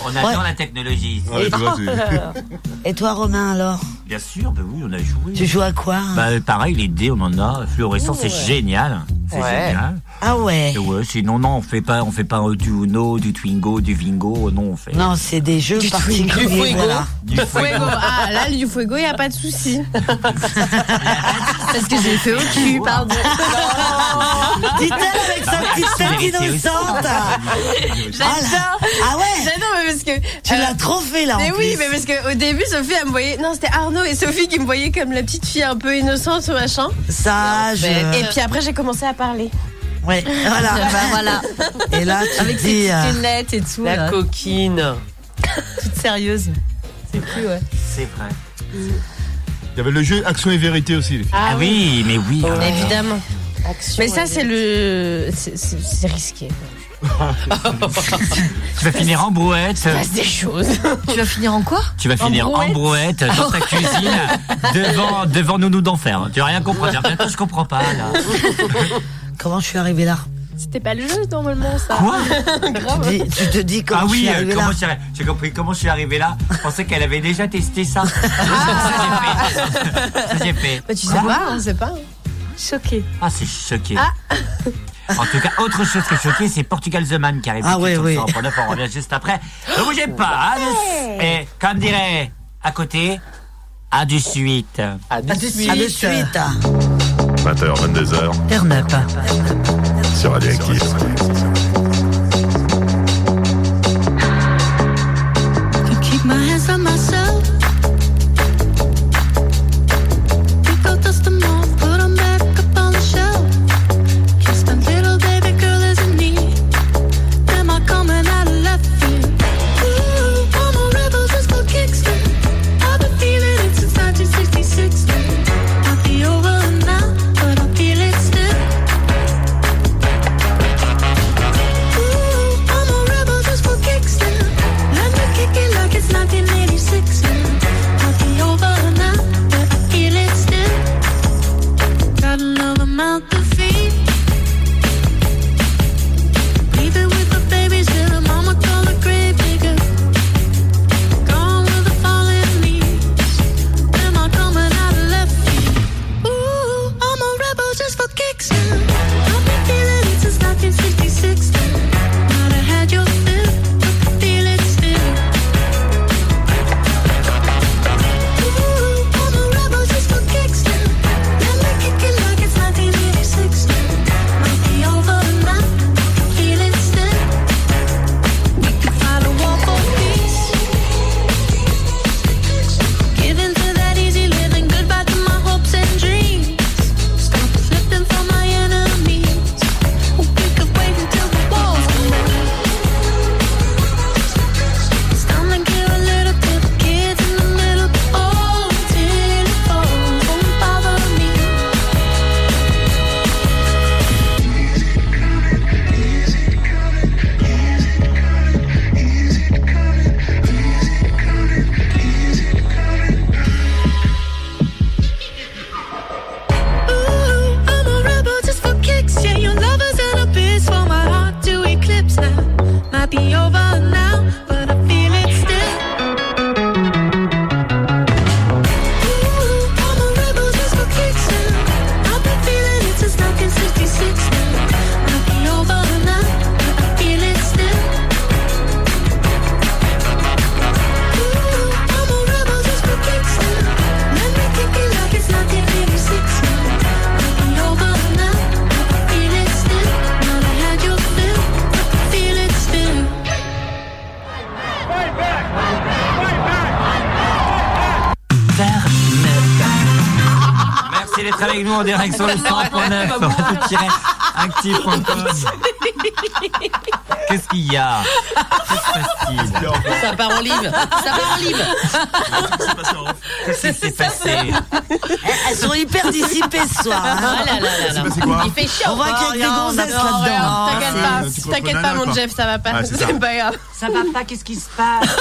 Speaker 1: On attend
Speaker 4: Ouais.
Speaker 1: la technologie. ici.
Speaker 7: Ouais, tu vois, c'est-
Speaker 4: Et toi, Romain, alors
Speaker 1: Bien sûr, ben oui, on a joué.
Speaker 4: Tu joues à quoi hein
Speaker 1: Bah, pareil, les dés, on en a. Fluorescent, c'est génial. C'est
Speaker 2: Ouais.
Speaker 1: génial.
Speaker 4: Ah ouais.
Speaker 1: Et ouais, sinon, non, on fait pas, on fait pas euh, du Uno, du Twingo, du Vingo. euh, Non, on fait.
Speaker 4: Non, c'est des jeux particuliers.
Speaker 2: du frigo.
Speaker 4: voilà.
Speaker 1: Du
Speaker 6: Fuego. Ah, là, du fuego, il n'y a pas de souci. Parce que j'ai fait au cul, pardon.
Speaker 4: Dit-elle avec
Speaker 1: Bah,
Speaker 4: sa
Speaker 1: Ah,
Speaker 4: petite tête innocente. Ah, là. Ah ouais
Speaker 6: J'adore, mais parce que.
Speaker 4: Tu
Speaker 6: euh,
Speaker 4: l'as trop fait là.
Speaker 6: mais
Speaker 4: en
Speaker 6: oui,
Speaker 4: plus.
Speaker 6: mais parce qu'au début, Sophie, elle me voyait. Non, c'était Arnaud et Sophie qui me voyaient comme la petite fille un peu innocente, machin.
Speaker 4: Sage.
Speaker 6: Et puis après, j'ai commencé à parler.
Speaker 4: Ouais, voilà.
Speaker 5: Bah, voilà,
Speaker 4: Et là, tu
Speaker 5: avec
Speaker 4: te
Speaker 5: ses
Speaker 4: dis, euh,
Speaker 5: petites lunettes et tout,
Speaker 2: La
Speaker 5: là,
Speaker 2: coquine.
Speaker 5: toute sérieuse. C'est plus, ouais.
Speaker 1: C'est vrai.
Speaker 7: Il y avait le jeu Action et Vérité aussi. les filles.
Speaker 1: Ah oui, mais oui.
Speaker 6: Évidemment.
Speaker 2: Action
Speaker 6: Mais ça,
Speaker 2: et-
Speaker 6: c'est le. c'est- C'est c'est risqué.
Speaker 1: Tu vas finir en brouette.
Speaker 6: Il se passe des choses.
Speaker 5: Tu vas finir en quoi
Speaker 1: Tu vas finir en brouette dans ta cuisine devant devant nounou d'enfer. Tu vas rien comprendre. Tu vas dire, Attends, je comprends pas là.
Speaker 4: Comment je suis arrivée là
Speaker 8: C'était pas le jeu normalement ça.
Speaker 1: Quoi
Speaker 4: tu, dis- tu te dis comment
Speaker 1: Ah
Speaker 4: je
Speaker 1: oui,
Speaker 4: suis
Speaker 1: euh,
Speaker 4: arrivée
Speaker 1: comment
Speaker 4: là
Speaker 1: je suis arri- j'ai compris comment je suis arrivé là. Je pensais qu'elle avait déjà testé ça. ça j'ai fait. Ça, j'ai fait.
Speaker 6: Bah, tu sais pas, on sait pas. Choqué.
Speaker 1: Ah, c'est choqué. En tout cas, autre chose que choqué, c'est Portugal The Man qui arrive.
Speaker 4: Ah
Speaker 1: tout de
Speaker 4: oui,
Speaker 1: suite sur le
Speaker 4: oui.
Speaker 1: 100.9, On revient juste après. Ne bougez pas. hein, de- Et comme dirait à côté, à du suite.
Speaker 2: Ah, de suite.
Speaker 4: Ah, de suite.
Speaker 17: 20h, 22h
Speaker 4: Ternup.
Speaker 17: sur Radioactive.
Speaker 12: Could keep my hands on myself. You go dust them off, put 'em back up on the shelf. Just a little baby girl is in need. Am I coming out of left field? Ooh, I'm a rebel, just go kickstand. I've been feeling it since 1966. Might be over now, but I feel it still. now. Might be over now, but I feel it still. Ooh, I'm a rebel just for kicks now. I've been feeling it since 1966 now. Might be over now, but I feel it still. Ooh, I'm a rebel just for kicks now. Let me kick it like it's 1986 now. Might be over now, but I feel it still. Now I had your fill, I feel it still.
Speaker 1: Merci d'être avec nous en direct sur le 100.9 sur radio-active.com. Qu'est-ce qu'il y a Qu'est-ce qui se passe-t-il
Speaker 2: Ça part en live. Ça part en live.
Speaker 1: Qu'est-ce qui s'est passé
Speaker 4: Elles sont hyper dissipées ce soir. hein.
Speaker 2: Ah là là là là.
Speaker 7: C'est quoi
Speaker 2: Il fait chaud.
Speaker 4: On voit qu'il y a que des
Speaker 2: Regarde,
Speaker 13: Oh,
Speaker 4: gonzesses
Speaker 2: d'abord,
Speaker 4: là-dedans.
Speaker 2: regarde,
Speaker 4: hein.
Speaker 7: Ah, tu
Speaker 13: T'inquiète pas, t'inquiète pas,
Speaker 7: comprends
Speaker 13: mon
Speaker 7: pas.
Speaker 13: Jeff, ça va pas.
Speaker 7: Ah, c'est ça.
Speaker 13: c'est pas grave.
Speaker 5: Ça va pas, qu'est-ce qui se passe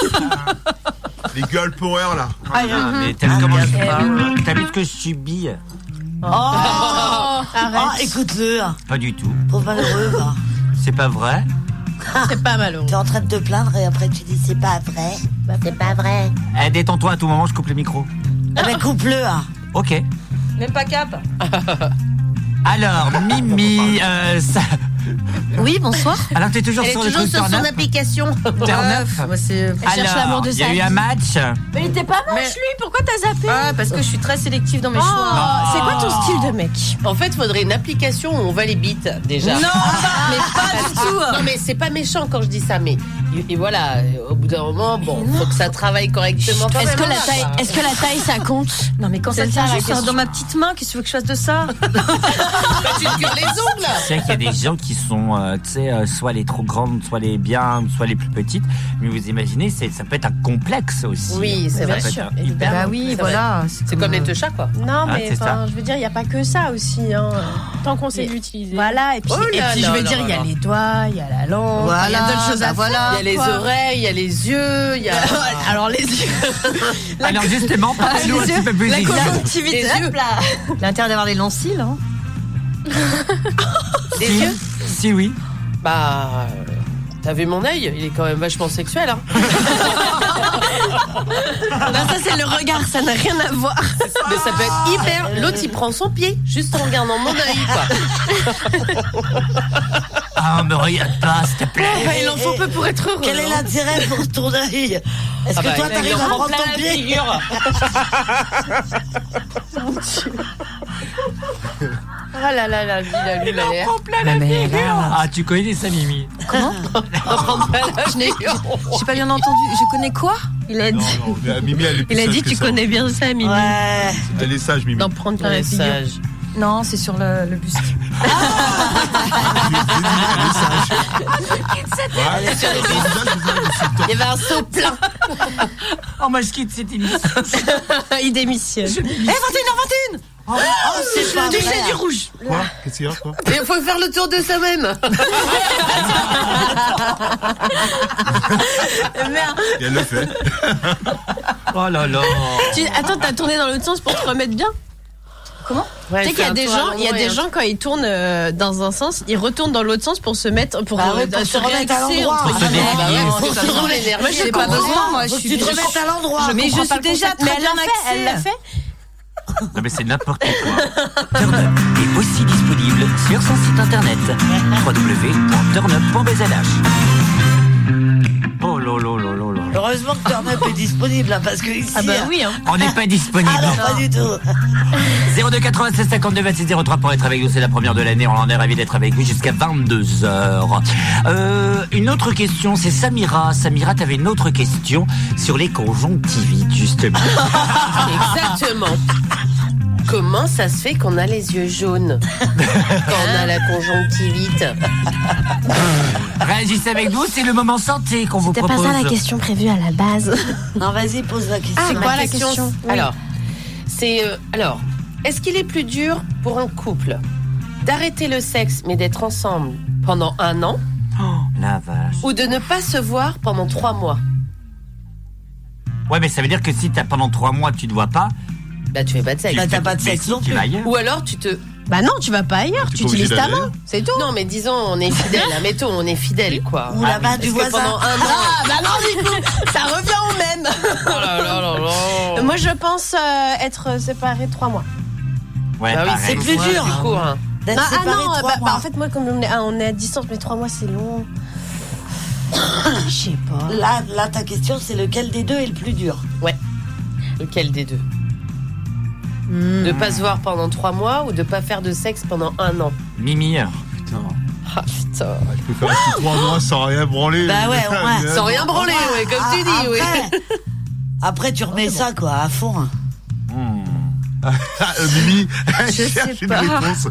Speaker 7: Les girl power là.
Speaker 1: Ah, Mais t'as vu comment je parle T'as vu ce que je subis
Speaker 4: Oh, Oh, écoute-le.
Speaker 1: Pas du tout.
Speaker 4: Trop malheureux, va.
Speaker 1: C'est pas vrai
Speaker 4: C'est
Speaker 13: pas malheureux.
Speaker 4: T'es en train de te plaindre et après tu dis c'est pas vrai. c'est pas vrai.
Speaker 1: Eh, détends-toi, à tout moment, je coupe le micro.
Speaker 4: Ah bah coupe-le. hein.
Speaker 1: Ok.
Speaker 5: Même pas cap.
Speaker 1: Alors, Mimi, euh, ça...
Speaker 5: Oui, bonsoir.
Speaker 1: Alors, t'es toujours sur le truc Turn Up
Speaker 5: application. Ah,
Speaker 1: Turn Up Alors, il y a eu un match.
Speaker 5: Mais il était pas moche, lui. Pourquoi t'as zappé Oh. Ah, parce que je suis très sélective dans mes choix.
Speaker 1: c'est quoi ton
Speaker 5: style de mec
Speaker 2: En fait, faudrait une application où on va les bites déjà.
Speaker 5: Non, mais pas du tout.
Speaker 2: Non, mais c'est pas méchant quand je dis ça, mais et- et voilà, euh, au bout d'un moment, bon, faut que ça travaille correctement. quand
Speaker 8: Est-ce
Speaker 2: même,
Speaker 8: que la
Speaker 2: hein,
Speaker 8: taille,
Speaker 2: quoi.
Speaker 8: est-ce que la taille, ça compte
Speaker 5: Non, mais quand ça
Speaker 8: C'est
Speaker 5: tient
Speaker 8: ça, la
Speaker 5: juste
Speaker 8: question.
Speaker 5: dans ma petite main, qu'est-ce que tu veux que je fasse de ça
Speaker 2: Bah, tu te cures les ongles.
Speaker 1: C'est vrai qu'il y a des gens qui sont, euh, tu sais, euh, soit les trop grandes, soit les bien, soit les plus petites. Mais vous imaginez, c'est, ça peut être un complexe aussi.
Speaker 2: Oui, c'est
Speaker 1: Ça
Speaker 2: vrai.
Speaker 1: peut être un hyper-
Speaker 5: Bah oui, voilà.
Speaker 2: C'est comme les deux chats, quoi.
Speaker 6: Non,
Speaker 1: Ah,
Speaker 6: mais
Speaker 1: c'est ça.
Speaker 6: enfin, je veux dire, il n'y a pas que ça aussi. hein. Tant qu'on sait
Speaker 8: Et-
Speaker 6: l'utiliser. Voilà, et puis,
Speaker 2: Oh
Speaker 6: et
Speaker 2: là
Speaker 6: puis
Speaker 2: là
Speaker 6: je veux
Speaker 2: là
Speaker 6: dire, il y a
Speaker 2: là.
Speaker 6: les doigts, il y a la langue, il y
Speaker 5: Voilà,
Speaker 6: a d'autres choses
Speaker 5: bah
Speaker 6: à
Speaker 5: voilà.
Speaker 6: voilà.
Speaker 2: Il y a les oreilles, il y a les yeux, il y a. Ah,
Speaker 6: Alors les yeux,
Speaker 1: Alors justement, parlez-nous un
Speaker 5: les
Speaker 1: petit peu plus
Speaker 5: la
Speaker 1: des yeux.
Speaker 2: Les
Speaker 5: conjonctivité.
Speaker 2: yeux.
Speaker 5: L'intérêt d'avoir des longs cils. Hein.
Speaker 2: Les yeux.
Speaker 1: Si oui.
Speaker 2: Bah. euh, T'as vu mon œil Il est quand même vachement sexuel, hein.
Speaker 6: Non, ça c'est le regard, ça n'a rien à voir.
Speaker 2: Mais ça peut être hyper. L'autre, il prend son pied juste en regardant mon œil, quoi.
Speaker 1: Ah, me regarde pas, s'il te plaît.
Speaker 6: il en faut peu pour être heureux.
Speaker 4: Quel est l'intérêt pour ton œil Est-ce
Speaker 2: Ah
Speaker 4: que
Speaker 2: bah,
Speaker 4: toi
Speaker 2: il a
Speaker 4: t'arrives à
Speaker 2: en
Speaker 4: prendre
Speaker 2: plein
Speaker 4: ton
Speaker 2: la
Speaker 4: pied
Speaker 2: figure.
Speaker 6: Oh
Speaker 2: Ah
Speaker 6: là là là, lui, là, lui, là, là.
Speaker 1: Ah, tu connais ça, Mimi
Speaker 5: Comment Je n'ai j'ai pas bien entendu. Je connais quoi
Speaker 6: Il a
Speaker 7: Non,
Speaker 6: dit,
Speaker 7: non, mais, euh, Mimi, elle est plus
Speaker 6: il a
Speaker 7: sage
Speaker 6: dit
Speaker 7: que
Speaker 6: tu
Speaker 7: ça.
Speaker 6: connais bien ça, Mimi.
Speaker 4: Ouais.
Speaker 7: Elle est sage, Mimi.
Speaker 6: D'en prendre plein la
Speaker 2: Ouais,
Speaker 6: figure.
Speaker 2: sage.
Speaker 5: Non, c'est sur le, le buste.
Speaker 7: Ouais, elle est sage, elle est sage.
Speaker 2: Il y avait un saut plein.
Speaker 1: Oh, moi, je quitte cette émission.
Speaker 6: il
Speaker 5: Eh,
Speaker 6: démissionne.
Speaker 4: Oh, c'est pas vrai.
Speaker 2: rouge.
Speaker 7: Quoi Qu'est-ce qu'il y a quoi
Speaker 2: Et il faut faire le tour de ça même.
Speaker 7: Et elle le fait.
Speaker 1: Oh là là.
Speaker 6: Tu- Attends, t'as tourné dans l'autre sens pour te remettre bien. tu sais qu'il y a des gens, il y a des gens quand ils tournent euh, dans un sens, ils retournent dans l'autre sens pour se mettre, pour,
Speaker 4: Bah
Speaker 6: euh,
Speaker 4: ouais, pour se remettre à
Speaker 6: relaxer,
Speaker 4: l'endroit. Ah
Speaker 1: Pour
Speaker 6: entre
Speaker 1: se
Speaker 6: guillemets. Bah
Speaker 1: délier.
Speaker 4: Faut se remettre-
Speaker 5: Moi, j'ai pas besoin. Moi, je
Speaker 4: Faut que
Speaker 5: suis.
Speaker 4: tu te
Speaker 5: je-
Speaker 4: remettes à l'endroit.
Speaker 5: mais je
Speaker 6: comprends pas
Speaker 5: suis
Speaker 6: le
Speaker 5: déjà
Speaker 6: concept. Mais
Speaker 5: très
Speaker 6: elle
Speaker 5: bien
Speaker 6: l'a fait,
Speaker 5: axée.
Speaker 6: Elle l'a fait.
Speaker 1: Non, mais c'est n'importe quoi.
Speaker 16: Turn Up est aussi disponible sur son site internet www.turnup.bzh.
Speaker 1: Oh là là là là là.
Speaker 4: Heureusement que Turn Up est disponible là, parce que ici.
Speaker 6: Ah bah oui. Hein.
Speaker 1: On n'est pas
Speaker 4: Ah
Speaker 1: disponible.
Speaker 4: non, pas du tout.
Speaker 1: 02 96 52 26 03 pour être avec nous, c'est la première de l'année, on en est ravis d'être avec vous jusqu'à 22h. Euh, une autre question, c'est Samira. Samira, t'avais une autre question sur les conjonctivites, justement.
Speaker 2: Exactement. Comment ça se fait qu'on a les yeux jaunes quand on a la conjonctivite
Speaker 1: Réagissez avec nous, c'est le moment santé qu'on vous
Speaker 8: C'était
Speaker 1: propose.
Speaker 8: pas ça la question prévue à la base.
Speaker 4: Non, vas-y, pose la question.
Speaker 8: Ah,
Speaker 2: C'est quoi
Speaker 8: ma
Speaker 2: la
Speaker 8: question,
Speaker 2: question
Speaker 8: oui.
Speaker 2: Alors, c'est euh, alors, est-ce qu'il est plus dur pour un couple d'arrêter le sexe mais d'être ensemble pendant un an
Speaker 1: Oh, La vache.
Speaker 2: ou de ne pas se voir pendant trois mois
Speaker 1: Ouais, mais ça veut dire que si t'as pendant trois mois, tu ne vois pas,
Speaker 2: Bah tu fais pas de
Speaker 1: tu
Speaker 2: sexe.
Speaker 4: Bah, t'as
Speaker 1: fais-
Speaker 4: pas de
Speaker 1: mais
Speaker 4: sexe
Speaker 1: si,
Speaker 4: non
Speaker 1: tu vas
Speaker 4: plus.
Speaker 1: ailleurs.
Speaker 2: Ou alors tu te
Speaker 10: Bah non, tu vas pas ailleurs,
Speaker 2: T'es
Speaker 10: tu
Speaker 2: pas obligé
Speaker 10: utilises ta
Speaker 2: d'aller.
Speaker 10: main, c'est tout.
Speaker 2: Non, mais disons, on est fidèle. Admettons, on est fidèle, quoi. Ah
Speaker 10: Ou la main
Speaker 2: Parce
Speaker 10: du
Speaker 2: que
Speaker 10: voisin.
Speaker 2: Pendant un an.
Speaker 10: Ah, bah non, du coup, ça revient au même.
Speaker 6: Moi, je pense euh, être séparée trois mois.
Speaker 1: Ouais,
Speaker 2: Bah oui,
Speaker 1: pareil.
Speaker 2: c'est plus
Speaker 1: Ouais,
Speaker 2: dur,
Speaker 1: du coup, hein.
Speaker 6: Non,
Speaker 10: D'être
Speaker 6: ah
Speaker 10: séparés
Speaker 6: non,
Speaker 10: trois
Speaker 6: bah,
Speaker 10: mois.
Speaker 6: bah, en fait, moi, comme on est, ah, on est à distance, mais trois mois, c'est long.
Speaker 4: Je sais pas. Là, là, ta question, c'est lequel des deux est le plus dur
Speaker 2: Ouais. Lequel des deux De pas se voir pendant trois mois ou de pas faire de sexe pendant un an
Speaker 1: Mimi.
Speaker 7: Putain.
Speaker 2: Ah putain.
Speaker 7: Je peux faire un petit 3 mois sans rien branler.
Speaker 4: Bah ouais, ouais.
Speaker 2: Sans rien branler, ouais,
Speaker 4: Ouais,
Speaker 2: comme
Speaker 4: ah,
Speaker 2: tu dis, ouais.
Speaker 4: après- Après, tu remets ça, quoi, à fond. hein.
Speaker 7: Ah, euh, Mimi, elle
Speaker 4: Je
Speaker 7: cherche
Speaker 4: sais
Speaker 7: une
Speaker 4: pas.
Speaker 7: réponse.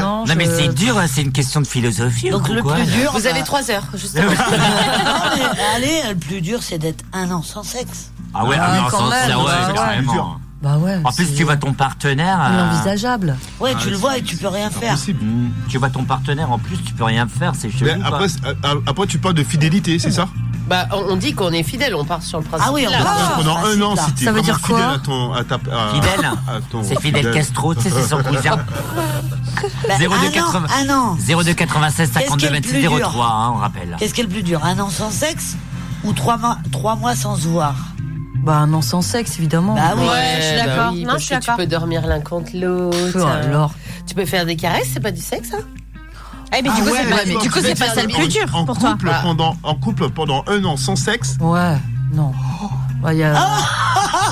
Speaker 1: Non, mais c'est dur, hein, c'est une question de philosophie.
Speaker 4: Donc,
Speaker 1: ou
Speaker 4: le
Speaker 1: quoi,
Speaker 4: plus
Speaker 1: là
Speaker 4: dur,
Speaker 2: Vous
Speaker 4: bah-
Speaker 2: avez trois heures, justement.
Speaker 4: Non, mais allez, le plus dur, c'est d'être un an sans sexe.
Speaker 1: Ah ouais,
Speaker 4: Ah,
Speaker 1: ah, non,
Speaker 4: quand
Speaker 1: sans-
Speaker 4: même,
Speaker 1: ça, ouais,
Speaker 4: bah ouais.
Speaker 1: carrément.
Speaker 5: Bah ouais.
Speaker 1: En plus, tu vois ton partenaire. euh,
Speaker 5: Inenvisageable.
Speaker 4: Ouais,
Speaker 1: Ah,
Speaker 4: tu le
Speaker 1: c'est-
Speaker 4: vois et tu peux rien faire.
Speaker 1: Mm. Tu vois ton partenaire en plus, tu peux rien faire, c'est chelou.
Speaker 7: Mais après, c'est- a- a- après, tu parles de fidélité, c'est ça
Speaker 4: Oh,
Speaker 2: Bah, on on dit qu'on est fidèle, on part sur le principe.
Speaker 4: Ah oui, on
Speaker 2: là.
Speaker 4: part sur le
Speaker 7: Pendant un an,
Speaker 4: Ça
Speaker 7: si t'es
Speaker 4: veut
Speaker 7: vraiment
Speaker 4: dire quoi
Speaker 7: fidèle à ton. À ta, à-
Speaker 1: Fidèle
Speaker 7: à ton-
Speaker 1: C'est Fidel Castro, tu sais, c'est son cousin.
Speaker 4: Bah,
Speaker 1: 0280
Speaker 4: un an.
Speaker 1: 0296
Speaker 4: Qu'est-ce qui
Speaker 1: 52
Speaker 4: est le
Speaker 1: 26
Speaker 4: plus dur
Speaker 1: 03, hein, on rappelle.
Speaker 4: Qu'est-ce qui est le plus dur Un an sans sexe ou trois mois, trois mois sans se voir
Speaker 5: Bah un an sans sexe, évidemment.
Speaker 4: Bah oui.
Speaker 2: Ouais,
Speaker 4: je suis
Speaker 2: bah
Speaker 4: d'accord.
Speaker 2: oui,
Speaker 4: Non,
Speaker 2: parce
Speaker 4: je suis
Speaker 2: que
Speaker 4: d'accord.
Speaker 2: Tu peux dormir l'un contre
Speaker 5: Pff,
Speaker 2: l'autre. euh,
Speaker 5: Oh, alors.
Speaker 2: Tu peux faire des caresses, c'est pas du sexe, hein ça
Speaker 5: Eh,
Speaker 7: Ah
Speaker 5: mais du coup, c'est pas- mais du coup, c'est pas ça le plus dur
Speaker 7: en
Speaker 5: pour toi.
Speaker 7: couple,
Speaker 5: Bah.
Speaker 7: pendant, en couple pendant un an sans sexe.
Speaker 5: Ouais, non. Bah, y a-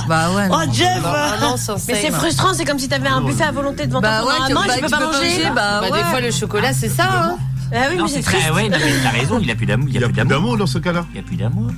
Speaker 5: bah ouais.
Speaker 4: Oh,
Speaker 5: non.
Speaker 2: Ah
Speaker 6: Mais c'est frustrant, c'est comme si t'avais un buffet à volonté devant
Speaker 5: Bah
Speaker 6: toi.
Speaker 5: ouais,
Speaker 6: pendant
Speaker 5: tu-
Speaker 6: un an, et
Speaker 5: bah,
Speaker 6: tu peux pas manger.
Speaker 5: bah
Speaker 2: Bah,
Speaker 5: ouais.
Speaker 2: Des fois, le chocolat, c'est ça. hein.
Speaker 6: Ah oui,
Speaker 1: Non,
Speaker 6: mais
Speaker 1: c'est
Speaker 6: c'est
Speaker 1: très.
Speaker 6: triste.
Speaker 1: Ouais, non, mais t'as raison, il a plus d'amour. Il a plus d'amour
Speaker 7: dans ce cas-là.
Speaker 1: Il a plus d'amour.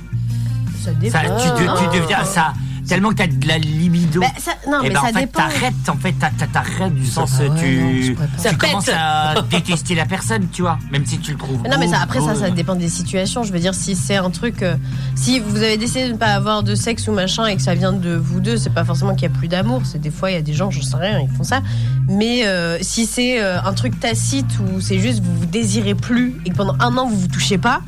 Speaker 6: Ça
Speaker 1: Ça, tu, de-
Speaker 4: Ah.
Speaker 1: tu deviens ça. Tellement que t'as de la libido.
Speaker 6: Bah, ça- non,
Speaker 1: et
Speaker 6: mais
Speaker 1: ben,
Speaker 6: ça
Speaker 1: en fait,
Speaker 6: dépend.
Speaker 1: t'arrêtes, en fait, t'as- t'as- t'arrêtes du sens, euh, tu,
Speaker 6: Ça
Speaker 1: tu
Speaker 6: pète.
Speaker 1: commences à détester la personne, tu vois, même si tu le trouves.
Speaker 6: Mais Non mais ça,
Speaker 1: beau,
Speaker 6: après ça,
Speaker 1: beau.
Speaker 6: ça dépend des situations. Je veux dire, si c'est un truc, euh, si vous avez décidé de ne pas avoir de sexe ou machin et que ça vient de vous deux, c'est pas forcément qu'il y a plus d'amour. C'est des fois il y a des gens, j'en sais rien, ils font ça. Mais euh, si c'est euh, un truc tacite ou c'est juste vous vous désirez plus et que pendant un an vous vous touchez pas,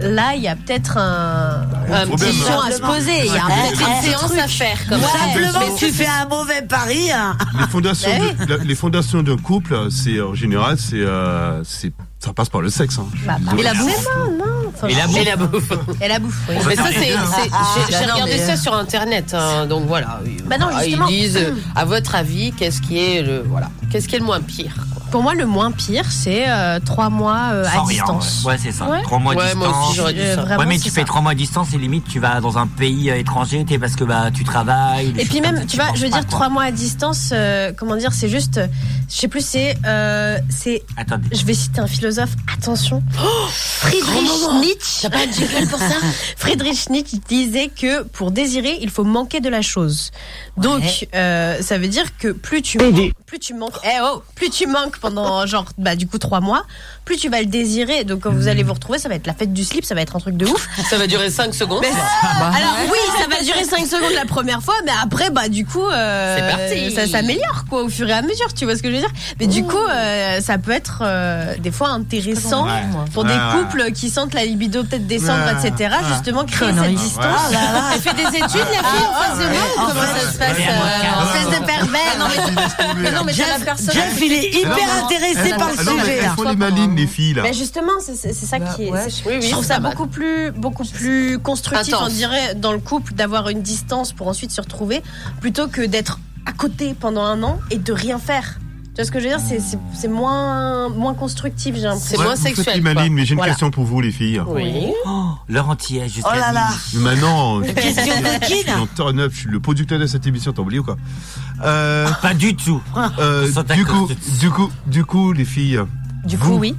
Speaker 6: là il y a peut-être un, un
Speaker 4: problème,
Speaker 6: petit question
Speaker 4: hein.
Speaker 6: à se
Speaker 7: euh,
Speaker 6: poser. Il y a un
Speaker 4: Ouais,
Speaker 6: petit
Speaker 4: ouais.
Speaker 6: Ah, truc.
Speaker 2: Séance à faire, comme
Speaker 4: Tout
Speaker 2: ça.
Speaker 4: Simplement,
Speaker 2: Mais
Speaker 4: tu fais un mauvais pari. hein.
Speaker 7: Les fondations,
Speaker 4: Bah
Speaker 7: de- la- les fondations d'un couple, c'est en général, c'est, euh, c'est, ça passe par le sexe. hein. Je
Speaker 4: Bah,
Speaker 7: suis désolé.
Speaker 6: Et la bouffe non, enfin,
Speaker 7: Et la bouffe.
Speaker 2: Et la bouffe.
Speaker 6: Et la bouffe. oui.
Speaker 2: Mais ça, c'est. c'est- j'ai-
Speaker 6: Ah,
Speaker 2: J'ai
Speaker 6: non,
Speaker 2: regardé
Speaker 6: mais,
Speaker 2: ça sur internet, hein, donc voilà.
Speaker 6: Bah non,
Speaker 2: Ah, Ils
Speaker 6: justement.
Speaker 2: disent, euh, à votre avis, qu'est-ce qui est le. Voilà. Qu'est-ce qui est le moins pire quoi.
Speaker 6: Pour moi, le moins pire, c'est euh, trois mois euh,
Speaker 1: Sans
Speaker 6: à
Speaker 1: rien,
Speaker 6: distance.
Speaker 1: Ouais, Ouais, c'est ça.
Speaker 6: Ouais.
Speaker 1: Trois mois à
Speaker 2: Ouais, moi
Speaker 1: distance.
Speaker 2: aussi, j'aurais dit ça.
Speaker 1: Ouais,
Speaker 6: Vraiment,
Speaker 1: mais
Speaker 6: c'est
Speaker 1: tu fais
Speaker 6: ça.
Speaker 1: trois mois à distance et limite tu vas dans un pays euh, étranger, t'es parce que bah tu travailles. des
Speaker 6: Et puis
Speaker 1: choses comme
Speaker 6: même,
Speaker 1: ça,
Speaker 6: tu vois,
Speaker 1: penses
Speaker 6: je veux
Speaker 1: pas,
Speaker 6: dire,
Speaker 1: quoi.
Speaker 6: trois mois à distance, euh, comment dire, c'est juste, euh, je sais plus, c'est, euh, c'est,
Speaker 1: Attendez.
Speaker 6: je vais citer un philosophe, attention, Friedrich Nietzsche. Oh, T'as pas de jingle pour ça Friedrich Nietzsche disait que pour désirer, il faut manquer de la chose. Donc, euh, ça veut dire que plus tu manques, plus tu manques, eh oh, plus tu manques pendant genre, bah du coup trois mois, plus tu vas le désirer. Donc quand vous allez vous retrouver, ça va être la fête du slip, ça va être un truc de ouf.
Speaker 2: Ça va durer 5 secondes.
Speaker 6: Mais-
Speaker 2: Bah,
Speaker 6: Alors oui, ça va durer 5 secondes la première fois, mais après, bah du coup, euh,
Speaker 2: C'est parti.
Speaker 6: ça s'améliore quoi au fur et à mesure, tu vois ce que je veux dire Mais du coup, euh, ça peut être euh, des fois intéressant
Speaker 7: Ouais.
Speaker 6: pour
Speaker 7: Ouais,
Speaker 6: des
Speaker 7: ouais.
Speaker 6: couples qui sentent la libido peut-être descendre,
Speaker 7: Ouais.
Speaker 6: etc.
Speaker 7: Ouais.
Speaker 6: Justement, créer
Speaker 7: Conneries.
Speaker 6: cette
Speaker 7: Ah
Speaker 6: distance.
Speaker 7: là là.
Speaker 6: Elle fait des études, la fille, en face de moi ou Comment ça se passe
Speaker 4: Elle est à
Speaker 6: euh,
Speaker 4: moins quarante.
Speaker 6: Espèce de pervers. Non, mais-
Speaker 7: Ah,
Speaker 6: mais non, mais ça va
Speaker 4: Jeff,
Speaker 6: personne.
Speaker 4: Jeff, il est hyper
Speaker 7: Alors,
Speaker 4: intéressé
Speaker 7: elles-
Speaker 4: par le
Speaker 7: elles- elles-
Speaker 4: sujet. hein.
Speaker 7: Elles
Speaker 4: là.
Speaker 7: font les malines, les filles, là.
Speaker 6: Mais justement, c'est c'est- c'est ça qui est.
Speaker 5: ouais.
Speaker 6: c'est-
Speaker 2: Oui, oui,
Speaker 6: je trouve
Speaker 2: c'est
Speaker 6: ça
Speaker 2: pas mal.
Speaker 6: beaucoup plus, beaucoup plus constructif,
Speaker 2: Intense.
Speaker 6: on dirait, dans le couple, d'avoir une distance pour ensuite se retrouver, plutôt que d'être à côté pendant un an et de rien faire. Tu vois ce que je veux dire C'est- C'est c'est moins, moins constructif, j'ai l'impression.
Speaker 2: C'est moins
Speaker 7: vous faites
Speaker 2: sexuel,
Speaker 7: les malines,
Speaker 2: quoi.
Speaker 7: mais j'ai une
Speaker 2: Voilà.
Speaker 7: question pour vous, les filles.
Speaker 2: Oui.
Speaker 1: Oh, l'heure entière jusqu'à.
Speaker 4: Oh là là.
Speaker 1: minuit.
Speaker 7: Mais Maintenant, je
Speaker 4: Question
Speaker 7: je
Speaker 4: coquine.
Speaker 7: suis en turn up, je suis le producteur de cette émission, t'as oublié ou quoi Euh,
Speaker 1: Pas du tout.
Speaker 7: euh,
Speaker 1: Sans
Speaker 7: du
Speaker 1: d'accord,
Speaker 7: coup, du coup, du coup, les filles,
Speaker 6: Du
Speaker 7: Vous.
Speaker 6: coup, oui.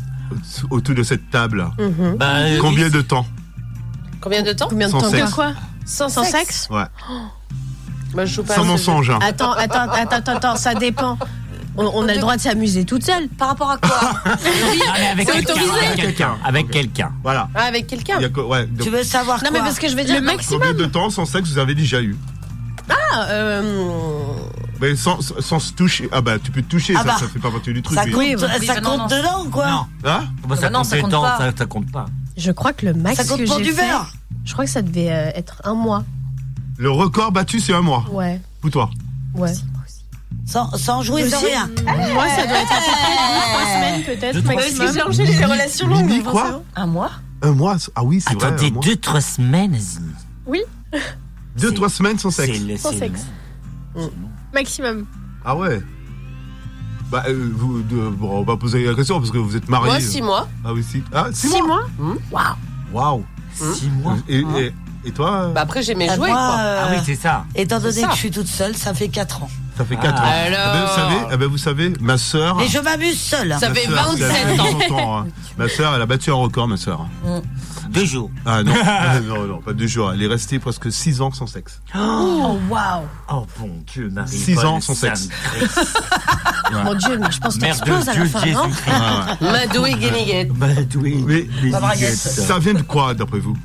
Speaker 7: autour de cette table,
Speaker 6: Mhm.
Speaker 1: Bah, euh,
Speaker 7: combien de temps
Speaker 2: Combien de temps
Speaker 6: Combien de
Speaker 7: Sans
Speaker 6: temps
Speaker 7: sexe.
Speaker 6: que quoi
Speaker 2: Sans,
Speaker 6: Sans sexe
Speaker 7: Ouais.
Speaker 2: Moi, je joue pas
Speaker 7: Sans
Speaker 2: à ce
Speaker 7: mensonge.
Speaker 4: Ah.
Speaker 7: hein.
Speaker 6: Attends, attends, attends, attends, attends, ça dépend. On, on a le droit de s'amuser toute seule. Par rapport à quoi
Speaker 1: Non, mais avec
Speaker 2: C'est
Speaker 1: quelqu'un,
Speaker 2: autorisé.
Speaker 1: Avec quelqu'un. Avec quelqu'un.
Speaker 7: Voilà.
Speaker 2: Ah, avec quelqu'un
Speaker 7: Il y a quoi- ouais, donc,
Speaker 4: Tu veux savoir
Speaker 6: Non, mais
Speaker 4: quoi
Speaker 6: parce que je veux dire.
Speaker 7: combien de temps sans sexe vous avez déjà eu
Speaker 6: Ah, euh,
Speaker 7: Mais sans, sans se toucher. Ah bah tu peux te toucher,
Speaker 4: Ah
Speaker 7: ça,
Speaker 4: bah.
Speaker 7: ça fait pas partie du truc.
Speaker 4: Ça
Speaker 7: mais-
Speaker 4: compte,
Speaker 5: Oui, oui,
Speaker 4: ça
Speaker 5: mais non,
Speaker 4: compte
Speaker 5: non.
Speaker 4: dedans ou quoi
Speaker 1: Non.
Speaker 7: Hein
Speaker 1: Bah, ça,
Speaker 5: Bah non,
Speaker 1: compte
Speaker 5: ça
Speaker 1: les
Speaker 5: compte
Speaker 1: temps,
Speaker 5: pas.
Speaker 1: ça, ça compte pas.
Speaker 6: je crois que le max
Speaker 4: Ça compte
Speaker 6: que
Speaker 4: pour
Speaker 6: j'ai
Speaker 4: du
Speaker 6: fait-
Speaker 4: verre.
Speaker 6: Je crois que ça devait euh, être un mois.
Speaker 7: Le record battu c'est un mois.
Speaker 6: Ouais,
Speaker 7: Pour toi.
Speaker 6: ouais.
Speaker 4: Sans, sans jouer, sans
Speaker 6: Aussi
Speaker 4: rien.
Speaker 6: Moi, ça doit être à peu près Euh, deux, trois semaines,
Speaker 18: peut-être,
Speaker 8: bah
Speaker 6: maximum.
Speaker 18: Parce que j'ai enchaîné les relations longues.
Speaker 6: Mimi,
Speaker 18: avant
Speaker 6: quoi
Speaker 18: ça.
Speaker 5: Un mois
Speaker 7: Un mois c'est- Ah oui, c'est vrai.
Speaker 10: Attendez, deux, trois semaines.
Speaker 18: Oui,
Speaker 7: Deux, trois semaines sans sexe.
Speaker 18: sans sexe. Maximum.
Speaker 7: Ah ouais Bah, euh, vous, de- bon, on va poser la question parce que vous êtes mariés.
Speaker 2: Moi, six mois.
Speaker 7: Ah oui, six, ah, six,
Speaker 2: Six
Speaker 7: mois.
Speaker 2: Waouh.
Speaker 7: Waouh Six mois. Hein Et, et, et toi
Speaker 2: Bah après, j'ai mes
Speaker 4: Ah,
Speaker 2: jouets,
Speaker 4: moi,
Speaker 2: quoi.
Speaker 4: euh,
Speaker 10: ça.
Speaker 4: Étant
Speaker 2: C'est
Speaker 4: donné
Speaker 2: ça.
Speaker 4: que je suis toute seule, ça fait 4 ans.
Speaker 7: Ça fait 4 ans.
Speaker 4: Alors
Speaker 7: Ah ben, vous savez, ah ben, vous savez, ma
Speaker 2: Ah.
Speaker 7: sœur.
Speaker 4: Mais je m'amuse seule.
Speaker 7: Ma sœur, vous avez 30 hein. Ma sœur, elle a battu un record, ma sœur.
Speaker 10: Deux jours.
Speaker 7: Ah non, Ah, non, non, pas deux jours. Elle est restée presque 6 ans sans sexe.
Speaker 6: Oh, waouh.
Speaker 10: Oh bon Dieu, Marie.
Speaker 7: Six
Speaker 10: Paul,
Speaker 7: ans sans
Speaker 10: ça
Speaker 7: sexe.
Speaker 10: me stresse.
Speaker 6: Mon Dieu, mais je pense que
Speaker 10: Merde
Speaker 6: t'exploses à la
Speaker 10: Dieu,
Speaker 6: fin, non
Speaker 7: Ah, Jésus-Christ.
Speaker 2: Madoué Guéniguette.
Speaker 1: Bah,
Speaker 10: Madoui.
Speaker 7: Oui,
Speaker 1: Ah,
Speaker 2: Mabraguette.
Speaker 7: ça vient de quoi, d'après vous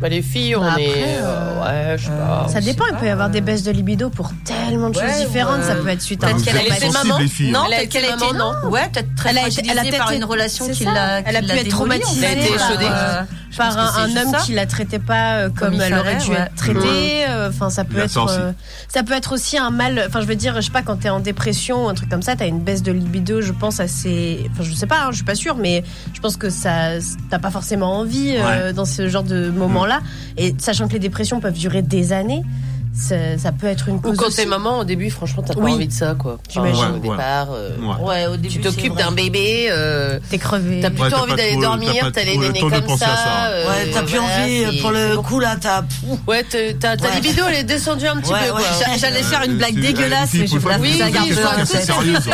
Speaker 2: Bah, les filles, on
Speaker 6: Bah,
Speaker 2: est.
Speaker 6: après,
Speaker 2: euh, ouais, je sais pas.
Speaker 6: Ça dépend, il peut y avoir des baisses de libido pour tellement de choses
Speaker 5: Ouais,
Speaker 6: différentes.
Speaker 5: ouais.
Speaker 6: Ça peut être suite à
Speaker 5: Peut-être
Speaker 6: un
Speaker 5: qu'elle a
Speaker 6: traumatisme.
Speaker 5: été maman. Non,
Speaker 6: Elle a
Speaker 5: peut-être
Speaker 6: été
Speaker 5: qu'elle a été
Speaker 6: maman,
Speaker 5: non. Ouais, peut-être très
Speaker 6: Elle a été-
Speaker 5: fragilisée
Speaker 6: elle a
Speaker 5: par
Speaker 6: peut-être
Speaker 5: une
Speaker 6: été-
Speaker 5: relation
Speaker 6: c'est
Speaker 5: qui
Speaker 6: ça.
Speaker 5: l'a
Speaker 6: Elle a
Speaker 5: qui
Speaker 6: pu
Speaker 5: l'a
Speaker 6: être
Speaker 5: démolie,
Speaker 6: traumatisée
Speaker 5: en fait.
Speaker 6: Elle a été
Speaker 5: Par,
Speaker 6: échaudée.
Speaker 5: euh, je pense
Speaker 6: par
Speaker 5: que c'est
Speaker 6: un, un
Speaker 5: juste
Speaker 6: homme
Speaker 5: ça.
Speaker 6: qui la traitait pas euh,
Speaker 5: Comme
Speaker 6: comme,
Speaker 5: il
Speaker 6: elle
Speaker 5: fallait,
Speaker 6: aurait dû
Speaker 5: ouais. Mmh.
Speaker 6: être traitée. euh, Enfin, ça peut
Speaker 5: Il a ça
Speaker 6: être,
Speaker 5: aussi.
Speaker 6: euh, ça peut être aussi un mal. Enfin, je veux dire, je sais pas, quand t'es en dépression ou un truc comme ça, t'as une baisse de libido, je pense assez. Enfin, je sais pas, hein, je suis pas sûre, mais je pense que ça, t'as pas forcément envie euh, dans ce genre
Speaker 5: Mmh.
Speaker 6: de moment-là. Et sachant que les dépressions peuvent durer des années, ça, ça peut être une
Speaker 2: Ou
Speaker 6: cause.
Speaker 2: quand
Speaker 6: aussi.
Speaker 2: t'es maman, au début, franchement, t'as pas
Speaker 6: Oui.
Speaker 2: envie de ça, quoi.
Speaker 6: J'imagine.
Speaker 2: Enfin, au
Speaker 6: Ouais,
Speaker 2: départ. euh,
Speaker 6: ouais.
Speaker 2: ouais, au début. Tu t'occupes d'un bébé. euh,
Speaker 6: T'es crevé.
Speaker 2: T'as plutôt
Speaker 4: Ouais, t'as
Speaker 2: envie
Speaker 4: pas
Speaker 2: d'aller
Speaker 4: trop- t'as
Speaker 2: dormir,
Speaker 4: pas
Speaker 2: t'as les
Speaker 4: trop le
Speaker 2: nénés
Speaker 4: temps de
Speaker 2: comme
Speaker 4: penser à
Speaker 2: ça. euh,
Speaker 4: ça. Ouais, t'as plus envie, euh, pour le
Speaker 2: coup,
Speaker 4: là, t'as.
Speaker 2: euh, Ouais, t'es- t'as- ta
Speaker 4: Ouais.
Speaker 2: libido, elle est descendue un petit
Speaker 4: Ouais,
Speaker 2: peu, quoi.
Speaker 4: ouais.
Speaker 5: J'a- J'allais faire
Speaker 7: Euh,
Speaker 5: une blague
Speaker 4: c'est-
Speaker 5: dégueulasse,
Speaker 4: allez,
Speaker 5: mais je
Speaker 4: faut
Speaker 5: vais
Speaker 4: pas
Speaker 5: la-
Speaker 4: poser
Speaker 5: je
Speaker 4: des
Speaker 5: la garde
Speaker 4: questions
Speaker 5: pour
Speaker 4: comme ça,
Speaker 5: un-
Speaker 4: sérieuses,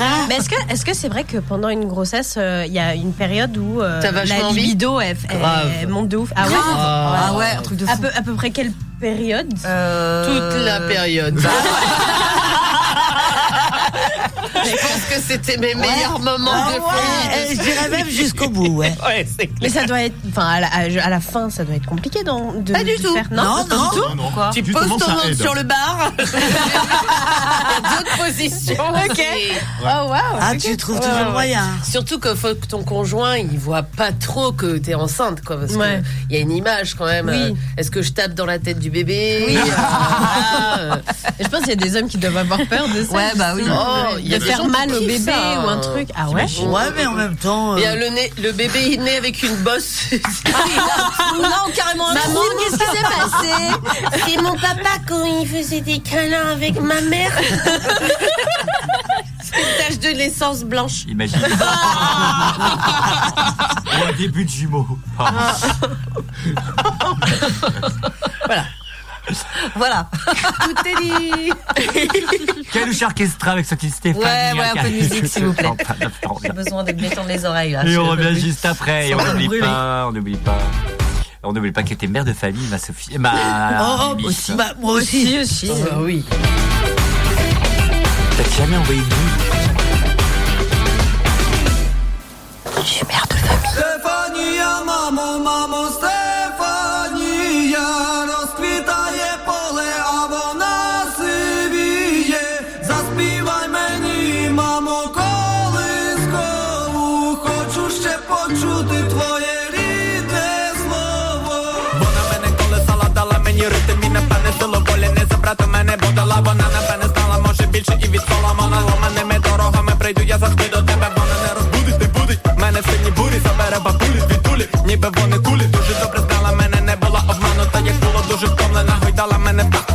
Speaker 4: hein.
Speaker 6: Mais est-ce que est-ce que c'est vrai que pendant une grossesse, euh, il y a une période où euh,
Speaker 2: T'as vachement
Speaker 6: la
Speaker 2: envie
Speaker 6: libido elle, elle-
Speaker 2: Grave.
Speaker 6: elle monte de ouf Ah ouais
Speaker 2: Ah euh, ouais, un
Speaker 6: truc de Euh, fou. À peu, à peu près quelle période
Speaker 2: Toute la période. Je pense que c'était mes meilleurs moments
Speaker 6: Ah
Speaker 2: de
Speaker 6: ouais,
Speaker 4: Eh,
Speaker 2: vie.
Speaker 6: je dirais même
Speaker 4: jusqu'au bout, ouais.
Speaker 2: ouais, c'est clair.
Speaker 6: Mais ça doit être, enfin à la, à- à la fin, ça doit être compliqué dans, de,
Speaker 2: Pas du
Speaker 6: de
Speaker 2: tout.
Speaker 6: faire-
Speaker 2: Non,
Speaker 6: pas
Speaker 2: non,
Speaker 6: du tout.
Speaker 2: non, non. Tu poses ton ventre sur le bar. D'autres positions.
Speaker 6: Ok.
Speaker 2: Oh
Speaker 6: wow.
Speaker 4: Ah, tu trouves toujours le moyen.
Speaker 2: Surtout que faut que ton conjoint il voit pas trop que t'es enceinte quoi parce
Speaker 6: Ouais.
Speaker 2: que il y a une image quand même. euh, Est-ce que je tape dans la tête du bébé Euh, voilà, euh.
Speaker 6: Et Je pense qu'il y a des hommes qui doivent avoir peur
Speaker 5: Oh,
Speaker 6: de ça.
Speaker 2: Ouais, bah oui.
Speaker 6: justement.
Speaker 2: Oh, il y a
Speaker 6: de
Speaker 2: des
Speaker 6: faire
Speaker 2: gens qui
Speaker 6: mal au
Speaker 2: kiffent
Speaker 6: bébé
Speaker 2: ça,
Speaker 6: ou un
Speaker 2: hein.
Speaker 6: truc. Ah ouais.
Speaker 4: Ouais, mais en même temps. euh,
Speaker 2: Il y a le, nez, le bébé il est né avec une bosse.
Speaker 5: Ah Non, carrément un
Speaker 2: Maman,
Speaker 5: trou, qu'est-ce qui s'est passé
Speaker 2: C'est mon papa quand il faisait des câlins avec ma mère. C'est une tache de l'essence blanche.
Speaker 1: Imagine. Ou un début de jumeaux. Pardon.
Speaker 5: Voilà.
Speaker 2: Tout est dit.
Speaker 1: Calouche orchestra avec Sophie Stéphane.
Speaker 5: Ouais, ouais, un peu de musique, s'il vous plaît. J'ai besoin de m'étendre les oreilles là.
Speaker 1: Et
Speaker 5: Je
Speaker 1: on
Speaker 5: peux
Speaker 1: revient
Speaker 5: plus.
Speaker 1: juste après. Et
Speaker 5: Ça
Speaker 1: on
Speaker 5: va me
Speaker 1: n'oublie
Speaker 5: brûler.
Speaker 1: pas, on n'oublie pas. On n'oublie pas qu'elle était mère de famille, ma Sophie. Ma.
Speaker 4: Oh,
Speaker 1: Mimi.
Speaker 4: moi aussi, bah, moi aussi. aussi.
Speaker 2: Ah oui.
Speaker 1: T'as jamais envoyé de nuit.
Speaker 19: Stefania, mamo, mamo, Stefania, rozkwitає поле, а вона сивіє. Заспівай мені, мамо, колискову, хочу ще почути твоє рідне слово. Вона мене колесала, дала мені ритм і напевне силу волі не забрати мене, бо дала вона напевне стала, може більше і від пола вона ламаними дорогами прийду, я завжди до тебе, вона не розбудить, не будить. Мене в сильні бурі забере бабулі, відулі, ніби вони кулі, дуже добре знала мене, не була обманута, як було дуже втомлена, гойдала мене так.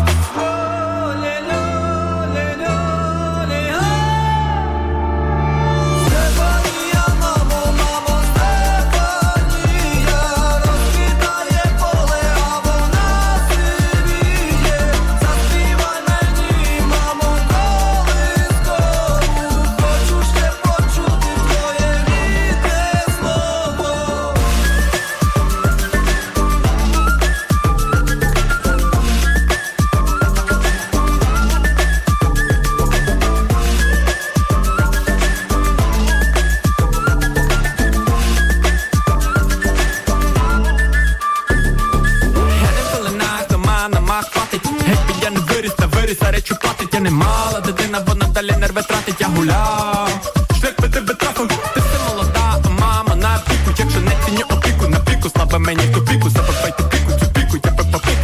Speaker 19: Коли нахто мене мах платить, геть я не виріс, та виріс, а речі платить, я не мала дитина, вона далі нерви тратить, я гуляв. Шлях би тебе трафив, ти все молода, а мама на піку, якщо не ціню опіку, на піку, слабе мені копіку, запапайте піку, цю піку, я би попік.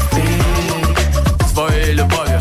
Speaker 19: Своєю любов'ю.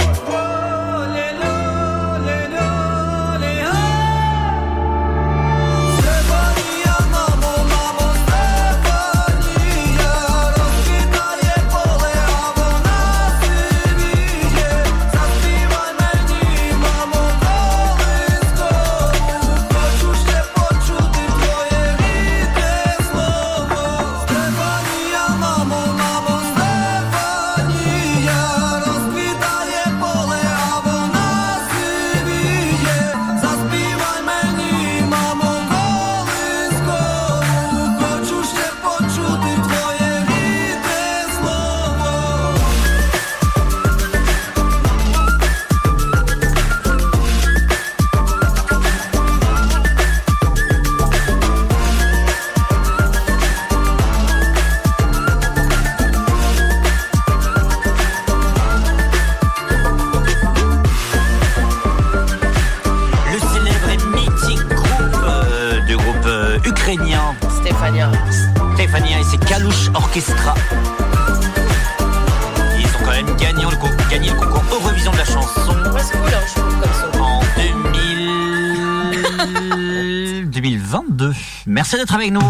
Speaker 1: euh,
Speaker 20: Calouche Orchestra.
Speaker 1: Ils ont quand même gagné le, con- gagné le concours Eurovision de la chanson. En 2000... 2022. Merci d'être avec nous.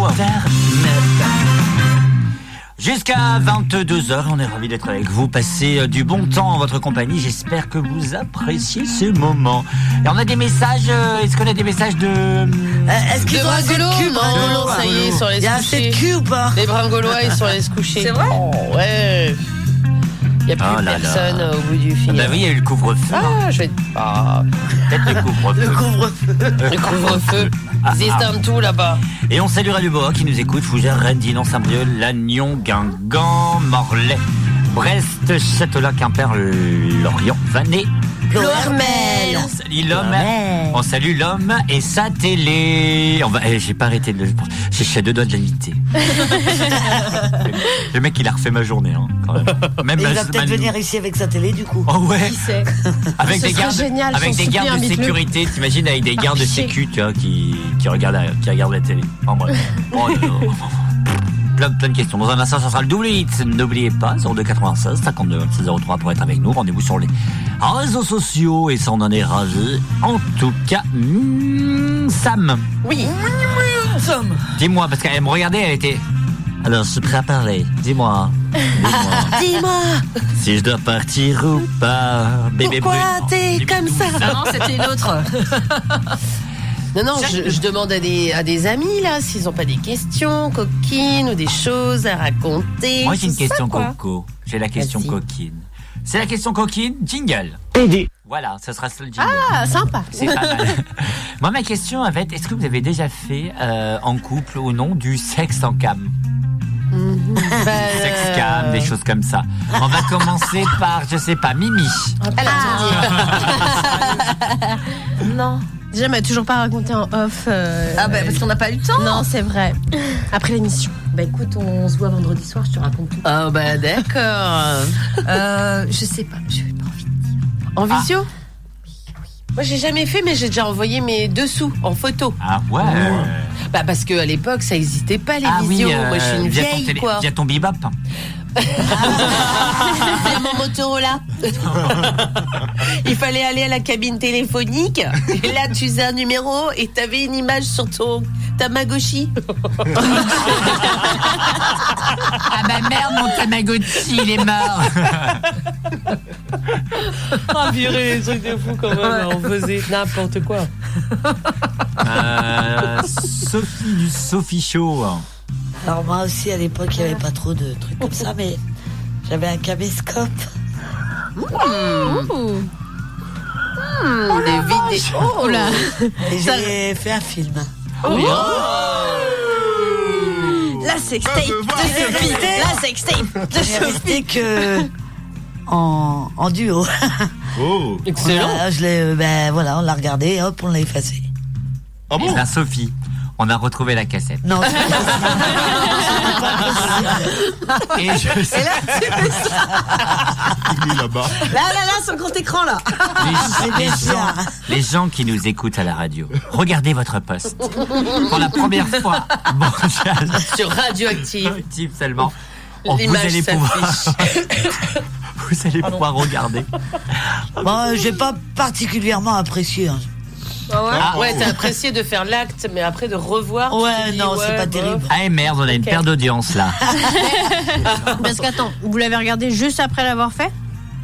Speaker 1: Jusqu'à 22h, on est ravis d'être avec vous. Passez euh, du bon temps en votre compagnie. J'espère que vous appréciez ce moment. Et on a des messages. euh, Est-ce qu'on a des messages de. euh,
Speaker 4: euh,
Speaker 2: Ah,
Speaker 4: eh, Est-ce
Speaker 2: qu'ils De ont assez de bringolos, cul, non, bringolos, non, ça hein. y
Speaker 6: hein,
Speaker 2: est, ils sont allés
Speaker 4: Il y a
Speaker 2: se
Speaker 4: assez de hein. cul ou pas
Speaker 2: Les bringolois, ils sont allés se coucher. C'est vrai Ouais. Il n'y a plus
Speaker 1: Oh là là.
Speaker 2: personne euh, au bout du
Speaker 1: Ah
Speaker 2: fil.
Speaker 1: bah oui, il y a eu le couvre-feu.
Speaker 2: Ah, je vais. Ah.
Speaker 1: Peut-être le couvre-feu.
Speaker 2: Le couvre-feu. Le couvre-feu.
Speaker 1: Ah,
Speaker 2: Ils éteignent tout là-bas.
Speaker 1: Et on salue Radio Boa qui nous écoute, Fougères, Rennes, Dinan, Saint-Brieuc, Lannion, Guingamp, Morlaix, Brest, Châtelain, Quimper, Lorient, Vannes,
Speaker 4: Hermel.
Speaker 1: On salue l'homme, on salue l'homme et sa télé. On va, eh, j'ai pas arrêté de le, j'ai- j'ai deux doigts de l'inviter. Le mec, il a refait ma journée, hein, quand même.
Speaker 4: Mais
Speaker 2: Bah,
Speaker 1: ma-
Speaker 4: il va
Speaker 1: ma-
Speaker 4: peut-être venir ici avec sa télé du coup.
Speaker 1: Oh ouais.
Speaker 4: Ce
Speaker 1: Ah, Avec des
Speaker 4: serait
Speaker 1: gardes,
Speaker 4: génial,
Speaker 1: avec
Speaker 4: j'en
Speaker 1: des
Speaker 4: supplie,
Speaker 1: gardes de
Speaker 4: invite-le.
Speaker 1: sécurité, t'imagines avec des
Speaker 4: Ah,
Speaker 1: gardes de
Speaker 4: chier.
Speaker 1: sécu, tu vois, qui, qui regardent la, qui regardent la télé. En bref. Oh, là, là, plein, plein de questions. Dans un instant, ça sera le double hit. N'oubliez pas, 0296 52 26 03 pour être avec nous. Rendez-vous sur les réseaux sociaux et ça, on en est ravis. En tout cas, hmm, Sam.
Speaker 2: Oui.
Speaker 4: Sam.
Speaker 1: Dis-moi, parce qu'elle me regardait, elle était. Alors, je suis prêt à parler. Dis-moi,
Speaker 2: Dis-moi,
Speaker 1: si je dois partir ou pas, bébé brune.
Speaker 2: pourquoi t'es comme ça
Speaker 10: Non, c'était l'autre.
Speaker 2: Non, non, je, je demande à des, à des amis, là, s'ils n'ont pas des questions coquines ou des choses à raconter.
Speaker 1: Moi, j'ai une
Speaker 2: C'est ça,
Speaker 1: question
Speaker 2: quoi.
Speaker 1: coco. J'ai la question coquine. C'est la question coquine, jingle. Voilà, ça sera ça le jingle.
Speaker 6: Ah, sympa.
Speaker 1: C'est pas mal. Moi, ma question va être est-ce que vous avez déjà fait euh, en couple ou non du sexe en cam
Speaker 2: Euh.
Speaker 1: Sexe cam, des choses comme ça. On va commencer par, je sais pas, Mimi.
Speaker 6: Non. Déjà, elle m'a toujours pas raconté en off.
Speaker 10: Ah bah, parce qu'on n'a pas eu le temps.
Speaker 6: Non, c'est vrai. Après l'émission.
Speaker 10: Bah écoute, on se voit vendredi soir, je te raconte tout.
Speaker 2: Ah bah d'accord.
Speaker 10: Euh, je sais pas, je vais pas
Speaker 2: En visio Ah. Moi, j'ai jamais fait, mais j'ai déjà envoyé mes dessous en photo.
Speaker 1: Ah ouais
Speaker 2: Bah parce que à l'époque, ça n'existait pas les visios.
Speaker 1: euh,
Speaker 2: Moi, je suis une
Speaker 1: via ton
Speaker 2: vieille,
Speaker 1: télé-
Speaker 2: quoi.
Speaker 1: Via ton bebop. hein.
Speaker 2: Via mon Motorola. Il fallait aller à la cabine téléphonique. Et là, tu faisais un numéro et t'avais une image sur ton Tamagotchi.
Speaker 1: Ah bah merde, mon Tamagotchi, il est mort.
Speaker 2: Ah, virer les trucs de fou quand même. On faisait n'importe quoi.
Speaker 1: Euh, Sophie du Sophie Show.
Speaker 4: Alors moi aussi à l'époque il n'y avait pas trop de trucs comme ça mais j'avais un caméscope.
Speaker 2: des vidéos.
Speaker 4: Oh là Et j'ai fait un film.
Speaker 10: La sextape de Sophie La sextape de
Speaker 4: J'ai resté que en, en duo.
Speaker 7: Oh
Speaker 1: Excellent.
Speaker 4: On l'a- je l'ai- ben voilà, on l'a regardé, hop, on l'a effacé.
Speaker 1: Ah La Sophie. On a retrouvé la cassette.
Speaker 4: Non.
Speaker 1: Et je sais.
Speaker 7: Il est là-bas.
Speaker 10: Là, là, là, son grand écran là.
Speaker 1: Les, les gens, les gens qui nous écoutent à la radio, regardez votre poste. Pour la première fois, bon,
Speaker 2: Sur Radioactive.
Speaker 1: type seulement. Oh, vous
Speaker 2: L'image
Speaker 1: allez pouvoir. vous allez pouvoir regarder.
Speaker 4: Moi, euh, j'ai pas particulièrement apprécié. hein.
Speaker 2: Ah ouais, t'as apprécié de faire l'acte, mais après de revoir. tu
Speaker 4: Ouais,
Speaker 2: te dis,
Speaker 4: non, c'est
Speaker 5: bah,
Speaker 4: pas
Speaker 2: bof.
Speaker 4: terrible.
Speaker 1: Ah et merde, on a une
Speaker 6: Ok.
Speaker 1: paire d'audience là.
Speaker 6: Parce qu'attends, vous l'avez regardé juste après l'avoir fait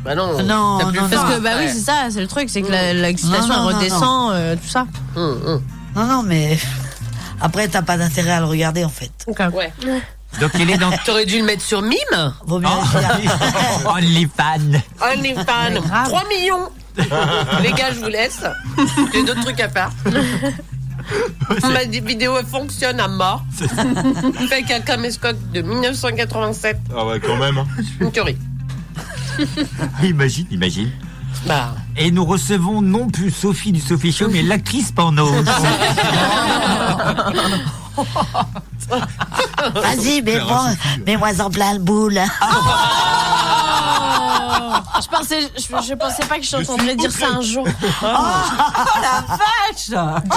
Speaker 2: Bah non,
Speaker 4: Non,
Speaker 2: t'as plus
Speaker 4: non,
Speaker 2: faim
Speaker 6: Parce que bah
Speaker 2: après.
Speaker 6: oui, c'est ça, c'est le truc, c'est que la- l'excitation
Speaker 4: Non, non,
Speaker 6: elle
Speaker 4: non,
Speaker 6: redescend, euh, tout ça.
Speaker 2: Hum,
Speaker 4: Non, non, mais après, t'as pas d'intérêt à le regarder en fait.
Speaker 2: Ouais.
Speaker 1: Donc il est dans
Speaker 2: T'aurais dû le mettre sur mime.
Speaker 4: Vaut
Speaker 1: Ah.
Speaker 4: mieux le faire.
Speaker 1: OnlyFans.
Speaker 2: OnlyFans. 3 millions. Les gars, je vous laisse. J'ai d'autres trucs à faire. Ma vidéo elle fonctionne à mort. Fait un caméscope de 1987.
Speaker 7: Ah ouais, quand même. hein.
Speaker 2: Une tuerie.
Speaker 1: Imagine, imagine.
Speaker 2: Bah.
Speaker 1: Et nous recevons non plus Sophie du Sophie Show, mais l'actrice porno.
Speaker 4: Vas-y, mais moi, mets-moi en plein le boule.
Speaker 6: Ah, je, pensais, je, je pensais pas que je t'entendrais dire ça un jour.
Speaker 5: Oh,
Speaker 2: Ah,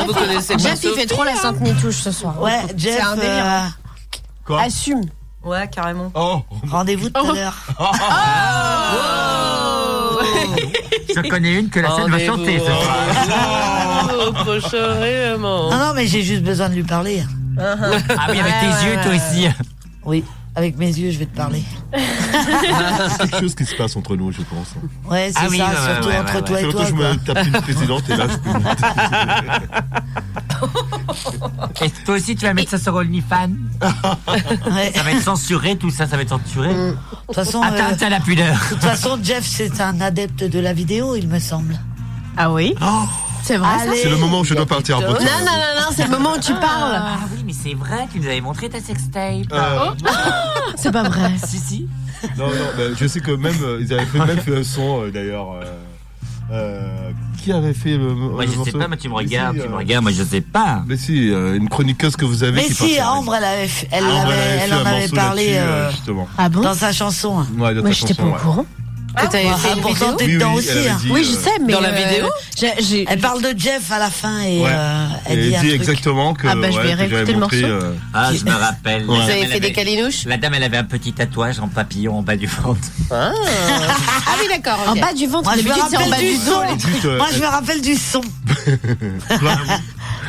Speaker 2: vous connaissez pas
Speaker 6: Jeff, il
Speaker 2: Sophie,
Speaker 6: fait trop la sainte nitouche ce soir.
Speaker 4: Ouais, Jeff.
Speaker 6: C'est un délire.
Speaker 4: euh,
Speaker 7: Quoi
Speaker 6: Assume.
Speaker 5: Ouais, carrément.
Speaker 21: Oh
Speaker 4: Rendez-vous tout à l'heure.
Speaker 21: Je connais une que la scène va chanter. ce
Speaker 7: Ah,
Speaker 21: soir.
Speaker 2: Oh,
Speaker 4: Non, non, mais j'ai juste besoin de lui parler. hein.
Speaker 21: Ah oui, avec tes yeux, toi aussi.
Speaker 4: Oui, avec mes yeux, je vais te parler.
Speaker 7: C'est quelque chose qui se passe entre nous, je pense.
Speaker 4: Ouais, c'est
Speaker 7: Ah oui,
Speaker 4: ça,
Speaker 7: ouais, ouais,
Speaker 4: surtout
Speaker 7: ouais,
Speaker 4: entre
Speaker 7: ouais, ouais.
Speaker 4: toi Bah, et toi.
Speaker 7: Surtout, je me
Speaker 4: quoi.
Speaker 7: tape une présidente et là, je peux
Speaker 21: Et toi aussi, tu vas mettre ça sur OnlyFans
Speaker 1: Ah,
Speaker 4: Ça
Speaker 21: va être censuré, tout ça, ça va être censuré. De
Speaker 4: toute façon,
Speaker 21: Attends,
Speaker 4: euh,
Speaker 21: attends, la pudeur.
Speaker 4: De toute façon, Jeff, c'est un adepte de la vidéo, il me semble.
Speaker 6: Ah oui C'est vrai ça
Speaker 7: C'est le moment où je dois partir en
Speaker 6: Non, non,
Speaker 7: voiture.
Speaker 6: non, non, c'est le moment où tu parles.
Speaker 21: Ah oui, mais c'est vrai, tu nous avais montré ta sextape.
Speaker 7: Euh.
Speaker 6: C'est pas vrai.
Speaker 21: si, si.
Speaker 7: Non, non, bah, je sais que même, euh, ils avaient fait le même fait le son euh, d'ailleurs. euh, euh, qui avait fait le.
Speaker 1: Moi, je sais pas, mais tu me regardes, tu me regardes,
Speaker 7: moi je sais pas. euh, Mais si, euh, une chroniqueuse que vous avez
Speaker 4: Mais
Speaker 7: qui
Speaker 4: si,
Speaker 7: partait-
Speaker 4: Ambre, elle, avait f- elle,
Speaker 7: Ambre,
Speaker 4: avait-
Speaker 7: elle avait
Speaker 4: elle
Speaker 7: fait
Speaker 4: en
Speaker 7: un
Speaker 4: avait
Speaker 7: morceau
Speaker 4: parlé
Speaker 7: là-dessus,
Speaker 4: euh,
Speaker 7: euh, justement.
Speaker 4: dans sa chanson.
Speaker 7: Ouais, dans ta
Speaker 4: Moi, j'étais
Speaker 7: chanson,
Speaker 4: pas au
Speaker 7: ouais.
Speaker 4: courant.
Speaker 6: Ah,
Speaker 4: Ah, pourtant, t'es
Speaker 7: Oui,
Speaker 4: dedans
Speaker 7: oui, elle
Speaker 4: aussi.
Speaker 7: avait
Speaker 4: hein.
Speaker 7: dit, Oui, je euh, sais,
Speaker 6: mais, Dans la euh, vidéo j'ai- j'ai-
Speaker 4: Elle parle de Jeff à la fin et
Speaker 7: Ouais.
Speaker 4: euh, elle
Speaker 7: Et
Speaker 4: dit,
Speaker 7: elle
Speaker 4: un
Speaker 7: dit
Speaker 4: truc.
Speaker 7: exactement que.
Speaker 4: Ah, bah, je
Speaker 7: ouais, que
Speaker 4: vais
Speaker 7: j'avais
Speaker 4: réécouter le
Speaker 7: montré,
Speaker 4: morceau.
Speaker 7: euh,
Speaker 1: Ah, je me rappelle.
Speaker 7: Ouais.
Speaker 1: La
Speaker 7: Vous avez
Speaker 1: dame, elle
Speaker 7: fait des
Speaker 1: avait- La dame, elle avait un petit tatouage en papillon en bas du ventre.
Speaker 6: Ah oui, d'accord. En
Speaker 4: ok.
Speaker 6: bas du ventre,
Speaker 4: Moi, je me
Speaker 6: d'habitude, c'est en
Speaker 4: rappelle
Speaker 6: bas
Speaker 4: du
Speaker 6: du
Speaker 4: son.
Speaker 6: dos.
Speaker 7: Juste, euh,
Speaker 4: Moi, je
Speaker 7: elle-
Speaker 4: me rappelle du son.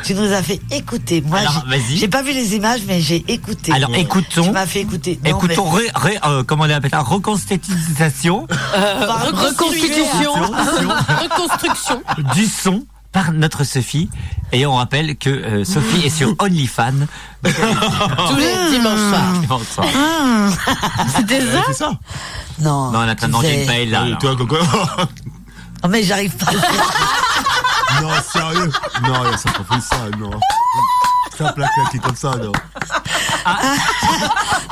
Speaker 4: Tu nous as fait écouter.
Speaker 21: Bah,
Speaker 4: Moi,
Speaker 1: Alors,
Speaker 4: j'ai-
Speaker 1: vas-y.
Speaker 4: j'ai pas vu les images, mais j'ai écouté.
Speaker 1: Alors, écoutons.
Speaker 4: Tu m'as fait écouter. Non,
Speaker 1: Écoutons,
Speaker 4: mais-
Speaker 1: ré- ré- euh, comment on appelle ça Reconstitution
Speaker 6: Reconstitution. Reconstruction.
Speaker 1: du son par notre Sophie. Et on rappelle que euh, Sophie est sur OnlyFans.
Speaker 6: Tous les dimanches soirs.
Speaker 1: Bonsoir.
Speaker 6: C'était ça
Speaker 7: C'est ça
Speaker 4: Non.
Speaker 1: Non, on est en train de manger une paella. là.
Speaker 7: Toi, Coco
Speaker 4: Oh, mais j'arrive pas.
Speaker 7: Non, sérieux Non, il y a ça pas fait ça, non. Tape la claque comme ça, non.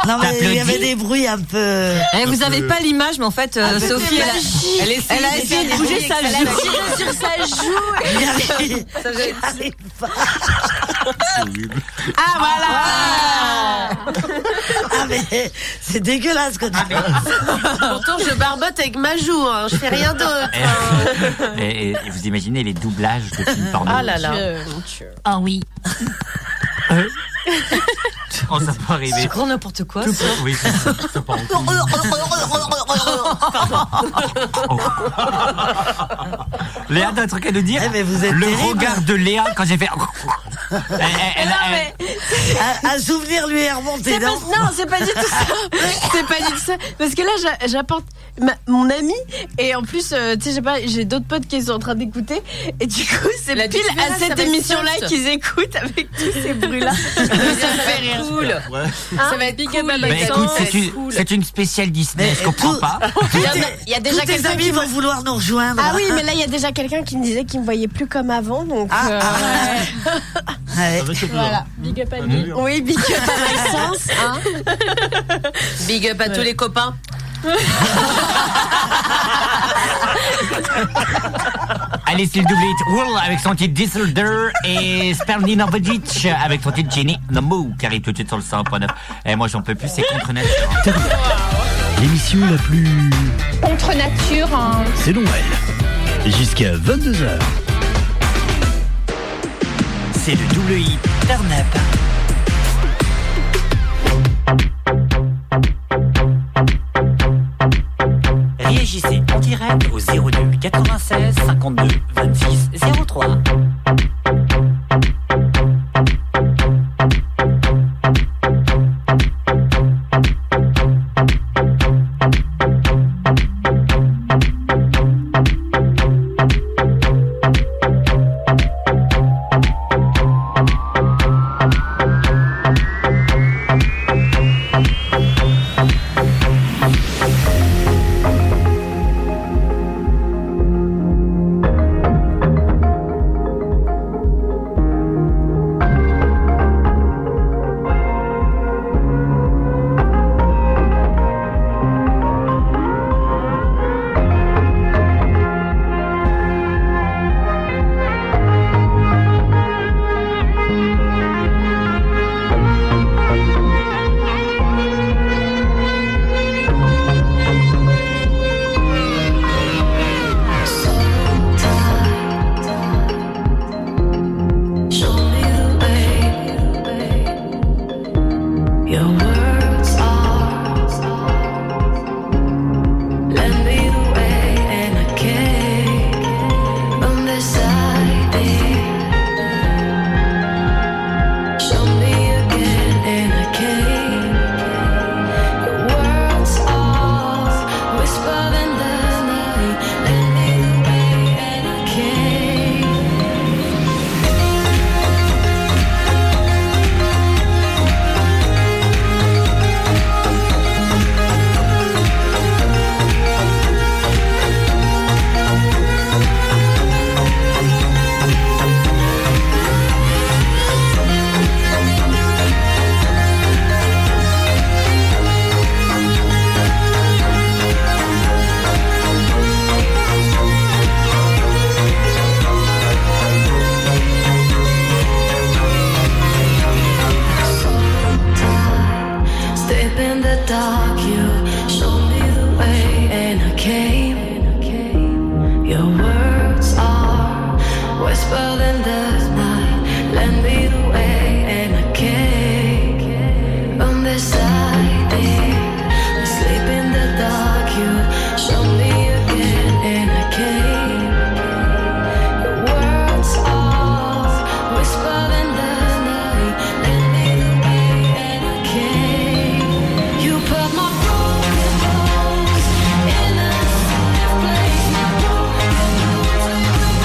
Speaker 4: non, mais il y
Speaker 7: T'applaudis
Speaker 4: avait des bruits un peu.
Speaker 5: Eh, vous
Speaker 7: Parce
Speaker 5: avez
Speaker 7: que-
Speaker 5: pas l'image, mais en fait, euh,
Speaker 4: Ah, mais
Speaker 5: Sophie,
Speaker 4: c'est
Speaker 5: elle a,
Speaker 4: magique.
Speaker 5: elle essaye
Speaker 4: Elle a
Speaker 5: de faire
Speaker 4: essayé de bouger
Speaker 5: des
Speaker 4: sa
Speaker 5: bruits avec
Speaker 4: joue.
Speaker 5: Elle a tiré sur sa
Speaker 4: J'y
Speaker 5: joue.
Speaker 4: arrive-
Speaker 5: Ça doit être-
Speaker 4: j'y arrive pas.
Speaker 6: Ah, voilà
Speaker 4: Ah, mais c'est dégueulasse quand
Speaker 1: Ah,
Speaker 4: tu
Speaker 6: Pourtant, je barbote avec ma joue, hein. je fais rien d'autre.
Speaker 1: Et, et vous imaginez les doublages de films porno
Speaker 6: Ah là là.
Speaker 5: Ah oui.
Speaker 1: On s'est pas
Speaker 5: C'est
Speaker 1: arrivé.
Speaker 5: grand n'importe quoi.
Speaker 1: Tout
Speaker 5: ça.
Speaker 1: pour- oui, c'est ça, tout pour- Léa, t'as un truc à nous
Speaker 4: Eh,
Speaker 6: Eh,
Speaker 1: dire Le regard de Léa quand j'ai fait. Elle- elle- elle- eh. elle-
Speaker 4: un, un souvenir lui est remonté,
Speaker 6: C'est pas-
Speaker 4: non
Speaker 6: non, c'est pas du tout ça. C'est pas du tout ça. Parce que là, j'a- j'apporte ma- mon ami et en plus, euh, tu sais, j'ai pas, j'ai d'autres potes qui sont en train d'écouter et du coup, c'est
Speaker 5: Là, tu
Speaker 6: pile
Speaker 5: te verras,
Speaker 6: à
Speaker 5: ça
Speaker 6: cette
Speaker 5: va être
Speaker 6: émission-là
Speaker 5: soft.
Speaker 6: qu'ils écoutent avec tous ces bruits-là. ça fait rire.
Speaker 5: Cool.
Speaker 7: Ouais.
Speaker 6: Ça va être big up à
Speaker 1: Mais Ben, Bah, écoute, c'est une, c'est une spéciale Disney, je comprends pas.
Speaker 6: Il y en a- il y a déjà
Speaker 4: Tous tes
Speaker 6: quelqu'un
Speaker 4: amis
Speaker 6: qui
Speaker 4: vont vouloir nous rejoindre.
Speaker 6: Ah oui, mais là, il y a déjà quelqu'un qui me disait qu'il me voyait plus comme avant, donc.
Speaker 4: Ah,
Speaker 6: euh,
Speaker 4: Ouais.
Speaker 6: Voilà.
Speaker 2: Big up à
Speaker 7: Bien
Speaker 2: lui.
Speaker 7: sûr.
Speaker 6: Oui, big up à Maxence. hein.
Speaker 5: Big up à tous les copains.
Speaker 1: Allez, c'est le double hit. Wool avec son titre Disorder et Sperlina Vodic avec son titre Jenny No Move qui arrive tout de suite sur le 100.9. Et Eh, moi, j'en peux plus, c'est contre nature.
Speaker 9: L'émission la plus.
Speaker 2: Contre nature. hein.
Speaker 9: C'est Noël. Jusqu'à 22h.
Speaker 1: hein. C'est le double hit Turn Up.
Speaker 22: Réagissez en direct au 02 96 52 26 03.
Speaker 23: J'ai
Speaker 10: whisper then does not lend me the way, and I can't from this side. I sleep in the dark. You show me again, and I can't. Your words are whisper then does not lend me the way, and I can't. You put my broken bones in a safe place. My broken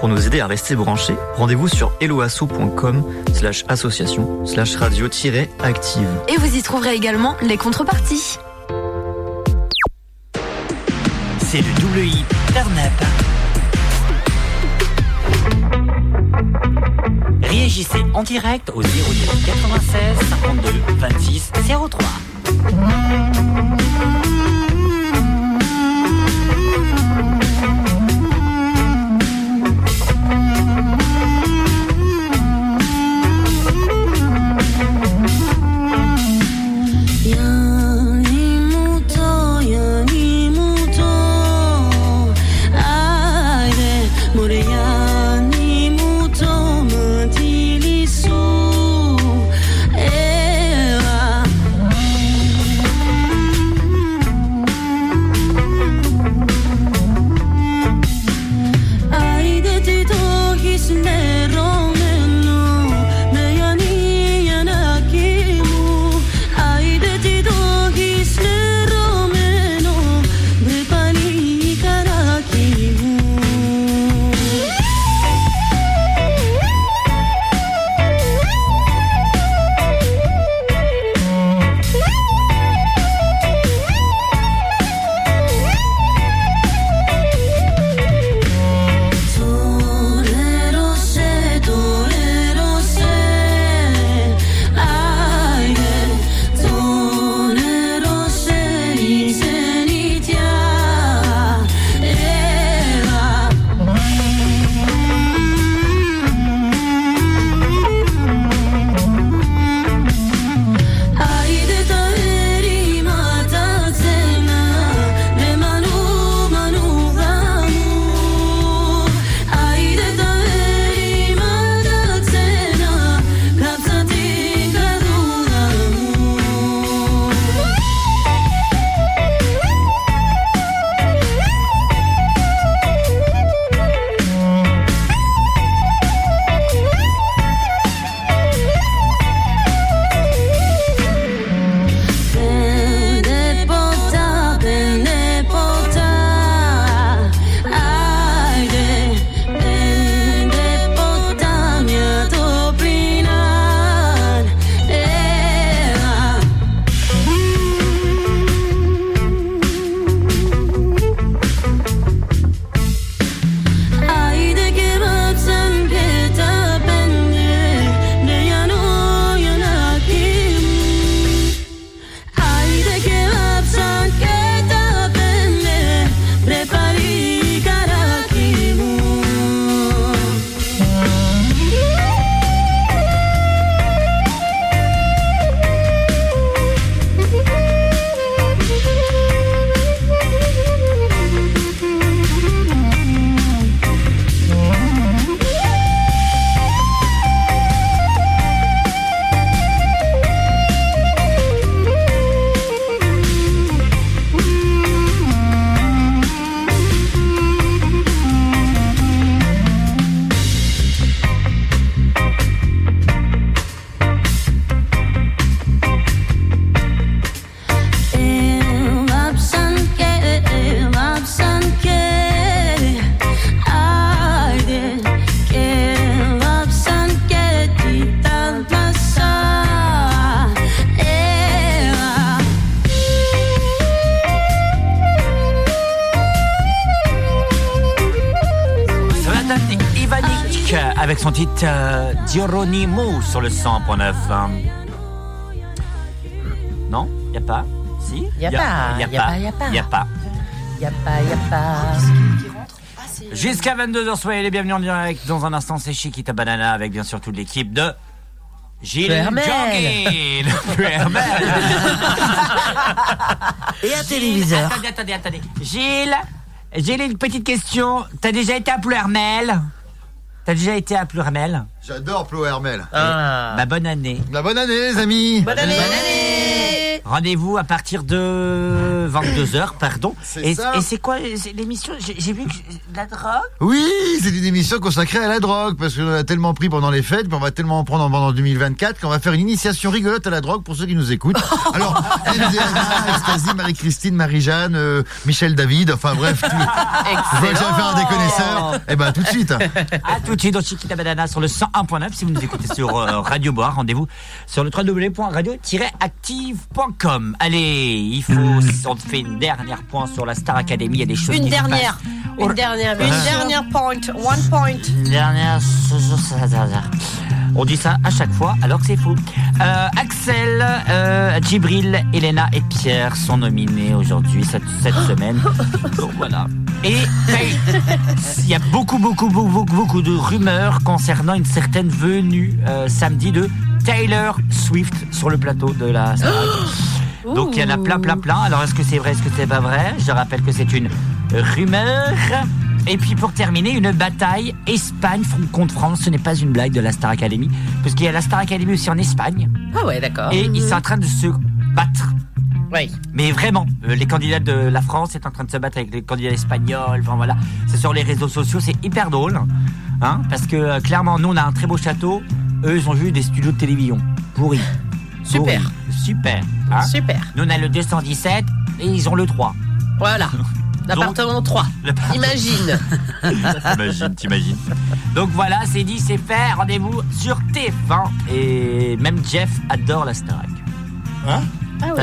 Speaker 24: Pour nous aider à rester branchés, rendez-vous sur eloasso.com slash association slash radio-active.
Speaker 25: Et vous y trouverez également les contreparties.
Speaker 1: C'est le double hit d'Arnab. Réagissez en direct au 02 96 52 26 03.
Speaker 10: Rien ni mouton, rien ni mouton. Aïe, mourir, rien ni mouton, mentilissou. Eva.
Speaker 1: Anna Ivanic avec son titre euh, Dironimo sur le 100.9. hein. Non Y a pas Si
Speaker 26: Y a pas,
Speaker 1: Y a pas Y a pas, y a pas.
Speaker 26: Y'a pas, y'a pas.
Speaker 1: Jusqu'à 22h, soyez les bienvenus en direct. Dans un instant, c'est Chic et ta banana avec bien sûr toute l'équipe de Gilles
Speaker 4: Puermel.
Speaker 1: Jorguin. Puermel.
Speaker 4: Et un téléviseur.
Speaker 1: Attendez, attendez, attendez. Gilles, Gilles, une petite question. T'as déjà été à Pleurmel T'as déjà été à Pleurmel
Speaker 27: J'adore Plo Hermel.
Speaker 1: Bah, bonne année.
Speaker 27: La bonne année, les amis.
Speaker 1: Bonne année. Rendez-vous à partir de 22h, pardon.
Speaker 27: C'est
Speaker 1: Et,
Speaker 27: ça.
Speaker 1: et c'est quoi c'est l'émission J'ai j'ai vu que la drogue
Speaker 27: Oui, c'est une émission consacrée à la drogue parce qu'on en a tellement pris pendant les fêtes, puis on va tellement en prendre pendant 2024 qu'on va faire une initiation rigolote à la drogue pour ceux qui nous écoutent. Alors, MDMA, Ecstasy, Marie-Christine, Marie-Jeanne, euh, Michel David, enfin bref, tout. Vous voulez que j'aille faire un déconnaisseur Eh ben tout de suite.
Speaker 1: À tout de suite dans Chiquita Banana sur le 101.9. Si vous nous écoutez sur euh, Radio Bois, rendez-vous sur le www.radio-active.com. Allez, il faut, on fait une dernière point sur la Star Academy. Il y a des choses
Speaker 2: Une
Speaker 1: qui se
Speaker 2: dernière.
Speaker 1: passent.
Speaker 2: Une dernière. Une
Speaker 1: Ah.
Speaker 2: dernière point. One point.
Speaker 1: Une dernière, On dit ça à chaque fois alors que c'est faux. Euh, Axel, euh, Djibril, Elena et Pierre sont nominés aujourd'hui, cette, cette semaine. Donc voilà. Et il y a beaucoup, beaucoup, beaucoup, beaucoup, beaucoup de rumeurs concernant une certaine venue euh, samedi de Taylor Swift sur le plateau de la Starac. Donc il y en a plein, plein, plein. Alors est-ce que c'est vrai, est-ce que c'est pas vrai Je rappelle que c'est une rumeur. Et puis pour terminer, une bataille Espagne contre France. Ce n'est pas une blague de la Star Academy, parce qu'il y a la Star Academy aussi en Espagne.
Speaker 26: Ah ouais, d'accord.
Speaker 1: Et ils sont en train de se battre.
Speaker 26: Oui.
Speaker 1: Mais vraiment, euh, les candidats de la France sont en train de se battre avec les candidats espagnols. Enfin voilà, c'est sur les réseaux sociaux, c'est hyper drôle, hein, parce que euh, clairement, nous on a un très beau château. Eux, ils ont vu des studios de télévision pourris.
Speaker 26: Super.
Speaker 1: Pourris. Super. hein.
Speaker 26: Super.
Speaker 1: Nous on a le 217 et ils ont le 3.
Speaker 26: Voilà. L'appartement 3. Imagine.
Speaker 1: T'imagines, t'imagines. Donc voilà, c'est dit, c'est fait. Rendez-vous sur TF1. Et même Jeff adore la Starac. Hein
Speaker 2: Ah ouais.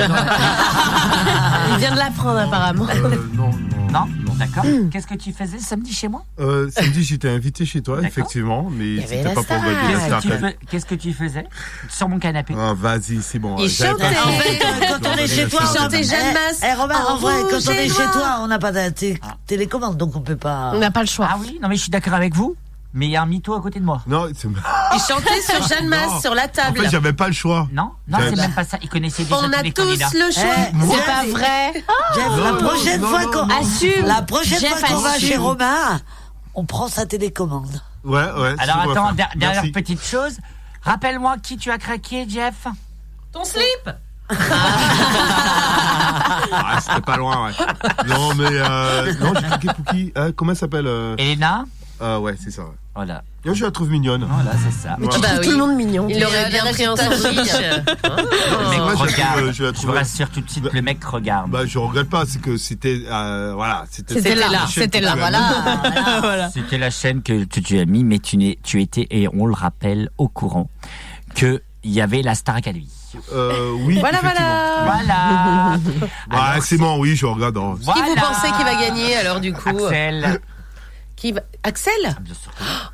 Speaker 2: Il vient de l'apprendre apparemment.
Speaker 7: Euh,
Speaker 1: Non Hmm. D'accord. Qu'est-ce que tu faisais samedi chez moi
Speaker 7: Euh, samedi, j'étais invité chez toi, effectivement, mais c'était pas pour valider la
Speaker 1: Qu'est-ce que,
Speaker 7: Star
Speaker 1: Ah, tu fais- qu'est-ce que tu faisais Sur mon canapé.
Speaker 7: Ah, vas-y, c'est bon.
Speaker 1: Il
Speaker 7: j'avais pas
Speaker 1: chantait.
Speaker 7: le temps.
Speaker 1: En fait,
Speaker 4: euh, Quand on est chez toi,
Speaker 7: J'avais pas le temps.
Speaker 4: Eh, eh, Robert,
Speaker 2: en
Speaker 4: en vrai,
Speaker 2: rouge
Speaker 4: quand on
Speaker 2: et
Speaker 4: est chez
Speaker 2: noir.
Speaker 4: toi, on n'a pas de té- télécommande, donc on peut pas.
Speaker 2: On n'a pas le choix.
Speaker 1: Ah oui Non, mais je suis d'accord avec vous. Mais il y a un mytho à côté de moi.
Speaker 7: Non, c'est.
Speaker 2: Il chantait sur Jeanne
Speaker 7: Non.
Speaker 2: Masse sur la
Speaker 7: En
Speaker 2: table.
Speaker 7: fait, j'avais pas le choix.
Speaker 1: Non, non, c'est même pas ça. Ils connaissaient déjà
Speaker 2: On
Speaker 1: tous
Speaker 2: a
Speaker 1: les
Speaker 2: tous
Speaker 1: candidats.
Speaker 2: le choix.
Speaker 4: Eh, moi,
Speaker 2: c'est pas
Speaker 4: j'ai-
Speaker 2: vrai.
Speaker 4: Jeff, la prochaine fois qu'on
Speaker 2: assume.
Speaker 4: la prochaine
Speaker 2: Jeff,
Speaker 4: fois qu'on va
Speaker 2: assume.
Speaker 4: chez Romain, on prend sa télécommande.
Speaker 7: Ouais, ouais. c'est ce
Speaker 1: Alors
Speaker 7: qu'on va
Speaker 1: attends,
Speaker 7: faire.
Speaker 1: der- dernière
Speaker 7: Merci.
Speaker 1: petite chose. Rappelle-moi qui tu as craqué, Jeff
Speaker 2: Ton slip
Speaker 7: Ah, c'était pas loin, ouais. Non, mais. Euh, non, j'ai cliqué pour qui Euh, Comment elle s'appelle euh...
Speaker 1: Elena
Speaker 7: Ah, ouais, c'est ça, ouais.
Speaker 1: Voilà.
Speaker 7: Yo, je la trouve mignonne.
Speaker 1: Voilà, c'est ça.
Speaker 7: Ouais.
Speaker 2: Tout le monde mignon. Il aurait bien pris en
Speaker 1: Le mec
Speaker 7: moi, je la trouve, euh,
Speaker 1: regarde.
Speaker 7: je la
Speaker 1: Je vous
Speaker 7: trouve-
Speaker 1: rassure tout de suite, le mec regarde.
Speaker 7: Bah, je regrette pas, c'est que c'était. euh, voilà, c'était.
Speaker 1: C'était là,
Speaker 7: la chaîne
Speaker 1: c'était
Speaker 7: que
Speaker 1: là,
Speaker 7: tu as
Speaker 1: voilà.
Speaker 7: mis.
Speaker 1: C'était la chaîne que tu, tu as mis, mais tu, n'es- tu étais, et on le rappelle, au courant, qu'il y avait la Star Academy.
Speaker 7: Euh, oui.
Speaker 2: Voilà, voilà.
Speaker 1: Voilà.
Speaker 7: Bah, c'est bon, oui, je regarde. hein.
Speaker 2: Qui vous pensez qui va gagner alors du coup
Speaker 1: Axel.
Speaker 2: Qui va... Axel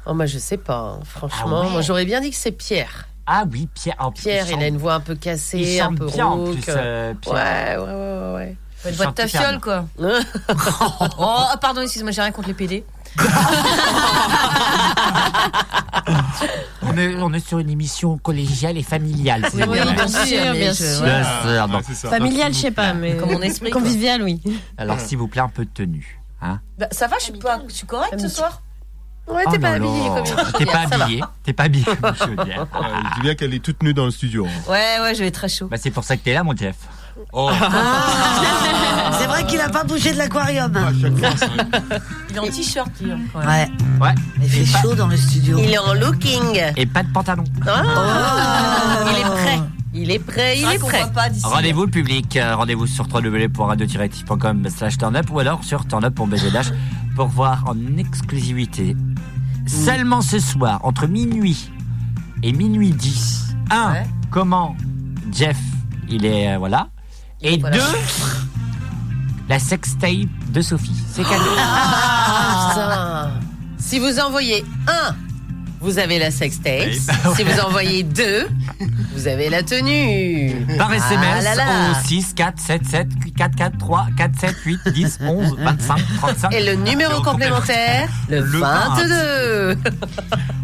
Speaker 2: Oh moi je sais pas, hein. franchement,
Speaker 1: Ah ouais.
Speaker 2: moi j'aurais bien dit que c'est Pierre.
Speaker 1: Ah oui, Pierre. en plus,
Speaker 2: Pierre,
Speaker 1: il
Speaker 2: il,
Speaker 1: chante-
Speaker 2: a une voix un peu cassée,
Speaker 1: il
Speaker 2: un
Speaker 1: chante
Speaker 2: peu
Speaker 1: bien, en
Speaker 2: rauque.
Speaker 1: plus, euh, Pierre.
Speaker 2: Ouais, ouais, ouais, ouais, ouais.
Speaker 5: Faut être boîte ta fiole, quoi. oh, pardon, excuse-moi, j'ai rien contre les PD.
Speaker 1: On est, on est sur une émission collégiale et familiale. c'est
Speaker 2: Oui,
Speaker 1: vrai.
Speaker 2: bien sûr, bien sûr.
Speaker 1: Bien sûr, donc.
Speaker 2: Familial, je sais pas, mais
Speaker 5: Comme on explique, quoi.
Speaker 2: convivial, oui.
Speaker 1: Alors, s'il vous plaît, un peu de tenue. Hein
Speaker 5: Bah, ça va, je suis, pas, je suis correcte ce soir
Speaker 2: Ouais,
Speaker 1: Oh là là. T'es pas habillé. T'es pas habillé comme chaudière.
Speaker 7: Euh, je dis bien qu'elle est toute nue dans le studio. hein.
Speaker 5: Ouais, ouais, je vais être très chaud.
Speaker 1: Bah, c'est pour ça que t'es là, mon Jeff. Oh.
Speaker 2: Ah.
Speaker 4: C'est vrai qu'il a pas bougé de l'aquarium.
Speaker 1: Ah,
Speaker 5: Il est en t-shirt, il, quand même.
Speaker 4: Ouais.
Speaker 1: Ouais.
Speaker 4: Il fait chaud dans le studio. Oh.
Speaker 2: Il est en looking.
Speaker 1: Et pas de pantalon.
Speaker 2: Ah. Il est prêt. Il est prêt,
Speaker 1: Ah,
Speaker 2: il est prêt.
Speaker 5: Ah,
Speaker 1: Rendez-vous le public, euh, rendez-vous sur www.radio-active.com slash turnup ou alors sur turnup.bzdash pour voir en exclusivité seulement ce soir, entre minuit et minuit 10, un, comment Jeff, il est, euh, voilà, et deux, la sextape de Sophie. C'est cadeau.
Speaker 2: Ah, putain. Si vous envoyez un, vous avez la sextape.
Speaker 1: bah
Speaker 2: Si vous envoyez deux, vous avez la tenue.
Speaker 1: Par
Speaker 2: Ah
Speaker 1: SMS
Speaker 2: là là.
Speaker 1: au 6 4 7 7 4 4 3 4 7 8 10 11 25 35.
Speaker 2: Et le numéro complémentaire, le 22.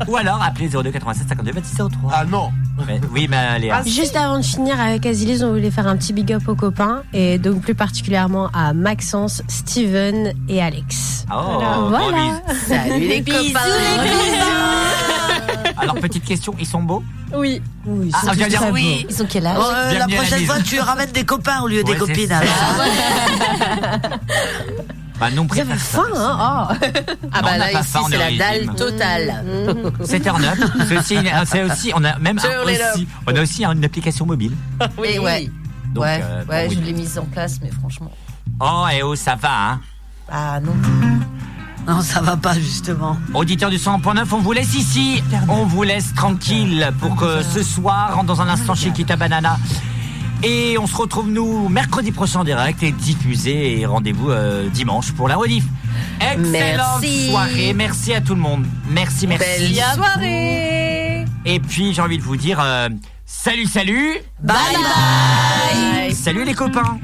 Speaker 1: Ou alors appelez 02 87 52 26 03. Ah non. Mais, oui, mais Léa.
Speaker 2: Ah,
Speaker 6: Juste avant de finir avec Azilis, on voulait faire un petit big up aux copains et donc plus particulièrement à Maxence, Steven et Alex.
Speaker 1: Oh,
Speaker 6: Alors,
Speaker 1: gros
Speaker 6: voilà.
Speaker 1: bisous.
Speaker 2: Salut les copains.
Speaker 1: Alors petite question, ils sont beaux
Speaker 6: Oui.
Speaker 5: Oui,
Speaker 1: Ah, je viens dire oui.
Speaker 5: Ils ont quel âge
Speaker 4: Oh, euh,
Speaker 1: Bienvenue
Speaker 4: la
Speaker 1: à la
Speaker 4: prochaine
Speaker 1: mise.
Speaker 4: fois, tu ramènes des copains au lieu des
Speaker 1: Ouais, c'est
Speaker 4: copines.
Speaker 1: ça.
Speaker 4: alors.
Speaker 1: Bah non, préfère
Speaker 6: Fin, hein oh.
Speaker 2: Ah
Speaker 1: Non, on
Speaker 2: bah
Speaker 1: n'a
Speaker 2: là,
Speaker 1: pas
Speaker 2: ici,
Speaker 1: faim, on est
Speaker 2: c'est la
Speaker 1: au
Speaker 2: dalle
Speaker 1: régime.
Speaker 2: totale.
Speaker 1: C'est un up. Ceci, euh, c'est aussi, on a même un-
Speaker 2: Sur les
Speaker 1: aussi, on a aussi une application mobile.
Speaker 2: Eh
Speaker 5: Oui, ouais.
Speaker 1: Donc,
Speaker 5: ouais,
Speaker 1: euh,
Speaker 5: ouais,
Speaker 1: bon,
Speaker 5: je
Speaker 1: oui.
Speaker 5: l'ai mise en place, mais franchement.
Speaker 1: Oh et oh, ça va. Hein.
Speaker 5: Ah non.
Speaker 4: Non, ça va pas, justement.
Speaker 1: Auditeurs du 100.9, on vous laisse ici, on vous laisse tranquille pour que ce soir, rentre dans
Speaker 2: Ah,
Speaker 1: un instant chez Kita Banana. Et on se retrouve nous mercredi prochain en direct et diffusé et rendez-vous euh, dimanche pour la rediff. Excellente
Speaker 2: Merci.
Speaker 1: soirée, merci à tout le monde. Merci, merci.
Speaker 2: Belle
Speaker 1: à vous.
Speaker 2: soirée.
Speaker 1: Et puis j'ai envie de vous dire euh, salut, salut.
Speaker 2: Bye bye.
Speaker 1: Salut les copains.